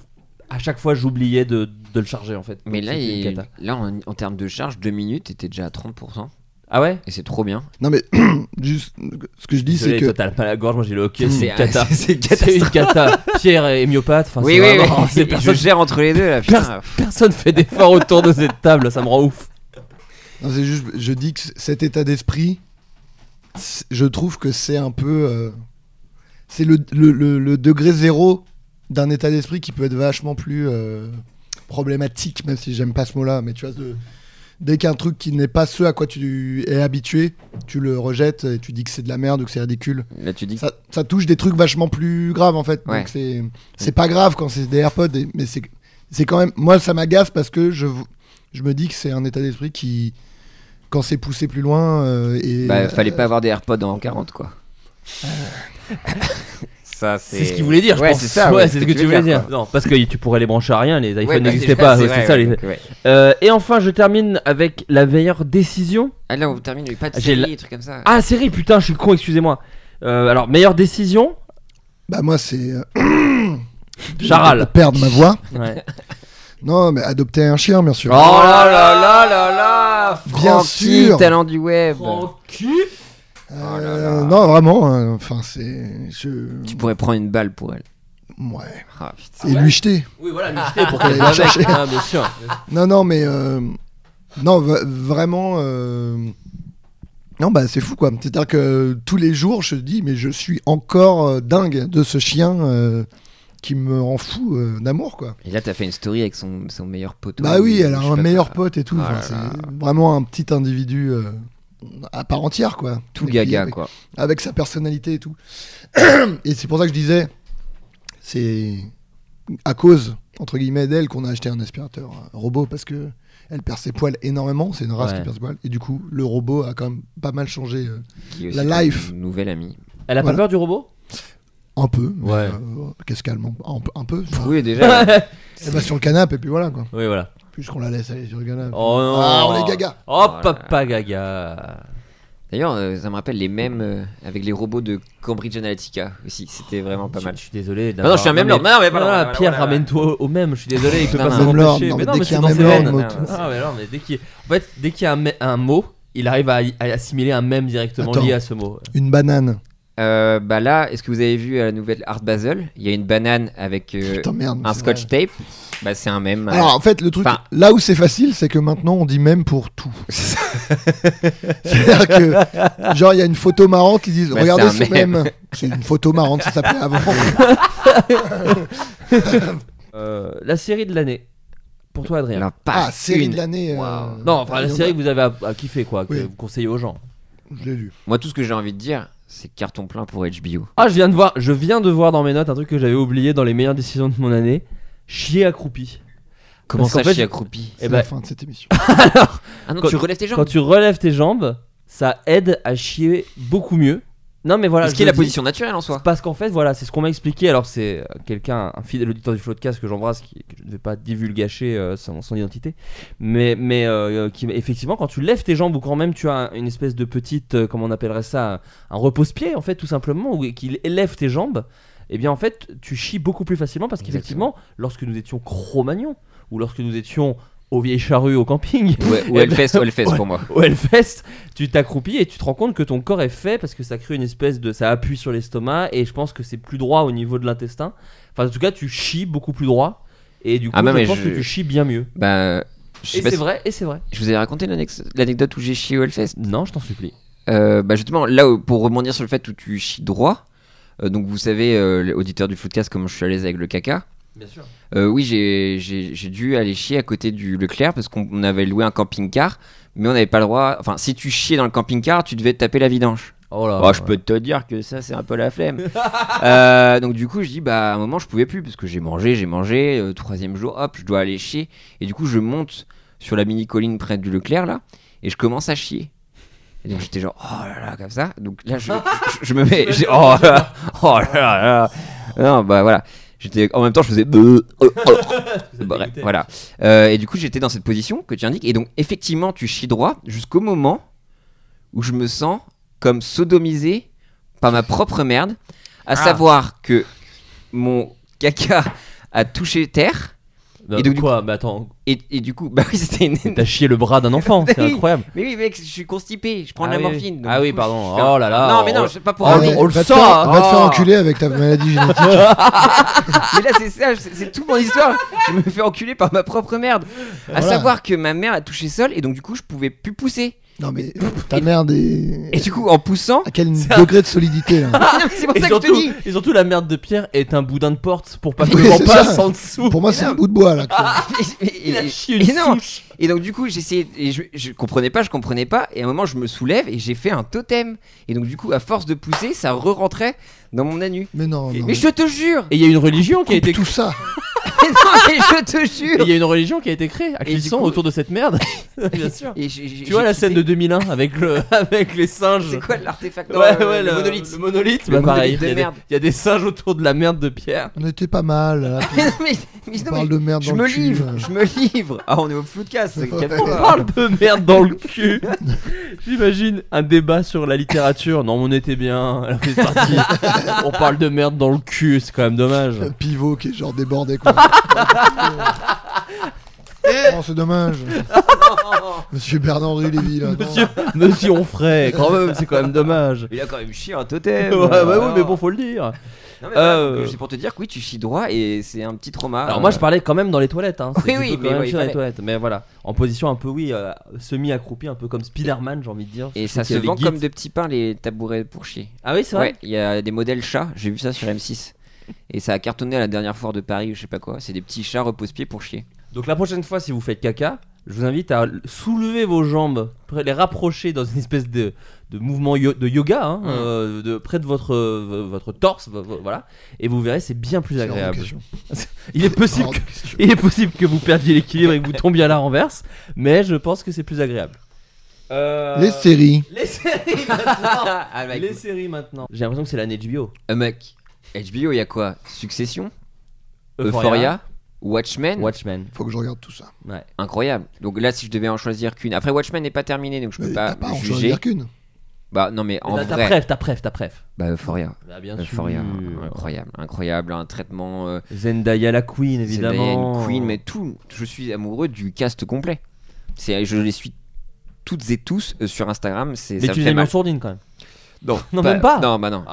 à chaque fois, j'oubliais de, de le charger en fait.
Mais là,
C'était une
il-
cata.
là en, en termes de charge, 2 minutes, t'étais déjà à 30%.
Ah ouais
Et c'est trop bien.
non mais juste ce que je dis c'est
Désolé,
que
toi, t'as pas la gorge, moi, j'ai le hockey, c'est une
un-
cata.
c'est
C'est une
catastrophique.
cata. Pierre est myopathe. Enfin,
Oui,
c'est
oui,
vraiment-
oui.
c'est
Je
personne,
gère entre les deux là. Putain.
personne fait d'effort autour de cette table. Ça me rend ouf.
non, c'est juste je dis que c- cet état d'esprit, c'est- je trouve que c'est un peu euh, c'est le, le- le- le degré zéro d'un état d'esprit qui peut être vachement plus euh, problématique, même si j'aime pas ce mot-là, mais tu vois, de- dès qu'un truc qui n'est pas ce à quoi tu es habitué, tu le rejettes et tu dis que c'est de la merde ou que c'est ridicule.
Là, tu dis que
Ça, ça touche des trucs vachement plus graves en fait.
Ouais.
Donc c'est, c'est pas grave quand c'est des AirPods, et- mais c'est, c'est quand même. Moi, ça m'agace parce que je, je me dis que c'est un état d'esprit qui, quand c'est poussé plus loin, euh, et
bah, fallait pas avoir des AirPods en 40 quoi. ça,
C'est ce qu'il voulait dire.
Ouais,
je pense.
c'est ça.
Ouais,
ouais,
c'est ce que tu voulais dire.
quoi.
Non, parce que tu pourrais les brancher à rien. Les iPhones
Ouais, bah,
n'existaient
déjà,
pas. ouais,
vrai,
c'est ça, les-
donc, ouais.
Euh, et enfin, je termine avec la meilleure décision.
Ah, là, on termine avec pas de
J'ai
série,
la-
des trucs comme ça.
Ah, série. Putain, je suis con. Excusez-moi. Euh, alors, meilleure décision.
bah moi c'est euh, de
Charal.
perdre ma voix.
Ouais.
Non, mais adopter un chien, bien sûr.
Oh là là là là là
Bien
Francky,
sûr.
talent du web
Euh,
Oh là là.
Non, vraiment. euh, Enfin, c'est je,
Tu pourrais prendre une balle pour elle.
ouais.
Ah, putain.
Et lui jeter.
Oui, voilà, lui jeter pour
qu'elle
qu'elle
vienne avec.
Ah, bien sûr.
Non, non, mais. euh, non, v- vraiment. euh, non, bah, c'est fou, quoi. C'est-à-dire que tous les jours, je dis, mais je suis encore euh, dingue de ce chien euh, qui me rend fou euh, d'amour, quoi.
Et là, t'as fait une story avec son, son meilleur pote.
Bah oui, elle a
Je sais
un
pas
meilleur
quoi.
pote et tout.
Ah
Enfin,
là là.
c'est vraiment un petit individu euh, à part entière, quoi.
Tout
Et puis,
gaga,
avec-
quoi.
avec sa personnalité et tout. et c'est pour ça que je disais, c'est à cause entre guillemets d'elle qu'on a acheté un aspirateur euh, robot parce que elle perd ses poils énormément, c'est une race
Ouais.
qui perd ses poils et du coup le robot a quand même pas mal changé euh,
Qui est
La
aussi ton
life.
Nouvelle amie.
Elle a pas
Voilà.
peur du robot
un peu. mais,
Ouais.
euh, Qu'est-ce qu'elle ment- un, peu- un peu.
Oui, déjà.
Elle va sur le canapé et puis voilà quoi.
Oui, voilà.
puisqu'on la laisse aller sur le canapé.
Oh non.
Ah, on est gaga.
Oh
Voilà.
papa gaga.
D'ailleurs, euh, ça me rappelle les mêmes euh, avec les robots de Cambridge Analytica aussi. C'était vraiment pas
Je-
mal.
Je suis désolé.
Ah non, je suis un même lord. Non, mais pardon, voilà,
Pierre,
voilà,
ramène-toi au même. Je suis désolé, il peut
Non,
pas
non,
s'en
même lord,
empêcher.
non, mais dès
mais
qu'il y a
c'est
un
dans
même
ses
lord,
veines.
moi,
tout-
Ah, mais non, mais dès qu'il en fait, dès qu'il y a un, me- un mot, il arrive à, à assimiler un même directement
Attends.
lié à ce mot.
Une banane.
Euh, bah là, est-ce que vous avez vu euh, la nouvelle Art Basel Il y a une banane avec euh,
Putain, merde.
un
c'est
scotch
vrai. Ah,
tape. Bah c'est un même.
Alors en fait le truc
Enfin-
là où c'est facile c'est que maintenant on dit même pour tout. C'est-à-dire que genre il y a une photo marrante qui disent
Bah,
regardez
c'est un
ce
mème.
même. C'est une photo marrante ça s'appelait avant. Ah,
Euh, la série de l'année. Pour toi, Adrien.
Alors, pas
ah série
une.
de l'année. euh,
Waouh.
Non, enfin, la
donc,
bah.
série que vous avez à, à kiffer, quoi, que
Oui.
vous conseillez aux gens.
Je l'ai lu.
Moi, tout ce que j'ai envie de dire, c'est carton plein pour HBO.
Ah, je viens de voir, je viens de voir dans mes notes un truc que j'avais oublié dans les meilleures décisions de mon année. Chier accroupi.
Comment
Parce
ça,
qu'en fait,
je suis accroupi
Eh
C'est
ben,
la fin de cette émission.
Ah non,
quand-
tu relèves tes jambes.
quand tu relèves tes jambes, ça aide à chier beaucoup mieux. Non, mais voilà.
ce
je
qui est
le
la
dis.
position naturelle en soi.
Parce qu'en fait, voilà, c'est ce qu'on m'a expliqué. Alors, c'est euh, quelqu'un, un fidèle auditeur du Floodcast que j'embrasse, qui, que je ne vais pas divulgacher euh, son, son identité, mais, mais euh, euh, qui, effectivement, quand tu lèves tes jambes ou quand même tu as un- une espèce de petite, euh, comment on appellerait ça, un repose-pied, en fait, tout simplement, ou qu'il élève tes jambes, eh bien, en fait, tu chies beaucoup plus facilement parce qu'effectivement, lorsque nous étions Cro-Magnon, ou lorsque nous étions aux vieilles charrues au camping,
Ouais, ou
Eh
Hellfest,
ben,
ou Hellfest pour moi.
au Hellfest, tu t'accroupis et tu te rends compte que ton corps est fait parce que ça crée une espèce de. Ça appuie sur l'estomac et je pense que c'est plus droit au niveau de l'intestin. Enfin, en tout cas, tu chies beaucoup plus droit et du coup,
Ah, bah,
je
mais
pense
je-
que tu chies bien mieux.
Bah, je sais
Et
pas
c'est
si-
vrai, et c'est vrai.
Je vous ai raconté l'annexe- l'anecdote où j'ai chié au Hellfest.
Non, je t'en supplie.
Euh, bah justement, là, où- pour rebondir sur le fait où tu chies droit, euh, donc vous savez, euh, auditeur du podcast, comment je suis à l'aise avec le caca.
Bien sûr.
Euh, oui, j'ai- j'ai j'ai dû aller chier à côté du Leclerc parce qu'on on avait loué un camping-car, mais on n'avait pas le droit. Enfin, si tu chiais dans le camping-car, tu devais te taper la vidange.
Oh là.
Oh, je peux te dire que ça, c'est un peu la flemme. Euh, donc, du coup, je dis, bah, à un moment, je pouvais plus parce que j'ai mangé, j'ai mangé. euh, troisième jour, hop, je dois aller chier. Et du coup, je monte sur la mini colline près du Leclerc là et je commence à chier. Et
Mm.
donc, j'étais genre, oh là là, comme ça. Donc là, je, je- je me mets, j'ai- oh là là, oh là là. Non, bah voilà. J'étais en même temps, je faisais. euh, euh, euh. Bref, voilà. Euh, et du coup, j'étais dans cette position que tu indiques. Et donc, effectivement, tu chies droit jusqu'au moment où je me sens comme sodomisé par ma propre merde. À
Ah.
savoir que mon caca a touché terre.
Non,
Et donc, du
quoi Mais attends,
Et, et du coup, bah oui, c'était une.
t'as chié le bras d'un enfant, c'est
Oui.
incroyable.
Mais oui, mec, je suis constipé, je prends
Ah
de la
oui, oui.
morphine. donc
Ah
du
oui,
coup,
pardon.
je fais un-
Oh là là,
Non, mais
oh.
non, c'est pas pour
Oh,
un-
mais- on le
Ah va te
sent,
hein.
faire- va te faire
oh.
enculer avec ta maladie génétique.
Ah, Mais là, c'est ça, c'est c'est toute mon histoire. Je me fais enculer par ma propre merde. À
Voilà.
savoir que ma mère a touché sol et donc du coup, je pouvais plus pousser.
Non mais ta merde est.
Et du coup, en poussant.
à quel degré de solidité là
Ah, non, mais c'est pour
Et
ça que je te
surtout,
dis.
et surtout, la merde de Pierre est un boudin de porte pour pas que
Oui,
le vent
c'est
passe
ça.
en dessous.
Pour moi c'est un bout de bois là.
Ah.
quoi.
Et- et-
il a
et-
chié une
et non.
souche.
Et donc du coup, j'essayais et je, je comprenais pas, je comprenais pas et à un moment je me soulève et j'ai fait un totem. Et donc du coup, à force de pousser, ça re-rentrait dans mon anus.
Mais non. non,
Mais je te jure.
Et il y a une religion qui a été
Tout ça.
Mais non, mais je te
Et Il
jure.
y a une religion qui a été créée à
Et du
Clisson
coup-
autour de cette merde. Bien sûr.
Et j'ai- j'ai-
Tu vois
j'ai
la scène de
quitté-
2001 avec le avec les singes.
C'est quoi l'artefact
Ouais,
Non,
ouais,
euh, le, monolithe.
Le monolithe, bah,
Le monolithe
pareil.
de
Il y a des-
merde.
il y, a des singes autour de la merde de Pierre.
On était pas mal. là, puis
Mais non, mais- mais
on
non,
parle
mais-
de merde
Je
dans
me
le cul,
livre,
là.
je me livre. Ah, on est au podcast,
Ouais.
On
calme-toi.
parle de merde dans le cul. J'imagine un débat sur la littérature. Non, mais on était bien. Elle a fait partie. on parle de merde dans le cul, c'est quand même dommage.
Un pivot qui est genre débordé quoi.
Eh
non, c'est dommage. Monsieur Bernard-Henri Lévy là. non.
Monsieur, monsieur Onfray, quand même, c'est quand même dommage.
Il a quand même chié un
Ouais,
totem.
ouais,
euh,
ouais, mais bon, faut le dire.
Non, mais voilà,
Euh,
donc, euh, c'est pour te dire que oui, tu chies droit et c'est un petit trauma.
Alors
euh,
moi je parlais quand même dans les toilettes. Hein.
Oui,
Tu
oui,
peux quand
mais
même faire dans
ouais, il
les
fallait.
toilettes. Mais voilà, en position un peu, oui, euh, semi-accroupi, un peu comme Spider-Man, j'ai envie de dire.
Et
Je
ça
sais
se
qu'il y a
vend
les
comme
guides.
de petits pains les tabourets pour chier.
Ah oui, c'est vrai
Ouais, il y a des modèles chats, j'ai vu ça sur M6. Et ça a cartonné à la dernière foire de Paris ou je sais pas quoi. C'est des petits chats repose-pieds pour chier.
Donc la prochaine fois, si vous faites caca, je vous invite à soulever vos jambes, près- les rapprocher dans une espèce de, de mouvement yo- de yoga, hein,
Mm.
euh, de, près de votre, euh, votre torse, vo- vo- voilà. Et vous verrez, c'est bien plus
C'est hors de
agréable.
question.
Il est possible
Hors de
que...
question.
Il est possible que vous perdiez l'équilibre et que vous tombiez à la renverse, mais je pense que c'est plus agréable. Euh,
Les séries.
Les séries
ah, mec.
Les séries maintenant. J'ai Euh, l'impression que c'est l'année de HBO.
Euh, mec, HBO, il y a quoi Succession Euphoria, Watchmen,
Watchmen.
Faut que je regarde tout ça.
incroyable. Donc là, si je devais en choisir qu'une. Après, Watchmen n'est pas terminé, donc je peux
Mais
pas,
t'as pas en
juger.
choisir qu'une.
Bah non, mais en
Eh ben, T'as ta
vrai,
pref, ta pref, ta pref.
bah Euphoria.
Bah, bien
Euphoria, incroyable, incroyable, un traitement. euh,
Zendaya la Queen,
Zendaya,
évidemment.
une Queen, mais tout. Je suis amoureux du cast complet. C'est, je les suis toutes et tous euh, sur Instagram. C'est,
Mais
ça
tu
me
les
fait
mets en
mal.
sourdine quand même.
Non,
Non, même pas. Ah,
Non, bah non.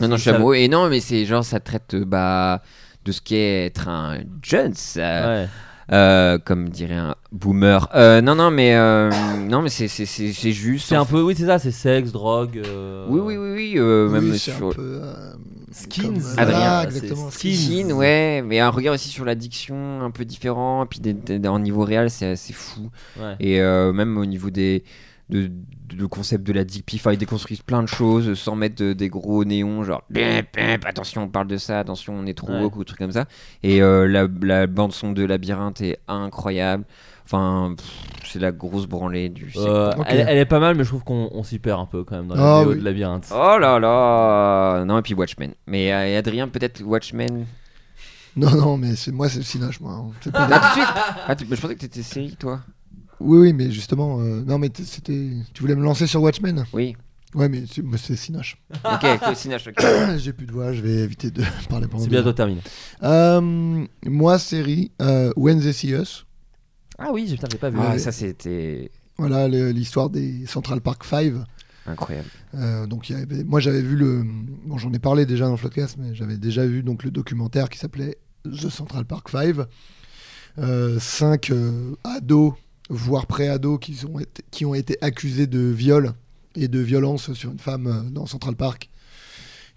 Non, non, je suis
Ça-
amoureux. Et non, mais c'est genre, ça traite euh, bah, de ce qu'est être un Jones, euh,
Ouais.
euh, comme dirait un boomer. Euh, non, non, mais, euh, non, mais c'est, c'est, c'est, c'est juste.
C'est un peu, oui, c'est ça, c'est sexe, drogue. euh,
Oui, oui, oui, oui, euh,
Oui,
même
c'est un
sur.
peu, euh,
Skins.
comme, euh,
Adrien,
voilà,
c'est
exactement.
Skins.
Chine, ouais, mais un regard aussi sur l'addiction un peu différent. Et puis, des- des- en niveau réel, c'est assez fou.
Ouais.
Et euh, même au niveau des. De, de- le concept de la dick pic, enfin, ils déconstruisent plein de choses euh, sans mettre de- des gros néons, genre bip, bip, attention, on parle de ça, attention, on est trop
Ouais.
woke ou trucs comme ça. Et euh, la, la bande-son de Labyrinthe est incroyable. Enfin, pff, c'est la grosse branlée du. siècle.
Euh,
Ok.
elle, elle est pas mal, mais je trouve qu'on on s'y perd un peu quand même dans la
Ah,
vidéo
oui.
de labyrinthe.
Oh là là Non, et puis Watchmen. Mais euh, Adrien, peut-être Watchmen.
Non, non, mais c'est moi, c'est le silage, moi. hein. C'est pas
Ah, tout de suite Ah, tu- je pensais que t'étais série, toi.
Oui, oui, mais justement, euh, non, mais t- c'était. Tu voulais me lancer sur Watchmen
Oui.
Ouais, mais c'est- moi, c'est Sinoche.
Ok, Cosinage, ok.
J'ai plus de voix, je vais éviter de parler pendant.
C'est
deux
bientôt
heures.
terminé.
Euh, moi, série euh, When They See Us.
Ah oui, j'ai- putain, j'ai pas vu.
Ah, ça c'était
Voilà le- l'histoire des Central Park 5.
incroyable.
Euh, donc, il y avait- moi, j'avais vu le. Bon, j'en ai parlé déjà dans le podcast, mais j'avais déjà vu donc le documentaire qui s'appelait The Central Park 5. Euh, cinq euh, ados, voire pré-ados, qui, ont été- qui ont été accusés de viol et de violence sur une femme euh, dans Central Park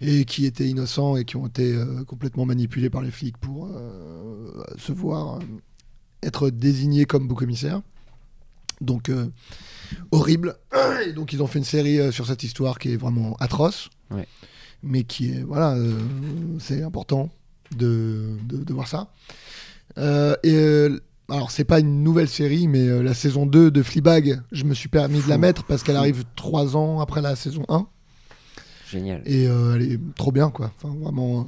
et qui étaient innocents et qui ont été euh, complètement manipulés par les flics pour euh, se voir euh, être désignés comme beaux commissaires. Donc, euh, horrible. Et donc, ils ont fait une série euh, sur cette histoire qui est vraiment atroce.
Ouais.
Mais qui est, voilà, euh, c'est important de, de- de voir ça. Euh, et euh, alors, c'est pas une nouvelle série, mais euh, la saison 2 de Fleabag, je me suis permis de la mettre parce qu'elle arrive 3 ans après la saison 1.
Génial.
Et euh, elle est trop bien, quoi. Enfin, vraiment,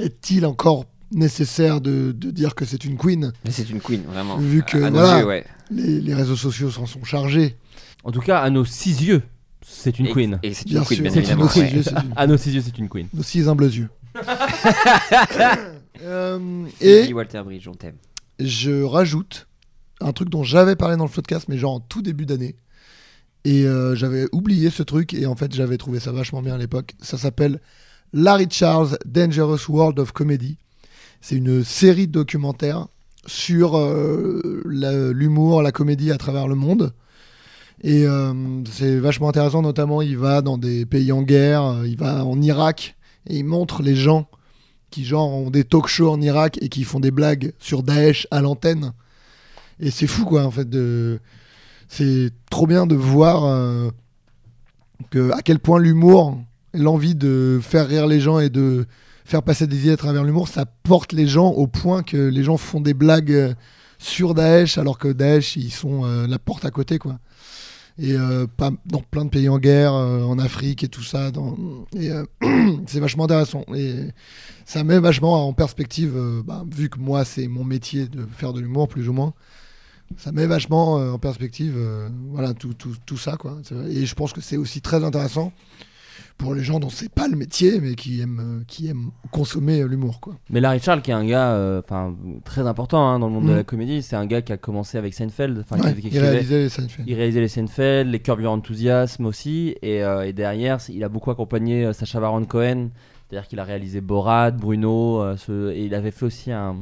euh, est-il encore nécessaire de, de dire que c'est une queen
Mais c'est une queen, vraiment.
Vu que,
À- à nos
voilà.
yeux, ouais.
les, les réseaux sociaux s'en sont chargés.
En tout cas, à nos six yeux, c'est une
Et-
queen.
Et c'est
Bien
une queen,
sûr,
bien
c'est une
évidemment.
aussi,
ouais.
je- c'est une-
À nos six yeux, c'est une queen.
nos six humbles yeux. Euh,
Et
et
Walter Bridge, on t'aime.
je rajoute un truc dont j'avais parlé dans le podcast, mais genre en tout début d'année. Et euh, j'avais oublié ce truc, et en fait j'avais trouvé ça vachement bien à l'époque. Ça s'appelle Larry Charles Dangerous World of Comedy. C'est une série documentaire sur euh, la- l'humour, la comédie à travers le monde. Et euh, c'est vachement intéressant, notamment il va dans des pays en guerre, euh, il va en Irak, et il montre les gens qui genre ont des talk shows en Irak et qui font des blagues sur Daesh à l'antenne. Et c'est fou quoi en fait de c'est trop bien de voir euh, que à quel point l'humour, l'envie de faire rire les gens et de faire passer des idées à travers l'humour, ça porte les gens au point que les gens font des blagues euh, sur Daesh alors que Daesh ils sont euh, la porte à côté quoi. Et euh, pas, dans plein de pays en guerre, euh, en Afrique et tout ça. Dans, et euh, c'est vachement intéressant. Et ça met vachement en perspective, euh, bah, vu que moi c'est mon métier de faire de l'humour plus ou moins, ça met vachement euh, en perspective euh, voilà, tout, tout, tout ça. Quoi. C'est vrai. Et je pense que c'est aussi très intéressant pour les gens dont c'est pas le métier, mais qui aiment, euh, qui aiment consommer euh, l'humour. Quoi.
Mais Larry Charles, qui est un gars euh, enfin, très important hein, dans le monde de
Mm.
la comédie, c'est un gars qui a commencé avec Seinfeld. Enfin,
Ouais,
qui- qui
il
écrivait-
réalisait ça, il fait.
Il réalisait les Seinfeld, les Curb Your Enthusiasm aussi, et, euh, et derrière, c'est- il a beaucoup accompagné euh, Sacha Baron Cohen, c'est-à-dire qu'il a réalisé Borat, Bruno, euh, ce- et il avait fait aussi un.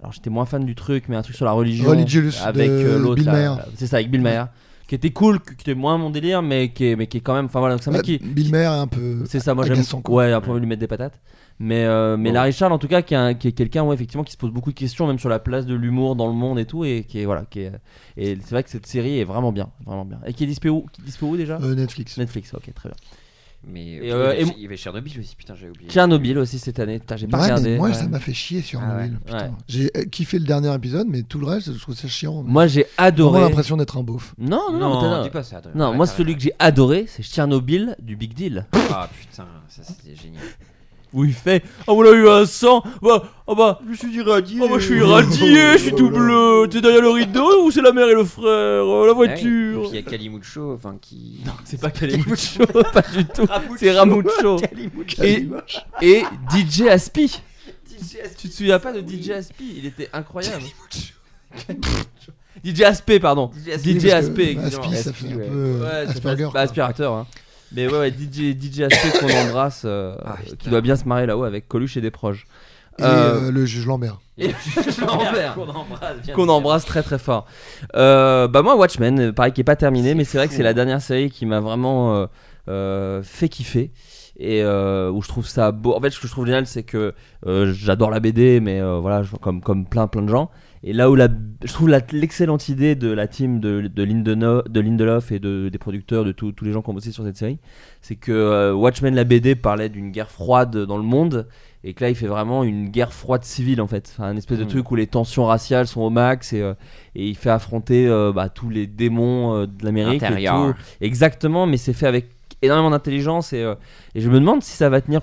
Alors j'étais moins fan du truc, mais un truc sur la religion.
Religious
avec
de
euh, l'autre.
Bill
là,
Maher.
euh, C'est ça, avec Bill Maher, qui était cool, qui était moins mon délire, mais qui est, mais qui est quand même. Enfin voilà, donc c'est un mec
Ouais,
qui.
Bill Maher est un peu.
C'est ça, moi j'aime.
agaçant, quoi.
Ouais, après on va lui mettre des patates. Mais, euh, mais
Ouais.
Larry Charles, en tout cas, qui est, un- qui est quelqu'un ouais, effectivement, qui se pose beaucoup de questions, même sur la place de l'humour dans le monde et tout. Et, qui est, voilà, qui est, et c'est vrai que cette série est vraiment bien. Vraiment bien. Et qui est dispo où, qui est dispo où déjà
euh, Netflix.
Netflix, ok, très bien.
Mais
Et, euh, et
il, y
mon-
avait, il y avait Chernobyl aussi, putain, j'ai oublié.
Tchernobyl aussi cette année, putain, j'ai pas
Ouais,
regardé.
mais moi
ouais.
ça m'a fait chier sur
Ah ouais,
Noël, putain.
ouais.
J'ai euh, kiffé le dernier épisode, mais tout le reste, je trouve ça chiant.
Moi, j'ai
J'ai
adoré.
vraiment l'impression d'être un beauf.
Non, non, non, mais
non,
t'as-
dis pas ça, Adrien.
non,
Arrête,
moi
arrête,
celui que j'ai adoré, c'est Tchernobyl du Big Deal.
arrête. Ah putain, ça c'était génial.
où il fait Oh, voilà, il y a un sang Bah, oh bah,
Je me suis dit Oh radié.
oh bah, je suis radié, je suis tout bleu T'es derrière le rideau ou c'est la mère et le frère euh, La
Ouais, et puis
voiture
il y a Kalimucho, enfin qui.
C'est pas Calimucho, pas du tout C'est Ramucho Et- et DJ Aspi. Tu te souviens pas de DJ Aspi Il était incroyable. DJ Aspé, pardon. DJ Aspé, exactement.
Aspi, ça
Aspi,
fait un
ouais.
peu
Ouais, c'est pas-
Asperger.
bah, aspirateur. hein. Mais ouais, ouais, DJ, DJ Aspé qu'on embrasse, euh,
Ah,
euh, qui
putain.
doit bien se marrer là-haut avec Coluche et des proches.
Et
Euh,
euh, le juge Lambert.
Et Lambert,
Qu'on embrasse. bien
qu'on
sûr.
embrasse très très fort. Euh, bah moi Watchmen, euh, pareil qui est pas terminé, mais c'est vrai que c'est la dernière série qui m'a vraiment euh, euh, fait kiffer et euh, où je trouve ça beau. En fait, ce que je trouve génial, c'est que euh, j'adore la BD, mais euh, voilà, je- comme comme plein plein de gens. Et là où la, je trouve la- l'excellente idée de la team de, de, Lindeno- de Lindelof et de, des producteurs, de tous tous les gens qui ont bossé sur cette série, c'est que euh, Watchmen, la BD, parlait d'une guerre froide dans le monde, et que là, il fait vraiment une guerre froide civile, en fait. Enfin, un espèce de
Mm.
truc où les tensions raciales sont au max, et, euh, et il fait affronter euh, bah, tous les démons euh, de l'Amérique. et
Intérieur.
tout. Exactement, mais c'est fait avec énormément d'intelligence, et, euh, et je me demande si ça va tenir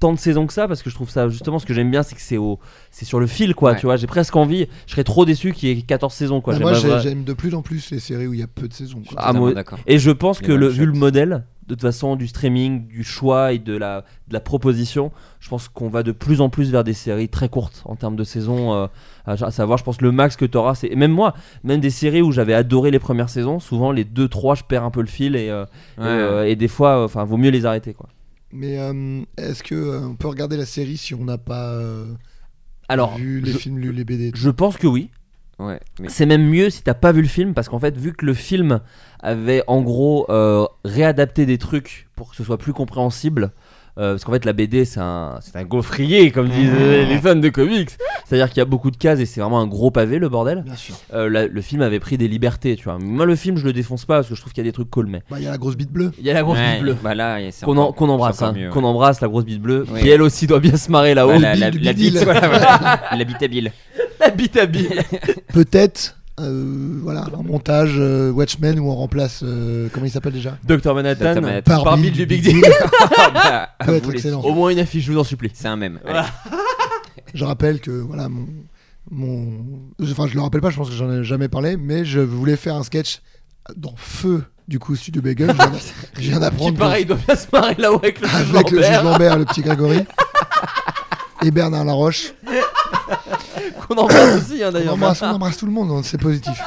tant de saisons que ça parce que je trouve ça justement ce que j'aime bien c'est que c'est au c'est sur le fil quoi
Ouais.
tu vois j'ai presque envie je serais trop déçu qu'il y ait 14 saisons quoi
Bah,
J'aimerais
moi, j'ai-
vra-
j'aime de plus en plus les séries où il y a peu de saisons. quoi.
Ah,
Totalement
moi-
d'accord.
et je pense
Les
que le,
one-shots.
vu le modèle, de toute façon, du streaming, du choix et de la, de la proposition, je pense qu'on va de plus en plus vers des séries très courtes en termes de saison. euh, à, à savoir, je pense le max que tu auras, c'est. et Même moi, même des séries où j'avais adoré les premières saisons, souvent les 2-3, je perds un peu le fil et, euh, et,
Ouais.
euh, et des fois, euh, enfin, vaut mieux les arrêter. Quoi.
Mais euh, est-ce que euh, on peut regarder la série si on n'a pas euh,
Alors,
vu les
je-
films, lu les BD
je pense que oui.
Ouais, mais
C'est même mieux si t'as pas vu le film, parce qu'en fait, vu que le film avait en gros euh, réadapté des trucs pour que ce soit plus compréhensible, euh, parce qu'en fait, la BD, c'est un, c'est un gaufrier, comme disaient les fans de comics. C'est-à-dire qu'il y a beaucoup de cases et c'est vraiment un gros pavé, le bordel.
Bien sûr.
Euh, la- le film avait pris des libertés, tu vois. Moi, le film, je le défonce pas, parce que je trouve qu'il y a des trucs cool, mais.
Bah, Il y a la grosse bite bleue.
Il y a la grosse
Ouais,
bite bleue.
Bah là, et c'est
Qu'on en-
encore-
qu'on embrasse,
c'est
hein,
encore mieux, ouais.
qu'on embrasse la grosse bite bleue,
Oui.
qui elle aussi doit bien se marrer là-haut.
Bah, la, la,
Bidule,
la
bidule.
bite, voilà, voilà. l'habitable.
La bite à bite.
Peut-être. euh, voilà, un montage euh, Watchmen où on remplace euh, comment il s'appelle déjà
Docteur Manhattan,
Dr. Manhattan.
par,
Barbie
Bill du Big Deal.
Ah,
peut être
vous, les-
excellent.
Au moins une affiche, je vous en supplie.
C'est un même.
Voilà.
Je rappelle que voilà mon mon enfin je le rappelle pas, je pense que j'en ai jamais parlé, mais je voulais faire un sketch dans Feu du coup Studio Bagel. Je viens d'a- Je viens
Qui
d'apprendre que-
pareil doit bien se marrer là-haut avec le juge
avec le juge
Lambert
Lambert, le petit Grégory et Bernard Laroche.
qu'on embrasse aussi hein,
On
d'ailleurs.
embrasse, on embrasse tout le monde, on- c'est positif.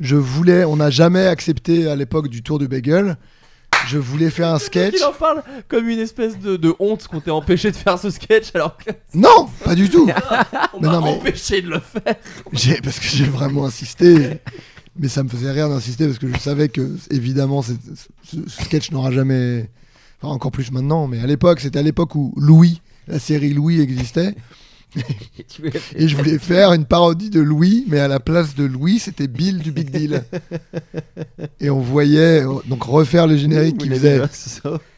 Je voulais, on n'a jamais accepté à l'époque du tour du bagel. Je voulais faire un sketch.
Il en parle comme une espèce de, de honte qu'on t'ait empêché de faire ce sketch alors qu'on
Non, pas du tout. Mais
m'a
non, mais-
empêché de le faire.
J'ai- parce que j'ai vraiment insisté. Mais ça me faisait rire d'insister parce que je savais que, évidemment, c'est- ce ce sketch n'aura jamais. Enfin, encore plus maintenant, mais à l'époque, c'était à l'époque où Louis, la série Louis existait.
Et tu veux-
Et je voulais faire une parodie de Louis, mais à la place de Louis, c'était Bill du Big Deal. Et on voyait, euh, donc refaire le générique qui faisait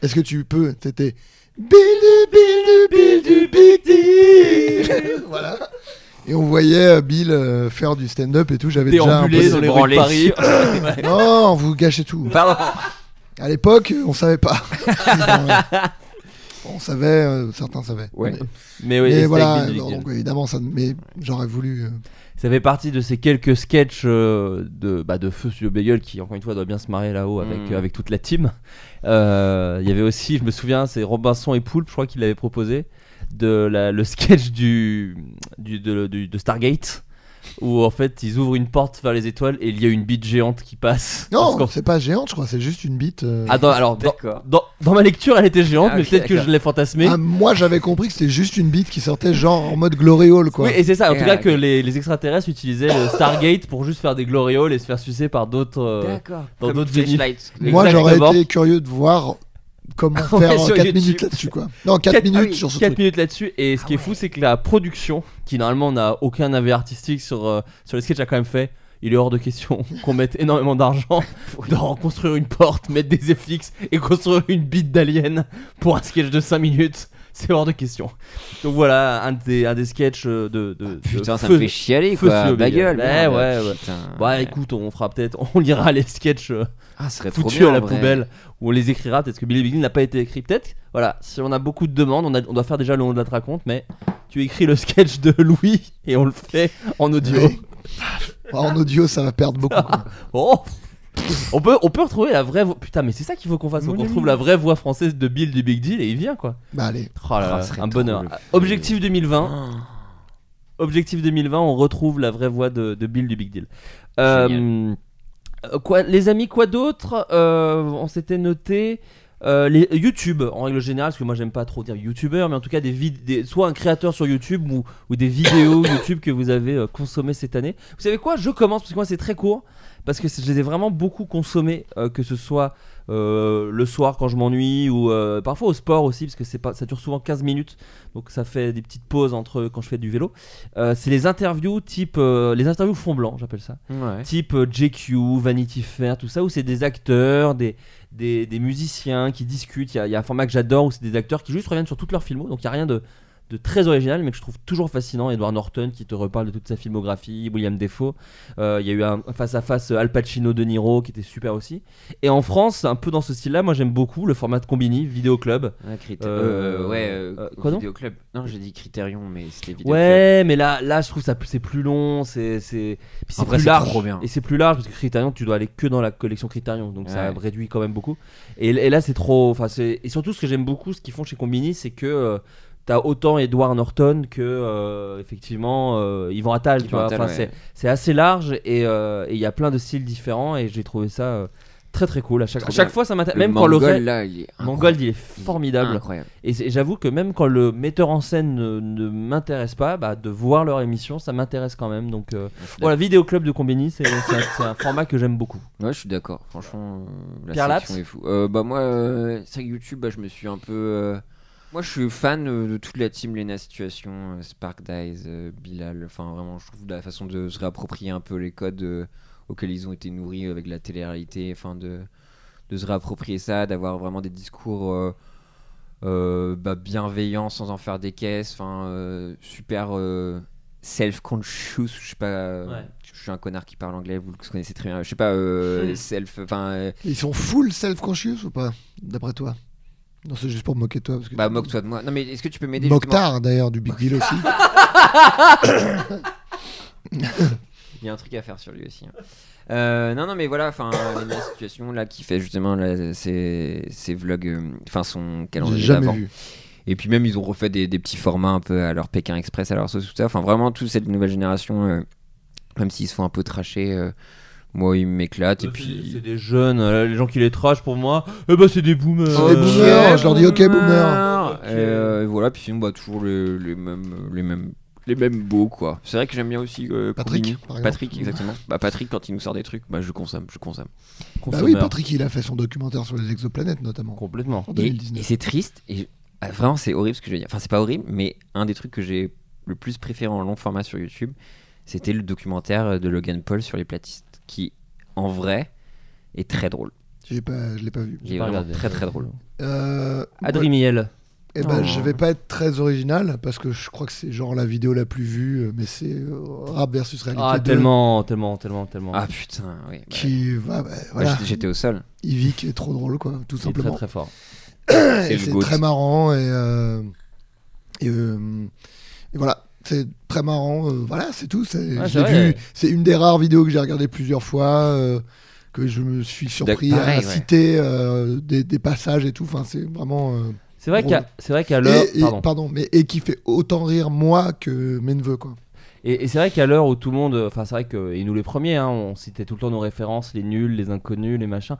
Est-ce que tu peux C'était Bill du Bill du Bill du Big Deal Voilà. Et on voyait euh, Bill euh, faire du stand-up et tout. J'avais déjà un peu.
Déambulé dans
se
les rues de
branler.
Paris.
Non, vous gâchez tout.
Pardon.
À l'époque, on savait pas. on savait, euh, certains savaient.
Ouais.
Mais-
Mais
Mais
oui, c'était
voilà,
avec Bill
alors,
Dugan.
donc évidemment, ça, mais j'aurais voulu. euh,
ça fait partie de ces quelques sketchs euh, de, bah, de Feu sur Bagel qui, encore une fois, doit bien se marrer là-haut avec,
Mm.
euh, avec toute la team. Euh, Il y avait aussi, je me souviens, c'est Robinson et Poulpe, je crois qu'il l'avait proposé, de la- le sketch du, du, de, du- de Stargate. Où en fait ils ouvrent une porte vers les étoiles et il y a une bite géante qui passe. Parce
Non,
qu'en-
c'est pas géante, je crois, c'est juste une bite. euh,
Ah, dans- alors dans,
D'accord.
dans, dans ma lecture elle était géante,
Ah,
mais
ok,
peut-être que
d'accord.
je l'ai fantasmée.
ah, moi, j'avais compris que c'était juste une bite qui sortait genre en mode glory hole, quoi.
Oui, et c'est ça, en
Et
tout cas
ah,
que
ok.
les, les extraterrestres utilisaient le Stargate pour juste faire des glorioles et se faire sucer par d'autres. euh,
D'accord.
dans
Comme
d'autres
flashlights.
Moi, j'aurais
Exactement.
été curieux de voir comment
Ouais,
faire en
sur
4
YouTube.
minutes là-dessus, quoi. Non, 4
Quatre-
minutes
ah oui,
sur ce
4
truc.
minutes là-dessus et ce
Ah
qui est fou c'est que la production qui normalement n'a aucun avis artistique sur, euh, sur les sketchs a quand même fait il est hors de question qu'on mette énormément d'argent dans construire une porte, mettre des FX et construire une bite d'alien pour un sketch de 5 minutes c'est hors de question. Donc voilà, un des, un des sketchs de. de- de
Ah, Putain, ça
feu-
me fait chialer
feu
quoi.
sur
Ma
le
gueule.
milieu.
merde,
Ouais, ouais, ouais.
putain.
Bah
Ouais.
écoute, on fera peut-être, on lira les sketchs euh,
Ah, ce serait trop
foutus
bien,
à la
en vrai.
poubelle, ou on les écrira, peut-être que Billy Big Deal n'a pas été écrit, peut-être. Voilà, si on a beaucoup de demandes, on, a- on doit faire déjà le long de la raconte, mais tu écris le sketch de Louis et on le fait en audio.
Ouais. En audio, ça va perdre beaucoup. quoi.
Oh on peut, on peut retrouver la vraie voix. Putain, mais c'est ça qu'il faut qu'on fasse. On retrouve la vraie voix française de Bill du Big Deal et il vient quoi.
Bah allez,
Oh là
Ah,
là,
ce serait
un
trop
bonheur.
le fun.
Objectif 2020.
Ah.
Objectif 2020, on retrouve la vraie voix de, de Bill du Big Deal. Euh, euh, quoi, les amis, quoi d'autre Euh, On s'était noté. euh, les YouTube en règle générale parce que moi j'aime pas trop dire youtubeur mais en tout cas des, vid- des soit un créateur sur YouTube ou, ou des vidéos YouTube que vous avez euh, consommées cette année vous savez quoi je commence parce que moi c'est très court parce que je les ai vraiment beaucoup consommés euh, que ce soit euh, le soir quand je m'ennuie ou euh, parfois au sport aussi parce que c'est pas ça dure souvent 15 minutes donc ça fait des petites pauses entre quand je fais du vélo Euh, c'est les interviews type euh, les interviews fond blanc j'appelle ça
Ouais.
type euh, JQ, Vanity Fair, tout ça, où c'est des acteurs, des, des, des musiciens qui discutent. Il y a- il y, a un format que j'adore où c'est des acteurs qui juste reviennent sur toutes leurs filmos, donc il n'y a rien de, de très original, mais que je trouve toujours fascinant. Edward Norton qui te reparle de toute sa filmographie, William Defoe. Euh, Il y a eu un face-à-face euh, Al Pacino-De Niro qui était super aussi. Et en France, un peu dans ce style-là, moi j'aime beaucoup le format de Combini, Vidéo Club.
Ouais, Crit-
Euh,
euh, ouais, euh,
euh, quoi donc
Vidéo Club. Non, j'ai dit Criterion, mais c'était Vidéo Club.
Ouais, mais là, là, je trouve ça plus- c'est plus long, c'est c'est puis c'est
Après,
plus
c'est
large.
trop bien.
Et c'est plus large parce que Criterion, tu dois aller que dans la collection Criterion, donc ça
Ouais.
réduit quand même beaucoup. Et, et là, c'est trop. Enfin, c'est et surtout ce que j'aime beaucoup, ce qu'ils font chez Combini, c'est que euh, t'as autant Edward Norton que euh, effectivement euh, Yvan Attal. tu
Yvan
vois.
Attal,
Enfin,
ouais.
c'est c'est assez large et euh, et il y a plein de styles différents et j'ai trouvé ça euh, très très cool à chaque
Trop
à chaque
bien.
fois. Ça m'intéresse.
Le
Même quand le
Mangold,
ré-
là, il est
Mangold, il est
incroyable.
formidable.
Incroyable.
Et c'est- j'avoue que même quand le metteur en scène ne, ne m'intéresse pas, bah, de voir leur émission, ça m'intéresse quand même. Donc euh, voilà, Vidéo Club de Combini, c'est c'est un, c'est un format que j'aime beaucoup.
Ouais, je suis d'accord. Franchement, euh, la
Pierre Laps
sélection est fou. Euh, bah moi, euh, c'est vrai que YouTube, bah, je me suis un peu. euh, Moi, je suis fan euh, de toute la team Lena Situation, euh, Spark Dies, euh, Bilal. Enfin, vraiment, je trouve la façon de se réapproprier un peu les codes euh, auxquels ils ont été nourris euh, avec la télé-réalité. Enfin, de de se réapproprier ça, d'avoir vraiment des discours euh, euh, bah, bienveillants sans en faire des caisses, enfin euh, super euh, self-conscious, je sais pas, euh,
Ouais.
je suis un connard qui parle anglais, vous le connaissez très bien, je sais pas, euh,
Hmm.
self, enfin, euh,
ils sont full self-conscious ou pas D'après toi Non, c'est juste pour me moquer de toi. Parce que
bah moque-toi de moi. Non mais est-ce que tu peux m'aider justement
Mokhtar d'ailleurs du Big Deal aussi.
Il y a un truc à faire sur lui aussi. hein. Euh, non, non, mais voilà, enfin, euh, la situation là qui fait justement là, ses, ses vlogs, euh, enfin son
J'ai
calendrier
jamais
d'avant.
vu.
Et puis même, ils ont refait des, des petits formats un peu à leur Pékin Express, à leur sauce, tout ça. Enfin, vraiment, toute cette nouvelle génération, euh, même s'ils se font un peu tracher, euh, moi, ils m'éclatent. Et
C'est
puis.
des jeunes, euh, les gens qui les trashent pour moi, eh ben c'est des boomers. Euh, Bah
C'est des boomers. je leur dis, ok, boomer.
Ok.
Euh, et voilà, puis sinon, bah, toujours les, les mêmes. Les mêmes les mêmes beaux quoi. C'est vrai que j'aime bien aussi euh,
Patrick,
Combini.
par exemple.
Patrick exactement. Bah Patrick quand il nous sort des trucs, bah je consomme, je consomme.
Bah oui, Patrick, il a fait son documentaire sur les exoplanètes notamment.
Complètement.
En
Et,
2019.
et c'est triste, et je- ah, vraiment c'est horrible ce que je veux dire. Enfin, c'est pas horrible, mais un des trucs que j'ai le plus préféré en long format sur YouTube, c'était le documentaire euh, de Logan Paul sur les platistes, qui en vrai est très drôle.
J'ai pas, je l'ai pas vu.
Il est vraiment très très drôle.
Euh,
Adri Miel.
Eh ben,
Oh.
je vais pas être très original parce que je crois que c'est genre la vidéo la plus vue, euh, mais c'est euh, rap versus réalité.
Ah,
2,
tellement, tellement, tellement, tellement.
Ah putain, oui. Bah,
Qui, va, bah,
moi,
voilà,
j'étais- J'étais au sol.
Ivy qui est trop drôle, quoi, tout
c'est très
simplement.
très fort.
Et
le
C'est
goat.
très marrant et, euh, et, euh, et voilà, c'est très marrant. euh, voilà, c'est tout. C'est
Ouais,
je
c'est
l'ai
vrai.
vu. C'est une des rares vidéos que j'ai regardées plusieurs fois. euh, que je me suis surpris
d'accord, pareil,
à
ouais.
citer euh, des, des passages et tout. Enfin, c'est vraiment. euh,
C'est vrai
Drôle.
qu'à c'est vrai qu'à l'heure.
et, et-
Pardon.
mais et qui fait autant rire moi que mes neveux, quoi.
Et, et c'est vrai qu'à l'heure où tout le monde, enfin c'est vrai que, et nous les premiers, hein, on citait tout le temps nos références, les nuls, les inconnus, les machins.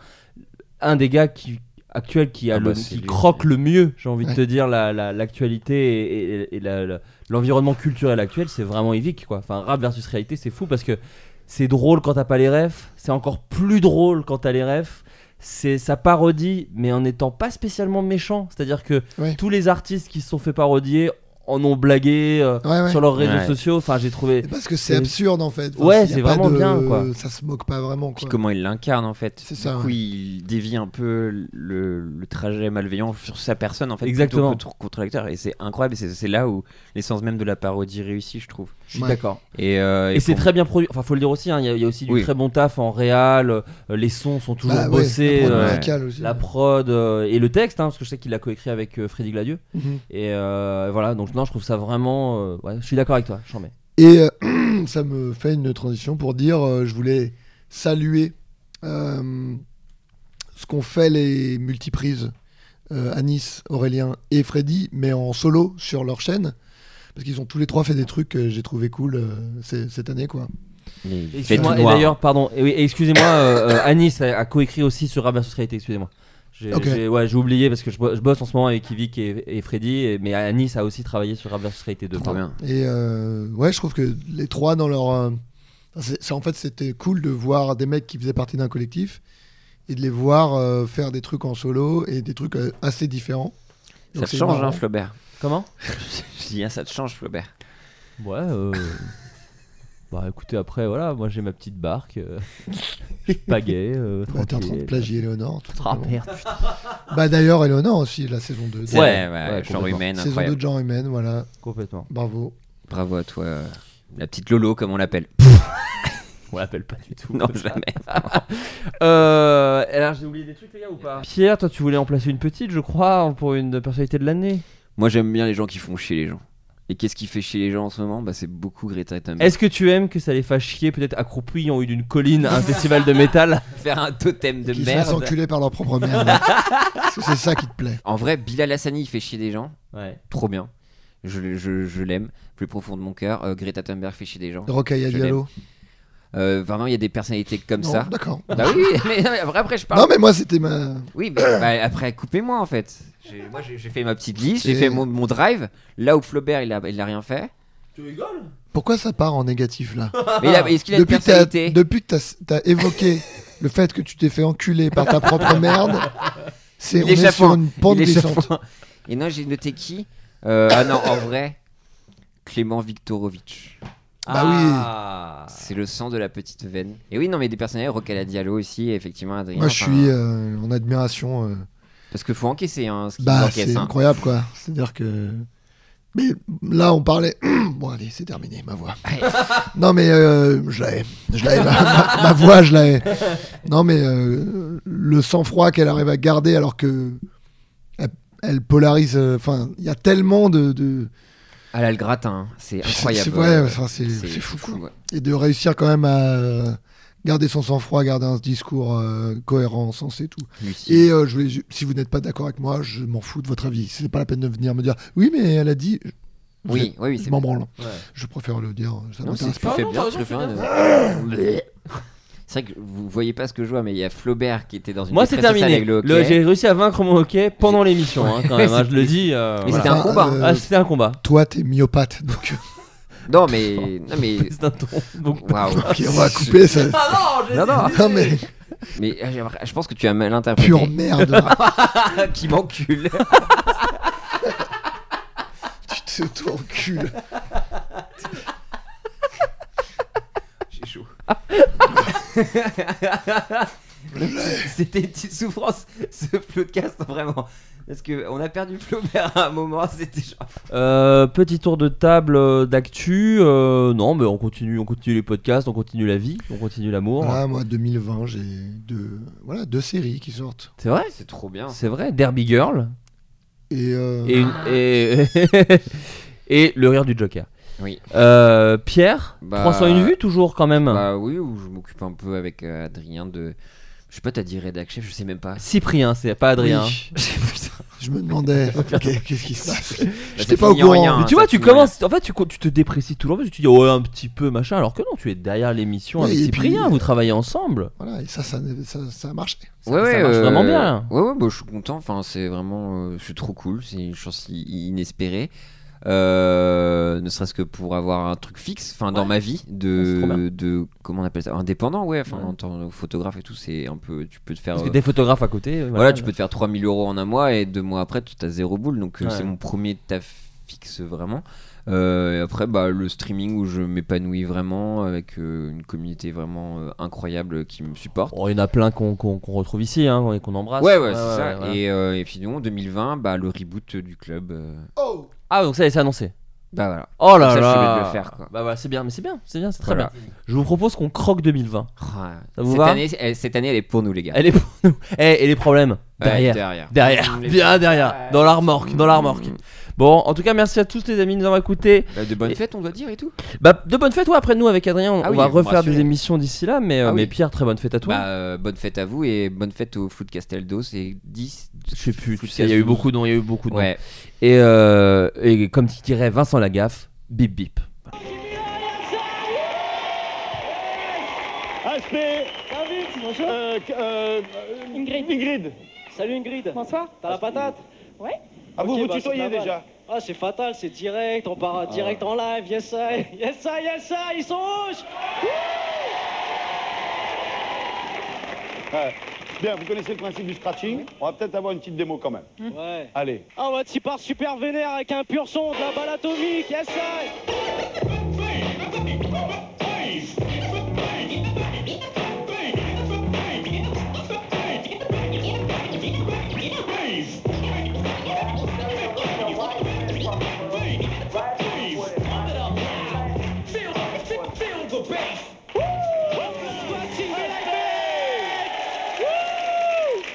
Un des gars qui actuel qui a
Ah
le,
bah, c'est
qui
lui.
croque le mieux, j'ai envie
Ouais.
de te dire, la- la- l'actualité et- et, et la- la- l'environnement culturel actuel, c'est vraiment Evic quoi. Enfin rap versus réalité, c'est fou parce que c'est drôle quand t'as pas les refs, c'est encore plus drôle quand t'as les refs. C'est sa parodie, mais en n'étant pas spécialement méchant. C'est-à-dire que
Ouais.
tous les artistes qui se sont fait parodier en ont blagué euh,
Ouais, ouais.
sur leurs réseaux
Ouais.
sociaux. Enfin, j'ai trouvé.
Et Parce que c'est
Et-
absurde en fait.
Ouais,
y a
c'est
pas
vraiment
de-
bien, quoi.
Ça se moque pas vraiment
Puis
quoi.
comment il l'incarne en fait.
C'est ça,
Du coup,
ouais.
il dévie un peu le, le trajet malveillant sur sa personne en fait.
Exactement.
plutôt que contre l'acteur. Et c'est incroyable. Et c'est- c'est là où l'essence même de la parodie réussit, je trouve.
Je suis
Ouais.
d'accord.
Et, euh,
Et c'est
pour-
très bien produit. Enfin, faut le dire aussi, hein, il y, a- il y a aussi du
Oui.
très bon taf en réal. euh, les sons sont toujours
Bah ouais,
bossés.
la prod
euh,
ouais.
musicale aussi.
La prod euh, et le texte, hein, parce que je sais qu'il l'a coécrit avec euh, Freddy Gladieux.
Mhm.
Et euh, voilà, donc non, je trouve ça vraiment. euh, ouais, je suis d'accord avec toi, j'en mets.
Et euh, ça me fait une transition pour dire, euh, je voulais saluer euh, ce qu'ont fait les multiprises euh, Anis, Aurélien et Freddy, mais en solo sur leur chaîne. Parce qu'ils ont tous les trois fait des trucs que j'ai trouvé cool euh, ces- cette année, quoi.
Mais il fait
Excuse-moi,
tout
et
noir.
d'ailleurs, pardon, et oui, et excusez-moi, euh, euh, Anis a, a coécrit aussi sur Rabat Society, excusez-moi. J'ai
Ok.
j'ai- ouais, j'ai oublié parce que je, bo- je bosse en ce moment avec Yvick et, et Freddy, et- mais Anis a aussi travaillé sur Rabat Society 2.
Trop bien.
Et euh, ouais, je trouve que les trois dans leur. euh, c'est- c'est- en fait, c'était cool de voir des mecs qui faisaient partie d'un collectif et de les voir euh, faire des trucs en solo et des trucs euh, assez différents.
Ça
Donc,
te
c'est
change,
marrant.
hein, Flaubert.
Comment
je dis, hein, ça te change, Flaubert.
Ouais, euh, bah écoutez, après, voilà, moi j'ai ma petite barque, euh, je pagaie. euh,
Ouais, Bah, T'es en train de
tranquille.
plagier Eleonore. tout
Ah
simplement.
merde.
Bah d'ailleurs, Eleonore aussi, la saison 2.
Ouais, ouais,
genre
complètement.
humaine,
saison 2
incroyable.
de genre humaine, voilà.
Complètement.
Bravo.
Bravo à toi. euh, La petite Lolo, comme on l'appelle.
On l'appelle pas du tout.
non,
comme ça.
jamais.
Euh, alors j'ai oublié des trucs, les gars, ou pas Pierre, toi tu voulais en placer une petite, je crois, pour une personnalité de l'année.
Moi, j'aime bien les gens qui font chier les gens. Et qu'est-ce qui fait chier les gens en ce moment Bah, c'est beaucoup Greta Thunberg.
Est-ce que tu aimes que ça les fasse chier, peut-être accroupis en haut d'une colline à un festival de métal
faire un totem de
Qui se fassent
merde
enculer par leur propre merde. Parce que c'est ça qui te plaît.
En vrai, Bilal Hassani, il fait chier des gens.
Ouais.
Trop bien. Je, je- je l'aime, plus profond de mon cœur. Euh, Greta Thunberg fait chier des gens.
Rocaille à
Je
Diallo.
Euh, vraiment, il y a des personnalités comme
Non,
ça.
D'accord.
Bah oui, mais non, mais après, après, je parle.
Non, mais moi, c'était ma.
Oui, mais bah, après, coupez-moi en fait. J'ai- Moi, j'ai j'ai fait ma petite liste, j'ai
C'est-
fait mon, mon drive. Là où Flaubert, il a, il a rien fait.
Tu rigoles
Pourquoi ça part en négatif là
Mais il a- est-ce qu'il a
Ah. depuis,
une
que t'as-
personnalité
depuis que t'as t'as évoqué le fait que tu t'es fait enculer par ta propre merde, c'est on
Il est
est sur
chafouin.
une pente
Il est
descente.
chafouin. Et non, j'ai noté qui Euh, Ah non, en vrai, Clément Viktorovitch.
Bah
C'est le sang de la petite veine. Et oui, non, mais des personnages, Rocala Diallo aussi, effectivement, Adrien.
Moi, je
enfin,
suis euh, en admiration. euh,
Parce que faut encaisser, hein, ce qu'il
Bah,
encaisse,
c'est
hein.
incroyable, quoi. C'est-à-dire que. Mais là, on parlait. Bon, allez, c'est terminé, ma voix.
Ouais.
non, mais euh, je l'avais. Je l'avais, ma, ma- ma voix, je l'avais. Non, mais euh, le sang-froid qu'elle arrive à garder alors que. Elle, elle polarise. euh, Enfin, il y a tellement de. de-
Ah là, le gratin, hein, c'est incroyable.
C'est ouais,
Euh,
enfin, c'est c'est fou, quoi.
ouais.
Et de réussir quand même à. euh, Garder son sang-froid, garder un discours euh, cohérent, sensé, tout.
Lucie.
Et euh, je voulais ju- si vous n'êtes pas d'accord avec moi, je m'en fous de votre avis. C'est pas la peine de venir me dire oui, mais elle a dit.
Oui, oui, oui,
Je
c'est
m'en branle.
Ouais.
Je préfère le dire. Ça
Non, c'est
m'intéresse
tu
pas.
fais
non,
bien,
t'as
tu
raison,
fais
c'est
bien. C'est vrai que vous voyez pas ce que je vois, mais il y a Flaubert qui était dans une
Moi c'est
détresse totale
terminé.
avec le
Le-
hockey.
J'ai réussi à vaincre mon hockey pendant l'émission, hein, quand même. hein, je le dis. euh,
Mais
voilà.
c'était un
Enfin,
combat.
euh,
Ah, c'était un combat.
Toi, t'es myopathe, donc euh,
Non, mais. Non, mais.
C'est un ton. Donc...
Waouh.
ok, on va couper ça.
Ah non, j'ai-
Non, non,
Non mais
mais euh, j'ai- je pense que tu as mal interprété.
pure merde.
qui m'encule.
tu te t'encules.
J'ai chaud. C'était une petite souffrance ce podcast vraiment parce que on a perdu Flaubert à un moment c'était genre
Euh, petit tour de table euh, d'actu. euh, non, mais on continue, on continue les podcasts, on continue la vie, on continue l'amour.
Voilà, moi 2020, j'ai deux voilà deux séries qui sortent
C'est vrai,
ah, c'est trop bien
c'est vrai. Derby Girl
et, euh,
et, une- et... et le rire du Joker.
oui
Euh, Pierre,
Bah,
301 vues toujours quand même.
bah oui ou je m'occupe un peu avec euh, Adrien de je sais pas t'as dit rédac chef je sais même pas
Cyprien, c'est pas Adrien.
Oui.
Putain.
je me demandais ok, qu'est-ce qui se passe.
Bah,
J'étais
ça
pas au
finit en
courant.
rien,
Mais
hein,
tu
ça
vois, tu
finit en
commences. En fait, tu, co- tu te déprécies toujours parce que tu dis ouais un petit peu machin, alors que non, tu es derrière l'émission
Oui,
avec
et puis-
Cyprien, vous travaillez ensemble.
Voilà et ça ça ça, ça a marché.
Ça-
ouais,
ça
ouais,
marche
euh,
vraiment bien.
Ouais, ouais, bah, je suis content. Enfin, c'est vraiment, euh, c'est trop cool. C'est une chance i- inespérée. Euh, ne serait-ce que pour avoir un truc fixe, enfin dans ma vie
Ouais, c'est trop
de, de comment on appelle ça, indépendant, ouais. Enfin,
Ouais.
en tant que photographe et tout, c'est un peu, tu peux te faire.
Parce que
euh,
des photographes à côté.
voilà, tu peux te faire 3000 euros en un mois et deux mois après, tu as zéro boule. Donc euh,
Ouais.
c'est mon premier taf fixe vraiment. Euh, et après, bah, le streaming où je m'épanouis vraiment avec euh, une communauté vraiment euh, incroyable qui me supporte.
Bon, Oh, il y en a plein qu'on qu'on- qu'on retrouve ici hein, et qu'on embrasse.
Ouais, ouais, c'est ça.
voilà.
Et, euh, et puis, non, 2020, bah, le reboot du club. euh,
Ah, donc ça, c'est annoncé.
bah voilà.
Oh là
ça, je suis
là
obligé de le faire, quoi.
Bah voilà, c'est bien, mais c'est bien, c'est bien, c'est très
Voilà.
bien. Je vous propose qu'on croque 2020.
Ah,
Ça vous
cette,
va
année, elle, cette année, elle est pour nous, les gars.
Elle est pour nous. Eh, et les problèmes
Ouais,
Derrière.
derrière.
Derrière, bien derrière, dans la remorque, dans la remorque.
Mmh.
Bon, en tout cas, merci à tous les amis Bah, de nous avoir écoutés.
Euh, De bonnes
Et-
fêtes, on doit dire et tout.
Bah, de bonnes fêtes, ouais, après nous avec Adrien, on,
Ah
on
oui,
va
vous me
refaire des
rassurez.
émissions d'ici là, mais, euh,
Ah oui.
mais Pierre, très bonne fête à toi.
Bah, euh, bonne fête à vous et bonne fête au Foot Casteldo. C'est 10.
je sais plus, tu
Foot
sais, il y a eu
Casteldo.
beaucoup de noms, il y a eu beaucoup de noms.
Ouais.
Et, euh, et comme tu dirais Vincent Lagaffe, bip bip.
HP euh, euh, Ingrid.
Salut Ingrid,
Bonsoir.
t'as la patate
Ouais.
Ah
vous, vous tutoyez déjà.
Ah c'est fatal, c'est direct, on part direct en live, yes I, yes I, yes I, ils sont rouges
Ouais. Bien, vous connaissez le principe du scratching On va peut-être avoir une petite démo quand même.
Ouais.
Allez.
Ah ouais, tu pars super vénère avec un pur son, de la balle atomique, yes I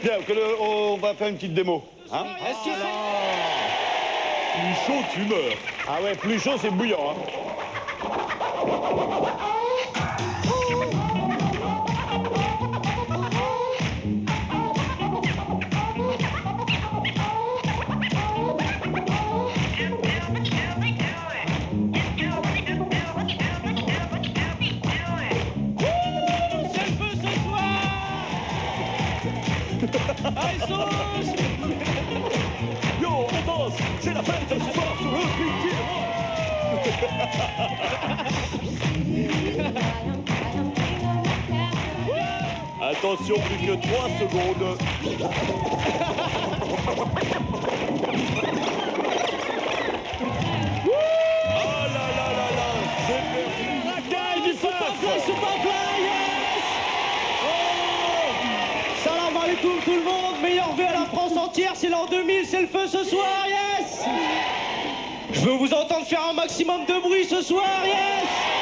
Bien, que le- on va faire une petite démo. Hein
Est-ce que c'est-
plus chaud, tu meurs. Ah ouais, plus chaud, c'est bouillant. Hein.
C'est le feu ce soir Ah, ils sont rouges
Attention, plus que 3 secondes.
Ils sont pas fly, ils sont pas fly, yes Oh Salam alaikum tout le monde, meilleur V à la France entière, c'est l'an 2000, c'est le feu ce soir, yes Je veux vous entendre faire un maximum de bruit ce soir, yes